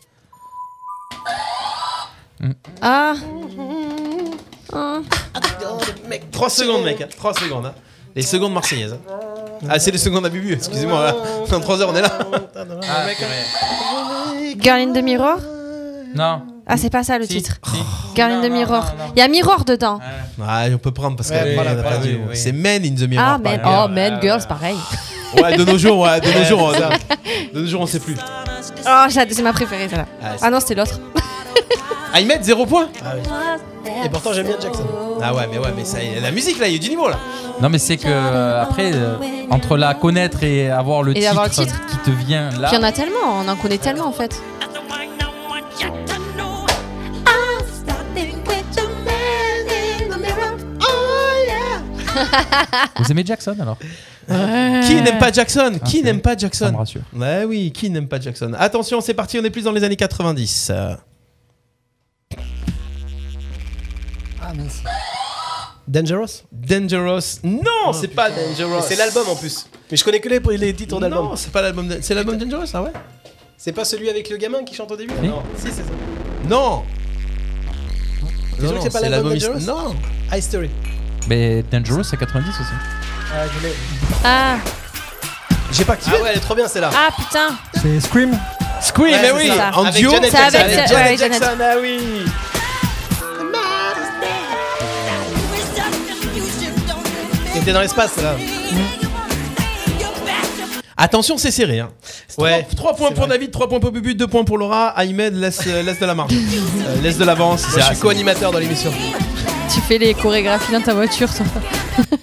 D: Ah. Ah.
C: 3 secondes, mec. 3 secondes. hein. Les secondes marseillaises. hein. Ah, c'est les secondes à Bubu. Excusez-moi. là. Dans 3 heures, on est là.
K: Ah mec
C: hein.
D: Girl in the Mirror
K: Non
D: Ah, c'est pas ça le
K: Si,
D: titre.
K: si.
D: Girl in
K: Non,
D: the
K: non,
D: Mirror.
K: non, non.
D: Il y a Mirror dedans.
C: Ah, on peut prendre parce qu'après,
E: Ouais,
C: on a
E: voilà,
C: perdu.
K: voilà, oui.
C: C'est Men in the Mirror.
D: Ah,
C: par
D: men,
C: exemple.
D: oh, men, girls, pareil.
C: Ouais, de nos jours, ouais, de nos jours, on a- de nos jours, on sait plus.
D: Oh, j'ad- c'est ma préférée, celle-là.
C: Ah, c'est-
D: Ah non, c'était l'autre.
C: Ah, ils mettent 0 point
E: Et pourtant, j'aime bien Jackson.
C: Ah ouais, mais ouais, mais ça, la musique là, il y a du niveau là.
K: Non mais c'est que euh, après, euh, entre la connaître et avoir le,
D: Et
K: titre,
D: avoir le titre.
K: qui te vient là...
D: Puis il y en a tellement, on en connaît tellement en fait.
K: Vous aimez Jackson alors
C: Qui n'aime pas Jackson
K: Ah,
C: Qui
K: c'est
C: n'aime
K: vrai.
C: pas
K: Ça me
C: Jackson
K: rassure.
C: Ouais, oui, qui n'aime pas Jackson Attention, c'est parti, on est plus dans les années 90. Euh,
F: Ah, mince.
E: Dangerous Oh,
C: Dangerous. Non, c'est pas Dangerous.
E: C'est l'album en plus. Mais je connais que les, les titres d'album.
C: Non, Oh, c'est pas l'album. de- C'est l'album Dangerous, ah ouais
E: C'est pas celui avec le gamin qui chante au début là
K: Oui.
E: Non, si c'est ça.
C: Non
E: T'es sûr
C: non,
E: que c'est pas
C: c'est
E: l'album Ah,
C: l'album
E: Dangerous
C: Hist- non.
E: High Story.
K: Mais Dangerous, c'est 90 aussi.
E: Ah, je l'ai.
D: Ah,
E: J'ai pas kiffé. Ah ouais, elle est trop bien celle-là.
D: ah putain.
F: C'est Scream.
C: Scream,
E: Ouais,
C: mais
E: c'est
C: oui,
E: ça.
C: en
E: Avec
C: duo.
E: Janet
D: C'est
E: Jackson.
D: avec-
E: Avec
D: ouais,
E: Janet
D: avec Janet.
E: Jackson, ah oui.
C: C'était dans l'espace là. Attention, c'est serré. Hein.
E: Ouais.
C: 3 points pour David, 3 points pour Bubu, 2 points pour Laura. Ahmed laisse, euh, laisse de la marge. Euh, laisse de l'avance.
E: Moi, je suis
C: co-animateur dans l'émission.
R: Tu fais les chorégraphies dans ta voiture, toi.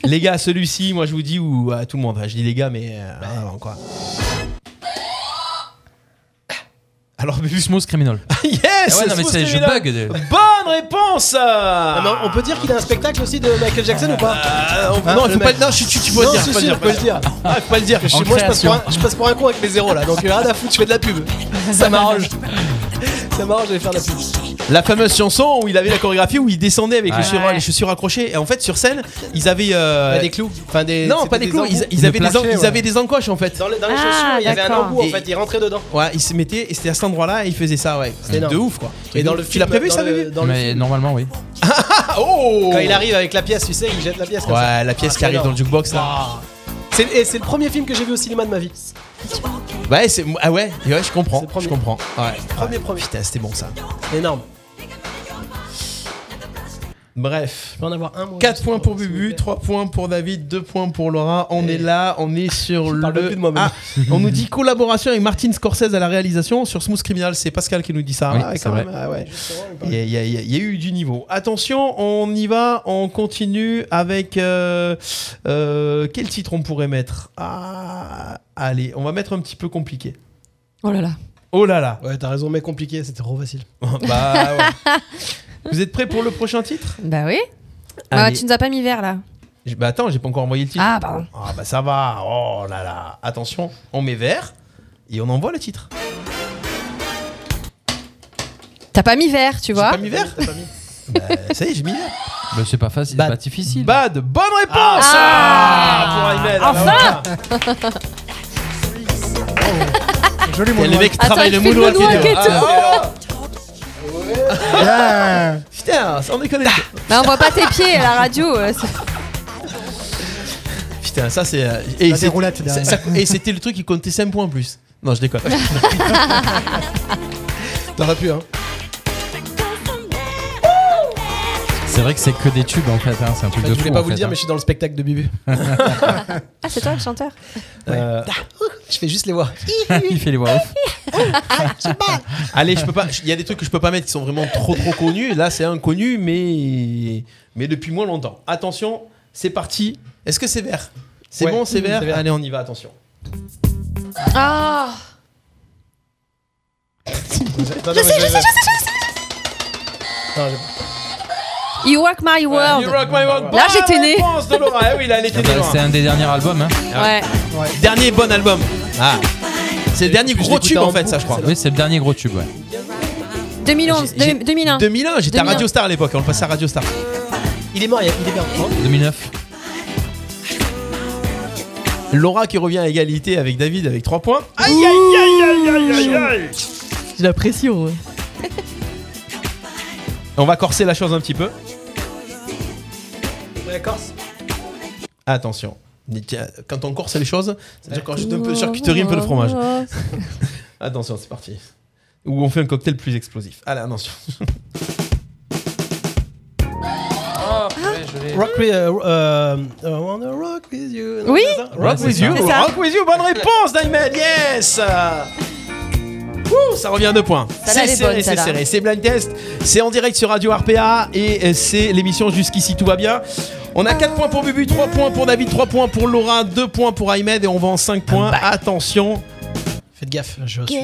C: les gars, celui-ci, moi je vous dis, ou à tout le monde. Je dis les gars, mais. euh, avant, quoi. Alors, Bubu.
K: Smooth Criminal.
C: Yes!
K: Ah ouais, non, mais
C: Smooth
K: c'est- je
C: Criminal.
K: bug de-
C: Bonne réponse!
E: Ah, mais on peut dire qu'il a un spectacle aussi de Michael Jackson ou pas
C: Euh, on-
E: Hein,
C: non,
E: le
C: faut pas,
E: mec.
C: le- non, je- tu, tu peux le
E: Non,
C: dire.
E: si,
C: faut pas
E: si,
C: le
E: on
C: dire, faut pas
E: peut
C: le
E: le
C: dire.
E: dire.
C: Ah, faut pas le dire.
E: Je sais,
C: En
E: moi, je passe, pour un,
C: création.
E: je passe pour un con avec mes zéros là, donc euh, rien à foutre, je fais de la pub. Ça m'arrange. Ça m'arrange, je vais faire de la pub.
C: La fameuse chanson où il avait la chorégraphie où il descendait avec les,
E: Ouais.
C: chaussures, les chaussures accrochées. Et en fait, sur scène, ils avaient. euh,
E: Bah, des clous. Enfin, des,
C: Non,
E: c'était
C: pas des clous,
E: embouts.
C: ils, ils avaient des en- ils avaient des encoches en fait.
E: Dans, les- dans les
C: Ah,
E: chaussures, il y avait un
C: d'accord.
E: embout en
C: Et-
E: fait, il rentrait dedans.
C: Ouais, ils se mettaient et c'était à cet endroit-là et ils faisaient ça, ouais. C'était
E: énorme.
C: de ouf quoi.
E: Et dans le
C: Tu l'as
E: film,
C: prévu
E: dans
C: ça,
E: le-
C: bébé
E: dans le Mais film.
K: normalement, oui.
C: oh
E: Quand il arrive avec la pièce, tu sais, il jette la pièce comme ça. Ah.
C: Ouais, la pièce qui arrive dans le jukebox là.
E: C'est- Et c'est le premier film que j'ai vu au cinéma de ma vie.
C: Ouais, c'est. Ah ouais, et ouais, je comprends. Je comprends. Ouais.
E: Premier,
C: Ouais. Putain, c'était bon ça.
E: Énorme.
C: Bref.
E: Je peux en avoir un, moi
C: 4 points pour Bubu, 3 points pour David, 2 points pour Laura. On est là, on est sur le.
E: plus de moi-même.
C: Ah, on nous dit collaboration avec Martin Scorsese à la réalisation sur Smooth Criminal. C'est Pascal qui nous dit ça.
K: Oui,
C: Ah,
K: c'est
C: quand
K: vrai.
C: même, ah ouais. Il y, a- il y a- il y a- il y a eu du niveau. Attention, on y va, on continue avec. euh, euh, quel titre on pourrait mettre Ah, Allez, on va mettre un petit peu compliqué.
R: Oh là là.
C: Oh là là
E: Ouais, t'as raison, mais compliqué, c'était trop facile.
C: Bah ouais. Vous êtes prêts pour le prochain titre
D: Bah oui. Bah,
C: Allez.
D: tu nous as pas mis vert là.
C: J'ai- Bah attends, j'ai pas encore envoyé le titre.
D: Ah, pardon.
C: Ah bah ça va. Oh là là. Attention, on met vert et on envoie le titre.
D: T'as pas mis vert, tu vois.
C: Pas mis vert Bah ça y est, j'ai mis vert.
K: Bah, c'est pas facile, c'est pas difficile.
C: Bad, bonne réponse
K: Ah.
C: Ah, pour Aymed,
K: Enfin
C: alors.
F: Oh, Joli
C: Et
F: moonwalk.
C: les mecs qui travaillent le moonwalk et tout. Ah,
F: Bien. Ah,
C: Putain, sans déconner.
D: Mais Bah, on voit pas tes pieds à la radio. euh, c'est-
C: Putain, ça c'est. euh, Et
F: La
C: c'est-
F: déroulade
C: ça-
F: derrière.
C: ça- et c'était le truc qui comptait 5 points en plus. Non, je déconne. T'aurais pu, hein.
K: C'est vrai que c'est que des tubes en fait, hein, c'est un truc
E: Enfin,
K: de
E: je voulais
K: fou,
E: pas
K: en
E: vous le
K: fait,
E: dire,
K: hein.
E: mais je suis dans le spectacle de Bubu.
D: Ah, c'est toi le chanteur
C: Euh,
D: Ah,
E: Je fais juste les voix.
K: Il fait les voix off.
C: Allez, je peux pas. Il y a des trucs que je peux pas mettre qui sont vraiment trop trop connus. Là, c'est inconnu, mais mais depuis moins longtemps. Attention, c'est parti. Est-ce que c'est vert C'est
E: Ouais.
C: bon, c'est
E: Mmh,
C: vert.
E: c'est vert.
C: Allez, on y va. Attention.
D: Ah
E: Attends,
D: Je
E: non,
D: sais,
E: mais
D: je sais, je sais, je sais,
E: Attends,
D: je sais. You Rock My World.
C: You Rock My World.
D: Là,
C: Bonne
D: j'étais née.
C: réponse de Laura. Eh oui, là, elle était
K: Ah bah,
C: née, Laura.
K: C'est un des derniers albums. Hein.
D: Ouais.
C: Dernier bon album. Ah. C'est le dernier gros tube en fait, ça je crois.
K: Oui, c'est le dernier gros tube, ouais.
D: 2011,
C: J'ai-
D: 2001.
C: 2001, j'étais à Radio Star à l'époque, hein, on le passait à Radio Star.
E: Il est mort, il y a- il est mort.
K: 2009.
C: Laura qui revient à égalité avec David avec 3 points. Aïe aïe aïe aïe aïe aïe aïe
R: J'ai la pression. ouais.
C: On va corser la chose un petit peu.
E: Ouais, Corse.
C: Attention. Tiens, Quand on corse les choses, c'est-à-dire quand je un peu de charcuterie, un peu de fromage.
E: Oh,
C: Attention, c'est parti. Ou on fait un cocktail plus explosif. Allez, attention.
R: Ah,
E: Rock with, euh, euh, I wanna rock with you.
C: Oui.
E: C'est ça
C: Rock
E: Ouais,
C: with
E: c'est
C: you,
E: ça.
C: rock with you, bonne réponse, Diamond, yes Ouh, ça revient à deux points.
E: Celle-là,
C: C'est
E: elle est
C: serré,
E: bonne,
C: c'est
E: celle-là.
C: serré. C'est Blind Test, c'est en direct sur Radio RPA et euh, c'est l'émission Jusqu'ici tout va bien. On a 4 points pour Bubu, 3 points pour David, 3 points pour Laura, 2 points pour Ahmed et on va en 5 points. Attention.
E: Faites gaffe, je suis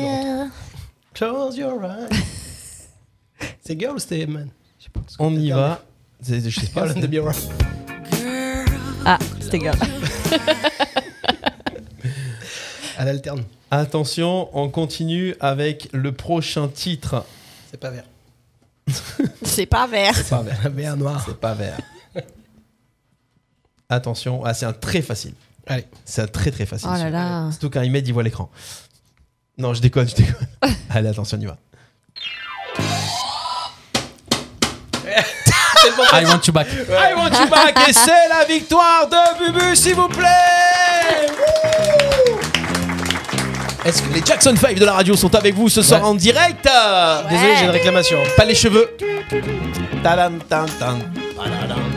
E: Close your eyes. C'est girl ou c'était man
C: On y va. C'est- Je sais pas.
E: Girl and the Mirror.
R: Ah, c'était grave.
E: Elle alterne.
C: Attention, on continue avec le prochain titre.
E: C'est pas vert.
D: C'est pas vert.
C: C'est pas vert.
E: Vert noir.
C: C'est pas vert. Attention, ah, c'est un très facile.
E: Allez.
C: C'est un très très facile.
D: Oh là
C: celui-là.
D: là.
C: Surtout quand il met, il voit l'écran. Non, je déconne, je déconne. Allez, attention, on y va. c'est le moment.
K: I want you back.
C: I want you back. Et c'est la victoire de Bubu, s'il vous plaît. Wouh Est-ce que les Jackson 5 de la radio sont avec vous ce soir en direct euh
E: Désolé, j'ai une réclamation.
C: Pas les cheveux. Tadam, tam, tam.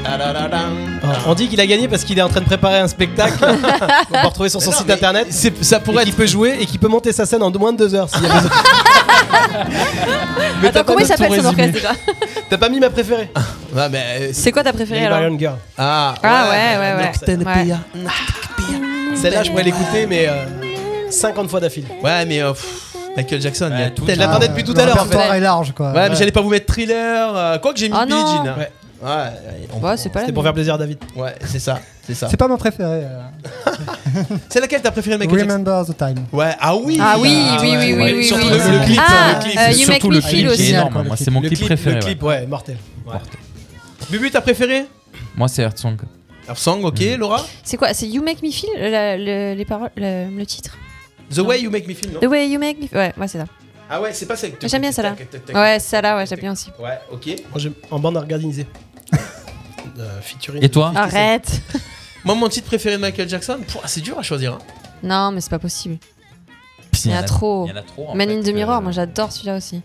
E: Ah, On dit qu'il a gagné parce qu'il est en train de préparer un spectacle. On peut retrouver sur son site internet.
C: Ça pourrait
E: Qui peut jouer et qui peut monter sa scène en moins de deux heures. s'il y a besoin.
C: Mais t'as
R: Attends, comment
C: pas
R: il s'appelle
C: tout
R: son orchestre
C: résumé.
R: déjà
E: T'as pas mis ma préférée
C: Ah, mais-
R: C'est quoi ta préférée
E: Lady
R: alors
E: Byron Girl.
C: Ah,
R: Ah ouais, ouais, ouais.
C: Nocturnopia.
E: Celle-là, je pourrais l'écouter, mais euh, 50 fois d'affilée.
C: Ouais, mais euh, pff, Michael Jackson, il y a tout. Elle
E: ça.
C: l'attendait depuis tout
E: Le
C: à l'heure. en
E: répertoire
C: fait.
E: est large, quoi.
C: Ouais, mais
E: Ouais.
C: j'allais pas vous mettre thriller. euh, quoi que j'ai mis
E: Ah
C: Billie
E: non.
C: Jean. hein.
E: Ouais.
C: Ouais, ouais, on-
E: Ouais, c'est pas la
C: c'était
E: mienne.
C: plaisir à David. Ouais, c'est ça, c'est ça.
F: C'est pas ma préférée. euh,
C: C'est laquelle t'as préférée, Michael Jackson
F: Remember the Time.
C: Ouais, ah oui.
F: Ah oui, oui, oui, oui, oui,
C: Surtout
F: oui,
C: le,
F: oui.
C: le clip,
F: Ah,
C: le clip,
F: euh,
C: surtout
F: You Make Me
C: le
F: Feel
C: clip
F: aussi.
C: qui est énorme.
K: Moi, c'est mon
C: Le
K: clip
C: clip,
K: préféré.
C: Le
K: ouais.
C: clip, ouais, mortel. Ouais. Bubu, t'as préféré
K: Moi, c'est Mm. Heartsong.
C: Heartsong, ok, Laura
D: C'est quoi C'est You Make Me Feel la- le, les paroles, le, le titre
C: The Way You Make Me Feel, non
D: The Way You Make Me Feel. Ouais, moi c'est ça.
C: Ah ouais, c'est pas celle que
D: J'aime bien celle-là. Ouais, celle-là, ouais, j'aime bien aussi.
C: Ouais, ok.
E: Moi, j'aime en bande organisée. Euh, featuring.
K: Et toi
D: Arrête
C: Moi, mon titre préféré de Michael Jackson, pouah, c'est dur à choisir. hein.
D: Non, mais c'est pas possible.
C: il
D: Il
C: y
D: y,
C: en
D: en
C: a-
D: a trop.
C: il y en a trop, en
D: Man
C: fait,
D: in the Mirror, moi j'adore celui-là aussi.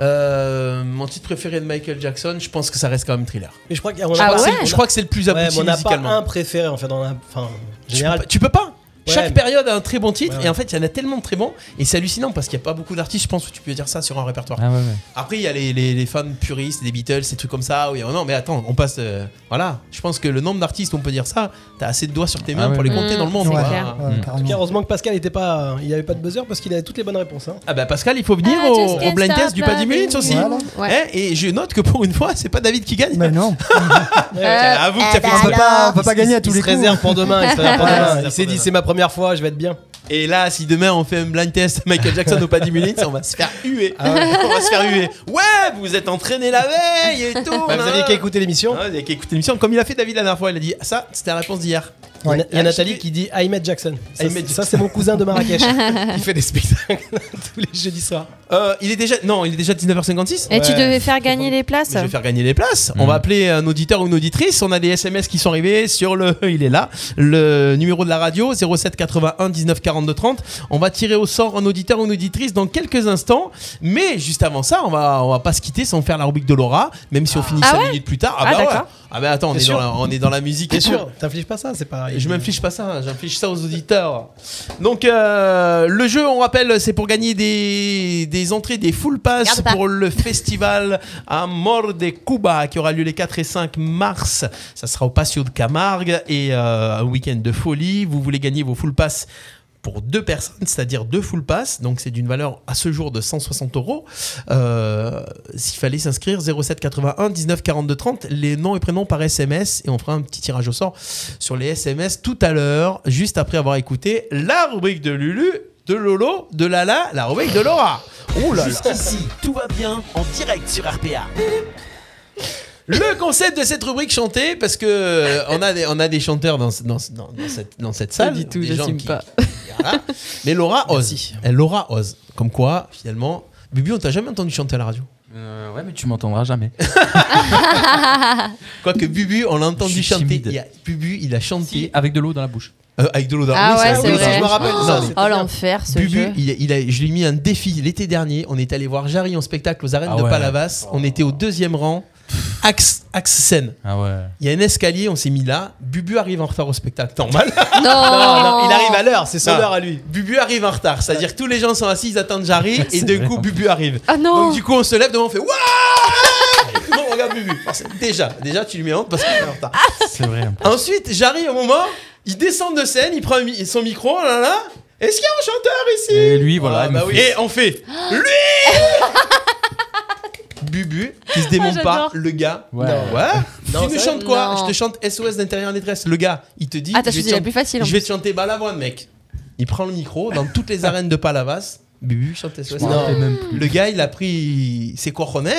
C: Euh, mon titre préféré de Michael Jackson, je pense que ça reste quand même Thriller.
E: Mais je crois
C: Je
F: Ah
C: crois que c'est- je crois que c'est le plus abouti
E: Ah, Ouais, mais on n'a pas
C: musicalement.
E: un préféré en fait. On a, enfin,
C: Tu peux pas- Tu peux pas
E: Ouais,
C: Chaque
E: mais-
C: période a un très bon titre
E: Ouais,
C: et en fait il y en a tellement de très bons et c'est hallucinant parce qu'il n'y a pas beaucoup d'artistes je pense où tu peux dire ça sur un répertoire.
K: Ah ouais, ouais.
C: Après il y a les, les, les fans puristes des Beatles des trucs comme ça où il y a- non mais attends on passe euh, voilà je pense que le nombre d'artistes on peut dire ça t'as assez de doigts sur tes mains pour les compter dans le monde.
E: Ouais, Mmh.
C: quoi.
E: ouais, En tout cas, heureusement que Pascal n'était pas, il avait pas de buzzer parce qu'il avait toutes les bonnes réponses. hein.
C: Ah bah Pascal, il faut venir
E: Ah,
C: au,
E: just can't
C: au blind test
E: stop
C: du pas 10
E: loving
C: minutes
E: you.
C: aussi.
E: Voilà.
C: Hein, et je note que pour une fois, c'est pas David qui gagne. Mais
F: non.
C: Avoue que t'as fait
E: On peut
C: exprès.
E: pas- on
F: pas
E: peut Eh ben Il-
F: gagner
E: il-
F: à tous les
E: Il se
F: coups.
E: réserve pour demain. Il se réserve pour
K: Ah
C: Ouais.
E: demain. Il s'est dit, c'est ma première fois, je vais être bien.
C: Et là, si demain on fait un blind test Michael Jackson au pas 10 minutes, on va se faire huer.
E: Ah ouais.
C: on va se faire huer. Ouais, vous êtes entraîné la veille et tout.
E: Bah, vous aviez qu'à écouter
C: l'émission. vous aviez qu'à écouter l'émission. Comme il a fait David la dernière fois, il a dit ça, c'était la réponse d'hier.
E: Il y en a- Il y a
C: Ah,
E: Nathalie
C: je-
E: qui dit Ahmed Jackson. Ça,
C: Ahmed
E: c'est-
C: Jackson.
E: ça, c'est mon cousin de Marrakech.
C: il fait des spectacles tous les jeudis soirs. Euh, il est déjà non, il est déjà 19h56.
D: Et tu
C: Ouais.
D: devais faire gagner les places
C: Je vais faire gagner les places. On va appeler un auditeur ou une auditrice. On a des SMS qui sont arrivés sur le. Il est là. Le numéro de la radio 07 81 19 42 30. On va tirer au sort un auditeur ou une auditrice dans quelques instants. Mais juste avant ça, on va on va pas se quitter sans faire la rubrique de Laura, même si on finit
E: Ah
C: 5
E: ouais
C: minutes plus tard.
E: Ah,
C: bah ouais.
E: d'accord.
C: Ah bah attends, on
E: T'es
C: est,
E: sûr
C: dans la, on est dans la musique.
E: T'es
C: et tout.
E: sûr T'infliges pas ça, c'est pas.
C: Je m'inflige pas ça, hein, j'inflige ça aux auditeurs. Donc euh, le jeu, on rappelle, c'est pour gagner des, des entrées, des full pass
Q: Regarde pas.
C: pour le festival Amor de Cuba qui aura lieu les 4 et 5 mars. Ça sera au Patio de Camargue et euh, un week-end de folie. Vous voulez gagner vos full pass pour deux personnes, c'est-à-dire deux full pass, donc c'est d'une valeur à ce jour de 160 euros. Euh, S'il fallait s'inscrire, 07 81 19 42 30, les noms et prénoms par SMS, et on fera un petit tirage au sort sur les SMS tout à l'heure, juste après avoir écouté la rubrique de Lulu, de Lolo, de Lala, la rubrique de Laura. Oh là là.
A: Jusqu'ici, tout va bien en direct sur RPA.
C: Le concept de cette rubrique chantée, parce que euh, on a des, on a des chanteurs dans, ce- dans, ce- dans- dans cette, dans cette salle.
R: du tout,
C: des gens
R: j'assume
C: qui-
R: pas.
C: voilà. Mais Laura ose. Elle, Laura ose. Comme quoi, finalement, Bubu, on t'a jamais entendu chanter à la radio.
K: Euh, ouais, mais tu m'entendras jamais.
C: Quoique Bubu, on l'a entendu chanter.
K: timide.
C: Il a- Bubu, il a chanté. Euh,
K: avec de l'eau dans la bouche.
C: avec de l'eau dans la
D: Ah
C: oui,
D: ouais,
C: ça,
D: c'est
C: oui, ça,
D: vrai.
C: Je me rappelle.
D: Oh,
C: Non, mais-
D: oh, l'enfer ce
C: Bubu,
D: jeu.
C: il a- il a- je lui ai mis un défi l'été dernier. On est allé voir Jarry en spectacle aux arènes
K: Ah
C: de
K: ouais.
C: Palavas. On était au deuxième rang, axe, axe scène.
K: Ah ouais.
C: Il y a un escalier, on s'est mis là. Bubu arrive en retard au spectacle, normal.
E: Non.
C: il arrive à l'heure, c'est son
E: Non.
C: heure à lui. Bubu arrive en retard, c'est-à-dire que tous les gens sont assis, ils attendent Jarry, et
E: C'est
C: d'un
E: vrai.
C: coup Bubu arrive.
E: Ah non.
C: Donc du coup on se lève devant, on fait Waouh Bon, regarde Bubu. Forcément, Déjà, déjà tu lui mets honte parce qu'il est en retard.
K: C'est vrai.
C: Ensuite, j'arrive au moment, il descend de scène, il prend un mi- son micro, là là. Est-ce qu'il y a un chanteur ici
K: Et lui, voilà.
C: Ah,
K: il me
C: bah oui.
K: fait-
C: Et on fait lui Bubu, qui se démonte
K: Ah,
C: pas,
K: j'adore.
C: le gars.
K: Ouais.
C: Non. Ouais.
K: Non,
C: tu nous
K: ça-
C: chantes quoi
K: non.
C: Je te chante SOS d'intérieur en détresse. Le gars, il te dit.
D: Ah, t'as
C: je vais
D: choisi
C: te
D: la
C: chan-
D: plus facile, en
C: Je vais te chanter Balavoine, mec. Il prend le micro dans toutes les arènes de Palavas. Bubu chante SOS.
E: m'en rappelle même
C: Le gars, il a pris ses cojones.
E: Et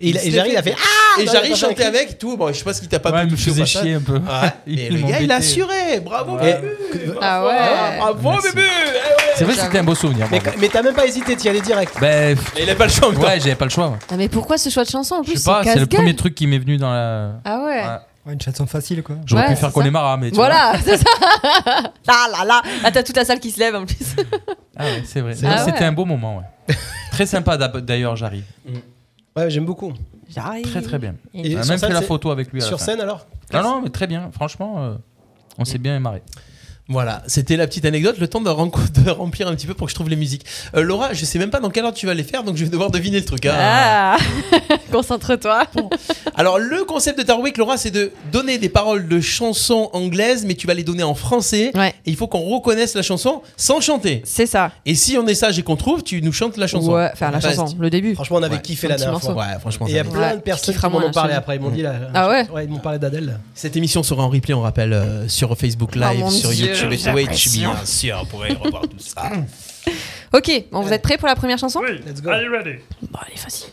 E: il a- et Jarry, il a fait, Ah
C: Et
E: Non, il
C: Jarry
E: a pas fait
C: chantait
E: un clip.
C: avec et tout. Bon, je sais pas ce qu'il t'a pas
K: Ouais,
C: pu
K: il me
C: toucher au
K: faisait
C: passage.
K: chier un peu.
C: Ouais. Mais
K: Ils
C: le gars, il
K: m'embêtaient.
C: a assuré. Bravo,
K: Ouais.
C: Bubu.
K: Ah
C: Bravo,
K: ouais.
C: Bravo,
K: Merci.
C: Bubu. Eh ouais.
K: C'est vrai que c'était un beau souvenir.
E: Mais,
K: bravo.
E: mais t'as même pas hésité, t'y allais direct.
K: Ben,
C: il avait pas le choix.
K: Ouais, j'avais pas le choix. ouais.
D: Ah, mais pourquoi ce choix de chanson en plus
K: Je sais pas, c'est le
D: casse-gueule.
K: premier truc qui m'est venu dans la.
D: Ah ouais.
F: une chanson facile quoi.
K: J'aurais
D: Ouais,
K: pu
D: c'est
K: faire
D: ça.
K: Connemara, mais tu
R: Voilà,
K: vois.
R: c'est ça. Ah là là, là t'as toute la salle qui se lève en plus.
K: Ah ouais, c'est vrai.
R: C'est
K: Non,
R: vrai.
K: C'était un beau moment, ouais. très sympa d'ab- d'ailleurs, Jarry.
E: Ouais, j'aime beaucoup.
K: Très très bien.
E: Et
K: On a
E: sur
K: même
E: scène,
K: fait la
E: c'est-
K: photo avec lui. à la
E: Sur
K: fin.
E: scène alors
K: Non, non, mais très bien. Franchement, euh, on s'est bien marré.
C: Mm. Voilà, c'était la petite anecdote, le temps de, ren- de remplir un petit peu pour que je trouve les musiques. Euh, Laura, je sais même pas dans quelle heure tu vas les faire, donc je vais devoir deviner le truc. hein.
R: Ah, concentre-toi.
C: Alors, le concept de ta rubrique, Laura, c'est de donner des paroles de chansons anglaises, mais tu vas les donner en français. Et il faut qu'on reconnaisse la chanson sans chanter.
R: C'est ça.
C: Et si on est sage et qu'on trouve, tu nous chantes la chanson.
D: Ouais, enfin, la
C: Reste.
D: chanson, le début.
E: Franchement, on avait
C: Ouais.
E: kiffé
C: Un
E: la
C: petit
E: dernière
C: morceau.
E: fois.
C: Ouais, franchement,
E: Et il y a
C: ça-
E: plein
D: Ouais,
E: de personnes
D: qui
E: qui m'en
D: fera
E: ont parlé
D: moins,
E: après. Ils m'ont dit là.
D: Ah ouais
E: Ils m'ont parlé d'Adèle.
C: Cette émission sera en replay, on rappelle, euh, sur Facebook Live,
D: Oh mon
C: sur
D: Dieu,
C: YouTube et
D: j'ai
C: Twitch,
D: l'impression.
C: bien sûr, vous pouvez revoir tout ça.
D: Ok, bon, vous êtes prêts pour la première chanson Oui,
E: let's go.
D: Are you ready Bon, elle est facile.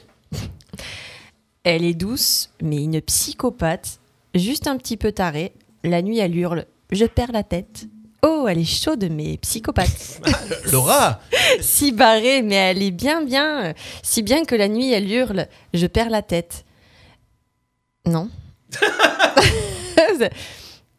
D: Elle est douce, mais une psychopathe, juste un petit peu tarée. La nuit, elle hurle Je perds la tête. Oh, elle est chaude, mais psychopathe.
C: Euh, Laura
D: si barrée, mais elle est bien, bien. euh, Si bien que la nuit, elle hurle Je perds la tête. Non.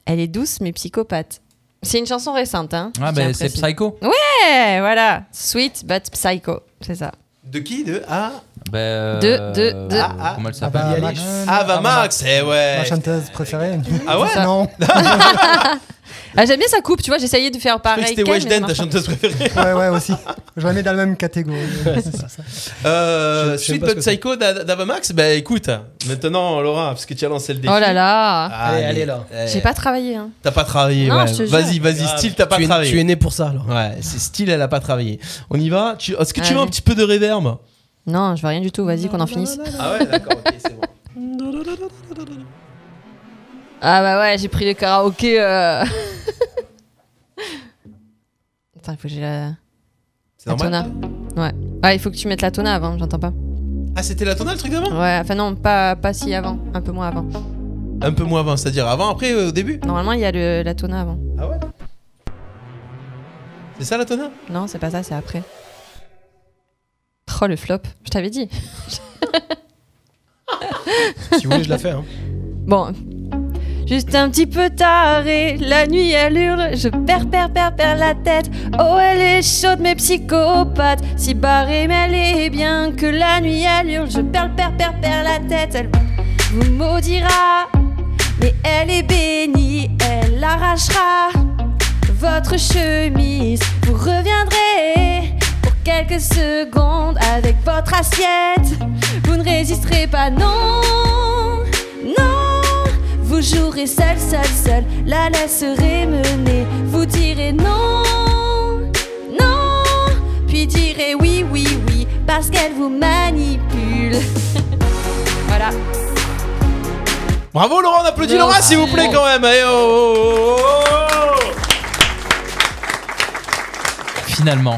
D: elle est douce, mais psychopathe. C'est une chanson récente, hein
K: Ah, ben,
D: je tiens à
K: c'est
D: préciser.
K: Psycho.
D: Ouais, voilà. Sweet but psycho, c'est ça.
C: De qui De A
K: Ben, euh,
D: De- de- de-
K: Ah, ah. Comment elle s'appelle
F: bah, Max.
C: Ah, bah Max, eh ouais
F: Ma chanteuse préférée.
C: Ah ouais
F: Non.
D: Ah, j'aime bien sa coupe, tu vois, j'essayais de faire
C: Je croyais que
D: pareil.
C: C'était
D: qu'elle, mais
C: Weshden,
D: ça
C: ta
D: marche
C: chanteuse préférée.
F: ouais, ouais, aussi. Je la mets dans la même catégorie.
C: Euh,
E: Je- je sais
C: Sweet
E: pas ce
C: But
E: que c'est.
C: Psycho d'A- d'Avamax, bah écoute, maintenant Laura, parce que tu as lancé le
D: pas.
C: défi.
D: Oh là là.
C: Allez,
E: Allez, allez, là.
C: allez.
D: J'ai pas travaillé. Hein.
C: T'as pas travaillé,
D: Non,
C: ouais.
D: je te jure.
C: Vas-y, vas-y,
E: Grave.
C: style, t'as pas
E: Tu es-
C: travaillé.
E: tu es né pour ça, alors.
C: Ouais, c'est style, elle a pas travaillé. On y va Tu- Est-ce que tu veux
D: Allez.
C: un petit peu de réverb
D: Non, je vois rien du tout, vas-y qu'on en finisse.
C: Ah ouais, d'accord, ok, c'est bon.
D: Ah bah ouais, j'ai pris le karaoké. euh. Attends, il faut que j'ai la.
C: C'est
D: La tona.
C: normal
D: Ouais. Ouais, il faut que tu mettes la tona avant, j'entends pas.
C: Ah, c'était la tonale, le truc d'avant
D: Ouais, enfin non, pas, pas si avant, un peu moins avant.
C: Un peu moins avant, c'est-à-dire avant, après, euh, au début
D: Normalement, il y a le, la tona avant.
C: Ah ouais C'est ça la tona
D: Non, c'est pas ça, c'est après. Oh le flop, je t'avais dit.
E: Si vous voulez, je la fais. Hein.
D: Bon. Juste un petit peu taré, la nuit elle hurle, je perds, perds, perds, perds la tête. Oh, elle est chaude, mais psychopathe, si barrée, mais elle est bien que la nuit elle hurle, je perds, perds, perds, perds la tête. Elle vous maudira, mais elle est bénie, elle arrachera votre chemise. Vous reviendrez pour quelques secondes avec votre assiette. Vous ne résisterez pas, non, non. Vous jouerez seul, seul, seul. La laisserez mener. Vous direz non, non. Puis direz oui, oui, oui, parce qu'elle vous manipule. voilà.
C: Bravo Laura, on applaudit
D: Merci.
C: Laura s'il vous plaît quand même. Allez, oh, oh, oh, oh.
K: Finalement.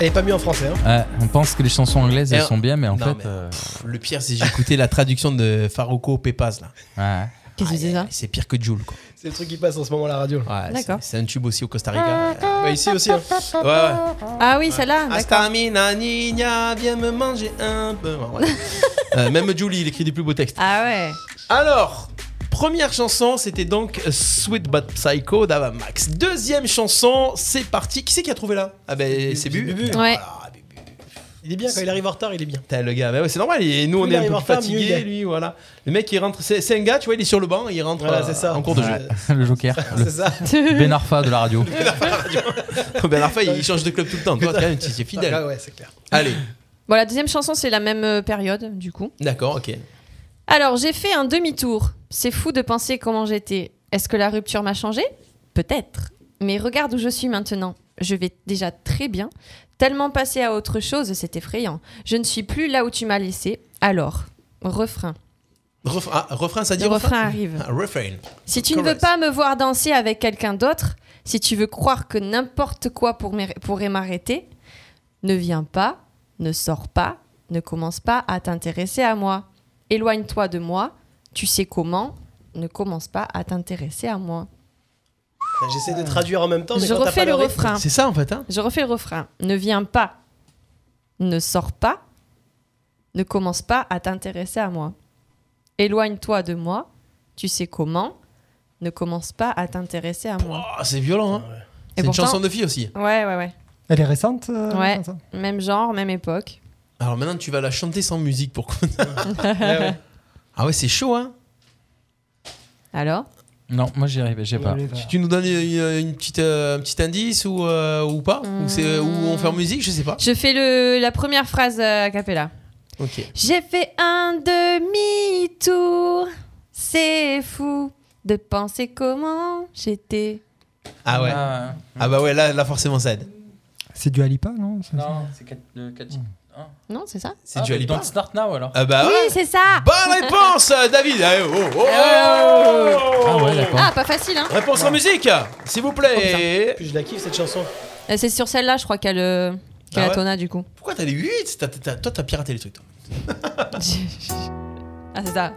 E: Elle est pas mieux en français. Hein.
K: Ouais, on pense que les chansons anglaises, elles
C: Eh,
K: sont bien, mais en
C: non,
K: fait.
C: mais,
K: euh,
C: pff, le pire, c'est que j'ai écouté la traduction de Faruko Pepaz là. Ah,
K: ouais.
D: Qu'est-ce que c'est ça
C: C'est pire que Jules quoi.
E: C'est le truc qui passe en ce moment à la radio.
C: Ouais,
D: D'accord.
C: C'est c'est un tube aussi au Costa Rica.
E: Ouais, ici aussi. Hein.
C: Ouais, ouais.
D: Ah oui, celle-là.
C: Hasta mi niña, viens me manger un peu. Ouais, voilà. Euh, même Julie, il écrit des plus beaux textes.
D: Ah ouais.
C: Alors, première chanson, c'était donc Sweet But Psycho d'Ava Max. Deuxième chanson, c'est parti. Qui c'est qui a trouvé là Ah ben c'est Bu.
E: Bubu.
D: Ouais.
E: Il est bien quand il arrive en retard, il est bien.
C: Putain, le gars, mais ouais, c'est normal, et nous on
E: Plus
C: est
E: il
C: un
E: arrive
C: peu
E: en
C: plus
E: retard, mieux il
C: fatigué,
E: est.
C: lui, voilà. Le mec il rentre, c'est c'est un gars, tu vois, il est sur le banc, il rentre
E: Voilà,
C: euh,
E: c'est ça.
C: en cours de jeu.
K: le Joker.
E: C'est ça.
K: Le Ben Arfa de la radio.
C: ben Arfa, il change de club tout le temps, toi, quand même, tu es
E: Ah
C: fidèle.
E: ouais, c'est clair.
C: Allez,
D: Bon, la deuxième chanson, c'est la même euh, période, du coup.
C: d'accord, ok.
D: Alors, j'ai fait un demi-tour. C'est fou de penser comment j'étais. Est-ce que la rupture m'a changé Peut-être. Mais regarde où je suis maintenant. Je vais déjà très bien. Tellement passer à autre chose, c'est effrayant. Je ne suis plus là où tu m'as laissé. Alors, refrain.
C: Refrain, ah, refrain, ça dit
D: Le refrain arrive.
C: Ah, refrain.
D: Si tu ne veux
C: Chorus.
D: pas me voir danser avec quelqu'un d'autre, si tu veux croire que n'importe quoi pour m'é- pourrait m'arrêter, ne viens pas, ne sors pas, ne commence pas à t'intéresser à moi. Éloigne-toi de moi, tu sais comment, ne commence pas à t'intéresser à moi.
E: Bah, J'essaie de traduire en même temps. Mais
D: Euh, Je
E: quand t'as
D: refais
E: pas
D: le
E: rythme-
D: refrain.
C: C'est ça en fait. Hein
D: Je refais le refrain. Ne viens pas, ne sors pas, ne commence pas à t'intéresser à moi. Éloigne-toi de moi, tu sais comment, ne commence pas à t'intéresser à moi.
C: Ah, c'est violent. Hein. C'est une
D: pourtant-
C: chanson de fille aussi.
D: Ouais, ouais, ouais.
F: Elle est récente euh,
D: ouais.
F: comme ça
D: Même genre, même époque.
C: Alors maintenant, tu vas la chanter sans musique pour qu'on. Ah ouais, c'est chaud, hein
D: Alors
K: Non, moi j'y arrivais, j'ai pas.
C: Tu, tu nous donnes euh, une, petite, euh, un petit indice ou, euh, ou pas Ou c'est- ou on fait en musique Je sais pas.
D: Je fais le, la première phrase euh, a cappella.
C: Ok.
D: J'ai fait un demi-tour. C'est fou de penser comment j'étais.
C: Ah ouais.
K: Ah,
C: Ah, bah ouais, là, là forcément ça aide.
F: C'est du Alipa, non ça,
K: Non, c'est quatre- le quatre- hein.
D: Non, c'est ça
C: C'est du Alipa.
K: Don't Start Now alors.
C: Ah bah
D: Oui,
C: ouais.
D: c'est ça
C: Bonne réponse, David Ah, oh, oh, oh.
K: Ah ouais, d'accord.
D: Ah, pas facile, hein
C: Réponse en musique, s'il vous plaît.
E: Puis je la kiffe cette chanson.
D: Euh, C'est sur celle-là, je crois qu'elle euh, qu'elle
C: Ah ouais
D: attonna, du coup.
C: Pourquoi t'as les 8 T'as- t'as- Toi, t'as piraté les trucs. Toi.
D: Ah, c'est ça.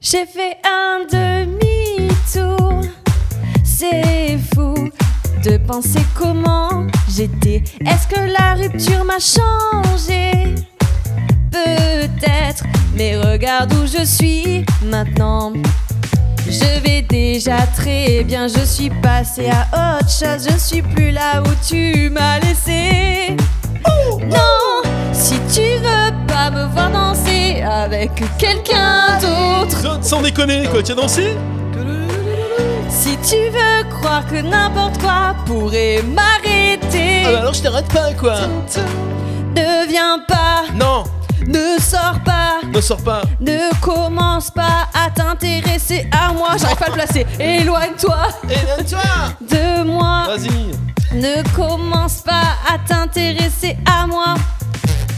D: J'ai fait un demi-tour. C'est fou de penser comment j'étais. Est-ce que la rupture m'a changé Peut-être, mais regarde où je suis maintenant. Je vais déjà très bien, je suis passée à autre chose, je suis plus là où tu m'as laissé. Non, si tu veux pas me voir danser avec quelqu'un d'autre,
C: Sans déconner, quoi, tu as dansé
D: si tu veux croire que n'importe quoi pourrait m'arrêter,
C: Ah bah alors je t'arrête pas, quoi.
D: ne viens pas,
C: Non,
D: ne sors pas.
C: ne sors pas.
D: Ne commence pas à t'intéresser à moi, j'arrive pas à le placer. Éloigne-toi
C: Éloigne-toi
D: de moi.
C: Vas-y.
D: Ne commence pas à t'intéresser à moi.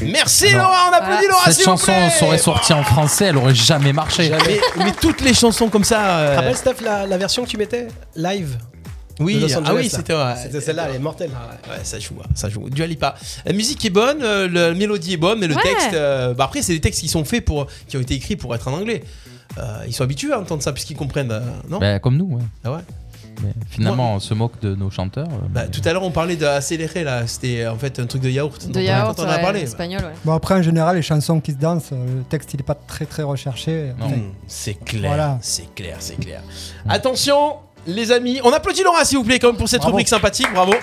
C: Merci Laura, on applaudit Laura.
K: Cette
C: s'il vous
K: chanson
C: plaît.
K: serait sortie en français, elle aurait jamais marché.
C: Mais, mais toutes les chansons comme ça.
E: Tu
C: euh,
E: te rappelles, Steph, la, la version que tu mettais Live
C: Oui,
E: de Los
C: ah
E: Angeles,
C: oui,
E: là.
C: c'était ouais.
E: C'était celle-là, elle est mortelle.
C: Ouais, ça joue, hein, ça joue. Du Alipa. La musique est bonne, euh, la mélodie est bonne, mais le
D: Ouais.
C: texte. euh, bah après, c'est des textes qui sont faits pour, qui ont été écrits pour être en anglais. Euh, ils sont habitués à entendre ça puisqu'ils comprennent, euh, non
K: Bah, comme nous, ouais.
C: Ah ouais.
K: Mais finalement, on se moque de nos chanteurs. euh,
C: Bah, tout à l'heure, on parlait d'accéléré là. C'était euh, en fait un truc de yaourt. dont
D: De
C: on-
D: yaourt,
C: dont on a
D: ouais,
C: parlé.
D: espagnol, ouais.
F: Bon, après, en général, les chansons qui se dansent, euh, le texte, il est pas très, très recherché.
K: Non.
F: Enfin,
E: Hmm.
C: Mmh, C'est clair,
F: Voilà.
C: c'est clair, c'est clair. Attention, les amis, on applaudit Laura s'il vous plaît quand même pour cette
E: Bravo.
C: rubrique sympathique, bravo.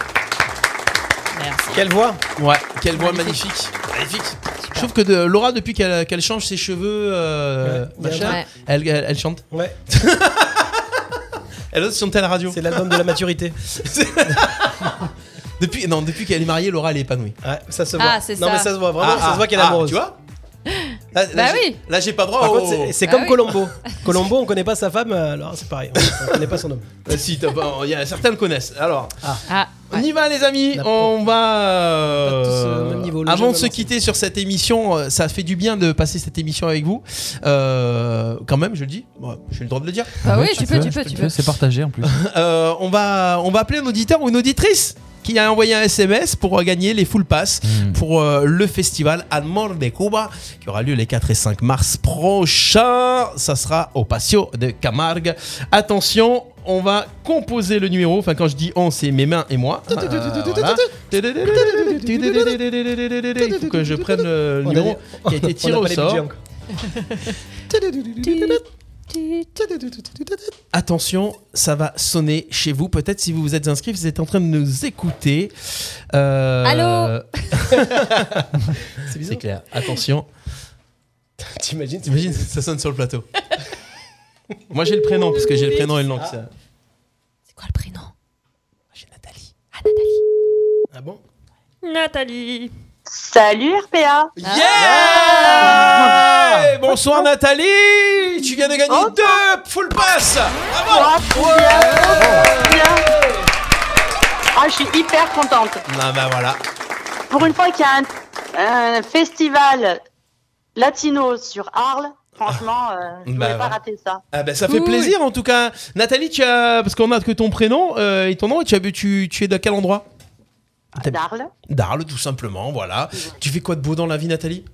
E: Quelle voix
C: Ouais, quelle voix magnifique, magnifique. Je trouve que de- Laura depuis qu'elle qu'elle change ses cheveux, euh,
E: Ouais,
C: machin,
D: ouais.
C: elle, elle- elle chante.
E: Ouais.
C: Elle ose chanter à la radio.
E: C'est l'album de la maturité.
C: Depuis, non, depuis qu'elle est mariée, Laura elle est épanouie.
E: Ouais, ça se voit.
D: Ah, c'est
E: non,
D: ça.
E: mais ça se voit vraiment,
C: Ah,
E: ça se voit
C: ah,
E: qu'elle est
C: ah,
E: amoureuse.
C: Tu vois Là, là,
D: Bah
C: j'ai-
D: oui.
C: Là j'ai pas droit.
E: Par
C: au-
E: contre, c'est- c'est
D: Bah
E: comme
D: oui.
E: Colombo. Colombo, on connaît pas sa femme, euh, alors c'est pareil. on- On connaît pas son homme.
C: Euh, Si, t'as pas- il y a- certains le connaissent. Alors.
D: Ah,
C: On y va les amis,
E: La
C: on va...
E: On a tous,
C: euh,
E: euh, même niveau, le jeu,
C: avant de se
E: même
C: quitter sur cette émission, euh, ça fait du bien de passer cette émission avec vous. Euh, quand même, je le dis, Ouais, j'ai le droit de le dire.
D: bah oui,
K: ouais,
D: tu peux, tu peux, tu peux.
K: C'est partagé en plus.
C: Euh, on, va, on va appeler un auditeur ou une auditrice qui a envoyé un SMS pour euh, gagner les full pass
K: Mm.
C: pour euh, le festival Amor de Cuba qui aura lieu les 4 et 5 mars prochain. Ça sera au Patio de Camargue. Attention, on va composer le numéro. Enfin, quand je dis on, c'est mes mains et moi. Euh, voilà. Il faut que je prenne euh, le
E: On a-
C: numéro qui a été tiré
E: On a
C: au
E: pas les
C: sort.
E: budgets encore.
C: Attention, ça va sonner chez vous. Peut-être si vous vous êtes inscrit, vous êtes en train de nous écouter. Euh,
D: Allô
C: C'est bizarre. C'est clair. Attention.
E: T'imagines c'est-
C: T'imagines, ça sonne sur le plateau. Moi, j'ai le prénom, parce que j'ai le prénom et le nom.
E: Ah.
C: qui ça-
D: C'est quoi le prénom
C: J'ai Nathalie.
D: Ah, Nathalie.
E: Ah bon
R: Nathalie. Salut RPA.
C: Yeah Bonsoir Nathalie Tu viens de gagner deux full pass Bravo
R: Ah, je suis hyper contente.
C: Ah bah voilà.
R: Pour une fois qu'il y a un, un festival latino sur Arles, franchement, euh, je ne
C: Bah
R: voulais pas
C: ouais.
R: rater ça.
C: Ah bah ça fait plaisir en tout cas. Nathalie, tu as... parce qu'on a que ton prénom euh, et ton nom, et tu, as... tu... tu es de quel endroit
R: D'Arles.
C: D'Arles, tout simplement, voilà. Tu fais quoi de beau dans la vie Nathalie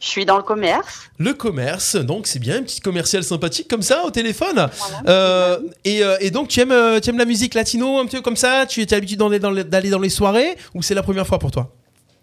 R: Je suis dans le commerce.
C: Le commerce, donc c'est bien, une petite commerciale sympathique comme ça au téléphone. Euh, et, euh, et donc tu aimes, euh, tu aimes la musique latino un petit peu comme ça Tu es habitué d'aller dans, les- d'aller dans les soirées ou c'est la première fois pour toi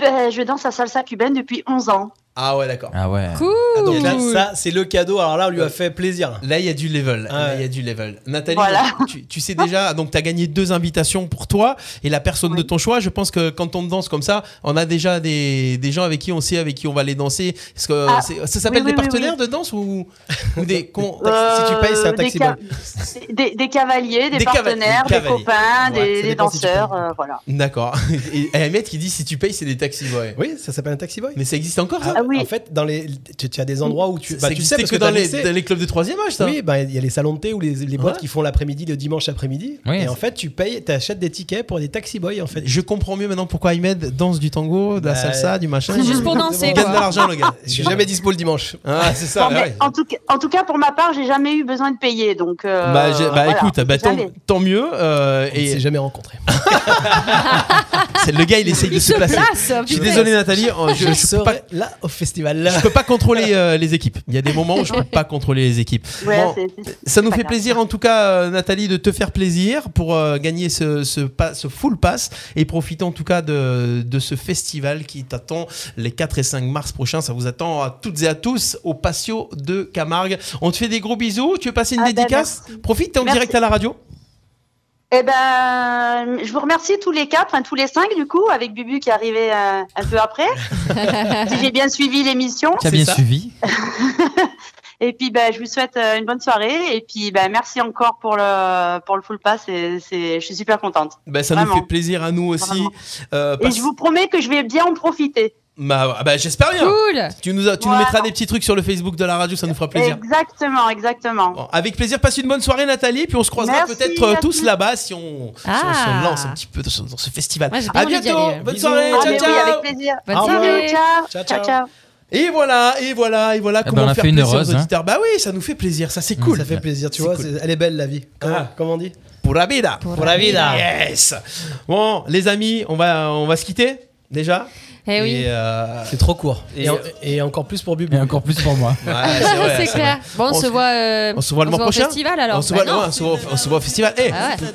R: Euh, je danse la salsa cubaine depuis 11 ans.
C: Ah ouais, d'accord.
K: Ah ouais.
D: Cool.
E: donc là, ça, c'est le cadeau. Alors là, on lui a fait plaisir.
C: Là, il y a du level. Là, il y a du level. Nathalie,
E: Voilà.
C: donc, tu, tu sais déjà, donc tu as gagné deux invitations pour toi et la personne de ton choix. Je pense que quand on danse comme ça, on a déjà des, des gens avec qui on sait avec qui on va aller danser. Est-ce que
R: Ah,
C: c'est- ça s'appelle
R: oui, oui,
C: des
R: oui,
C: partenaires de danse ou, ou des con- Oh, bah, Si tu payes, c'est un
R: Euh, des
C: taxi
R: ca-
C: ball.
R: Des, des cavaliers, des,
C: Des cava-
R: partenaires,
C: des
R: des,
C: cavaliers.
R: copains, des,
C: Ouais, ça
R: des
C: dépend si tu
R: danseurs, euh, voilà.
C: D'accord. Et et Ahmed qui dit si tu payes, c'est des taxi boys.
E: Oui, ça s'appelle un taxi boy.
C: Mais ça existe encore ça
E: Ah, En fait, dans les, tu, tu as des endroits où tu,
C: Ça
E: bah, tu sais
C: existait
E: parce
C: que
E: t'as
C: dans les-
E: laissé.
C: dans les clubs de troisième âge, ça.
E: Oui, bah, il y a les salons de thé ou les, les boîtes
C: Ouais.
E: qui font l'après-midi, le dimanche après-midi.
C: Oui,
E: et en
C: c'est-
E: fait, tu payes, tu achètes des tickets pour des taxi boys en fait.
C: Je comprends mieux maintenant pourquoi Ahmed danse du tango, de la
E: Bah,
C: salsa, du machin.
E: c'est juste pour
C: Il
E: danser,
C: gagne de
E: quoi.
C: l'argent, le gars.
E: Je suis jamais dispo le dimanche.
C: Ah, c'est ça.
R: Bon,
C: bah
R: mais
C: ouais.
R: en, tout, ca- en tout cas, pour ma part, j'ai jamais eu besoin de payer. Donc, euh,
C: Bah, j'ai- bah,
R: voilà.
C: écoute, bah, tant,
R: Jamais.
C: tant mieux. euh, et
E: s'est jamais rencontré.
C: le gars, il essaye de
E: Il
C: se
E: se
C: placer.
E: place,
C: je suis
E: putain.
C: désolé, Nathalie. euh, Je,
E: Je
C: je peux pas,
E: serai là au festival.
C: je peux pas contrôler euh, les équipes. Il y a des moments où je peux pas contrôler les équipes.
E: Ouais,
C: Bon,
E: c'est-
C: ça nous
E: pas
C: fait
E: grave.
C: plaisir, en tout cas, euh, Nathalie, de te faire plaisir pour euh, gagner ce, ce, pa- ce full pass et profiter en tout cas de, de ce festival qui t'attend les 4 et 5 mars prochains. Ça vous attend à toutes et à tous au patio de Camargue. On te fait des gros bisous. Tu veux passer une
R: Ah, bah,
C: dédicace
R: merci.
C: Profite, t'es en
R: Merci.
C: direct à la radio.
R: Eh ben, je vous remercie tous les quatre, enfin tous les cinq du coup, avec Bubu qui est arrivé euh, un peu après. si j'ai bien suivi l'émission.
K: Tu as bien suivi.
R: Et puis, ben, je vous souhaite euh, une bonne soirée. Et puis, ben, merci encore pour le, pour le full pass. Et, c'est, je suis super contente.
C: Bah, ça
R: Vraiment.
C: nous fait plaisir à nous aussi. Euh,
R: Et
C: parce-
R: je vous promets que je vais bien en profiter.
C: bah, bah, j'espère bien.
R: Cool.
C: Tu nous, as- tu nous
R: Voilà.
C: mettras des petits trucs sur le Facebook de la radio, ça nous fera plaisir.
R: Exactement, exactement.
C: Avec plaisir, passe une bonne soirée Nathalie, puis on se croisera
R: Merci,
C: peut-être euh,
R: merci.
C: tous là-bas si on, si on
R: Ah.
C: se lance un petit peu dans ce, dans ce festival.
R: Ouais, j'ai bien
C: à
R: envie d'y
C: bientôt,
R: aller.
C: bonne
R: Bisous.
C: soirée,
R: Ah,
C: ciao
R: mais oui,
C: ciao.
R: avec plaisir. Bonne
C: Au revoir.
R: soirée. Ciao. Ciao, ciao.
C: Et voilà, et voilà, et voilà
K: Eh ben,
C: comment
K: on a
C: faire
K: fait une
C: plaisir
K: heureuse,
C: aux
K: hein.
C: auditeurs. Bah oui, ça nous fait plaisir, ça c'est cool.
E: Mm,
C: Ah.
E: Ça fait plaisir, tu vois. c'est- Elle est belle la vie. Comment, comment on dit
C: Pour la vida.
E: Pour la vida.
C: Yes. Bon, les amis, on va on va se quitter déjà.
D: Eh oui.
C: Et, euh,
E: C'est trop court.
C: Et-
E: Et, en- et encore plus pour Bubu. Et encore
K: plus pour moi.
C: Ouais, c'est vrai,
D: c'est
C: c'est
D: clair.
C: vrai.
D: Bon, on, se voit. euh,
C: On se voit le mois prochain.
D: Au festival alors.
C: On se voit,
D: Bah non.
C: ouais, on se voit- on se voit au festival. Eh,
D: Ah ouais.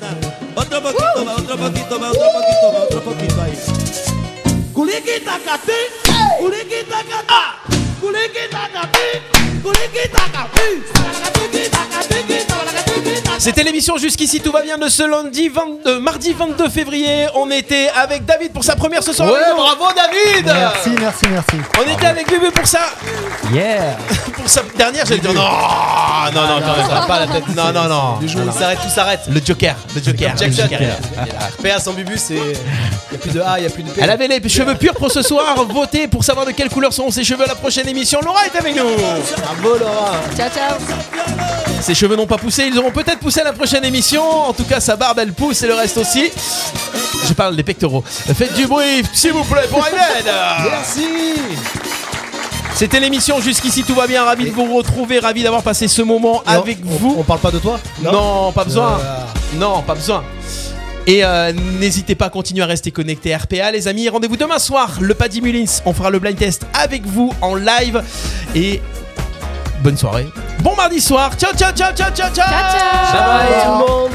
N: Otro poquito más, otro poquito más, otro poquito más, otro poquito ahí. Culiquita catí, culiquita catá, culiquita catí, culiquita catí.
C: C'était l'émission Jusqu'ici tout va bien de ce lundi 20, euh, mardi 22 février. On était avec David pour sa première ce soir.
F: Ouais,
C: avec nous. bravo David
F: Merci, merci, merci.
C: On était avec Bubu pour ça.
K: Yeah
C: Pour sa dernière, j'allais dire non Ah, Non, non,
E: non,
C: quand même.
E: ça va pas la tête.
C: Non, non, non.
E: Le jour où
C: Non,
E: il
C: non.
E: s'arrête, tout s'arrête.
C: Le Joker, le Joker.
E: Jack
C: le Joker.
E: Jack. PA sans Bubu, c'est. Il a plus de A, il a plus de P.
C: Elle avait les cheveux purs pour ce soir. Votez pour savoir de quelle couleur seront ses cheveux à la prochaine émission. Laura est avec nous.
E: Bravo Laura.
D: Ciao, ciao.
C: Ses cheveux n'ont pas poussé, ils auront peut-être poussé à la prochaine émission. En tout cas, sa barbe, elle pousse et le reste aussi. Je parle des pectoraux. Faites du bruit, s'il vous plaît, pour Ahmed.
E: Merci.
C: C'était l'émission Jusqu'ici tout va bien. Ravi de vous retrouver, ravi d'avoir passé ce moment
E: Et on-
C: avec
E: on-
C: vous.
E: On parle pas de toi Euh,
C: Non, pas besoin. Non, pas besoin. Et euh, n'hésitez pas à continuer à rester connecté à RPA, les amis. Rendez-vous demain soir, le Paddy Mullins. On fera le blind test avec vous en live. Et bonne soirée. Bon mardi soir. Ciao, ciao, ciao, ciao, ciao, ciao.
E: Bye bye tout le monde.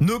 A: Nos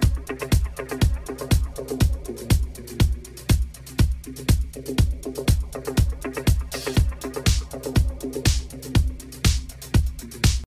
I: d'Arles.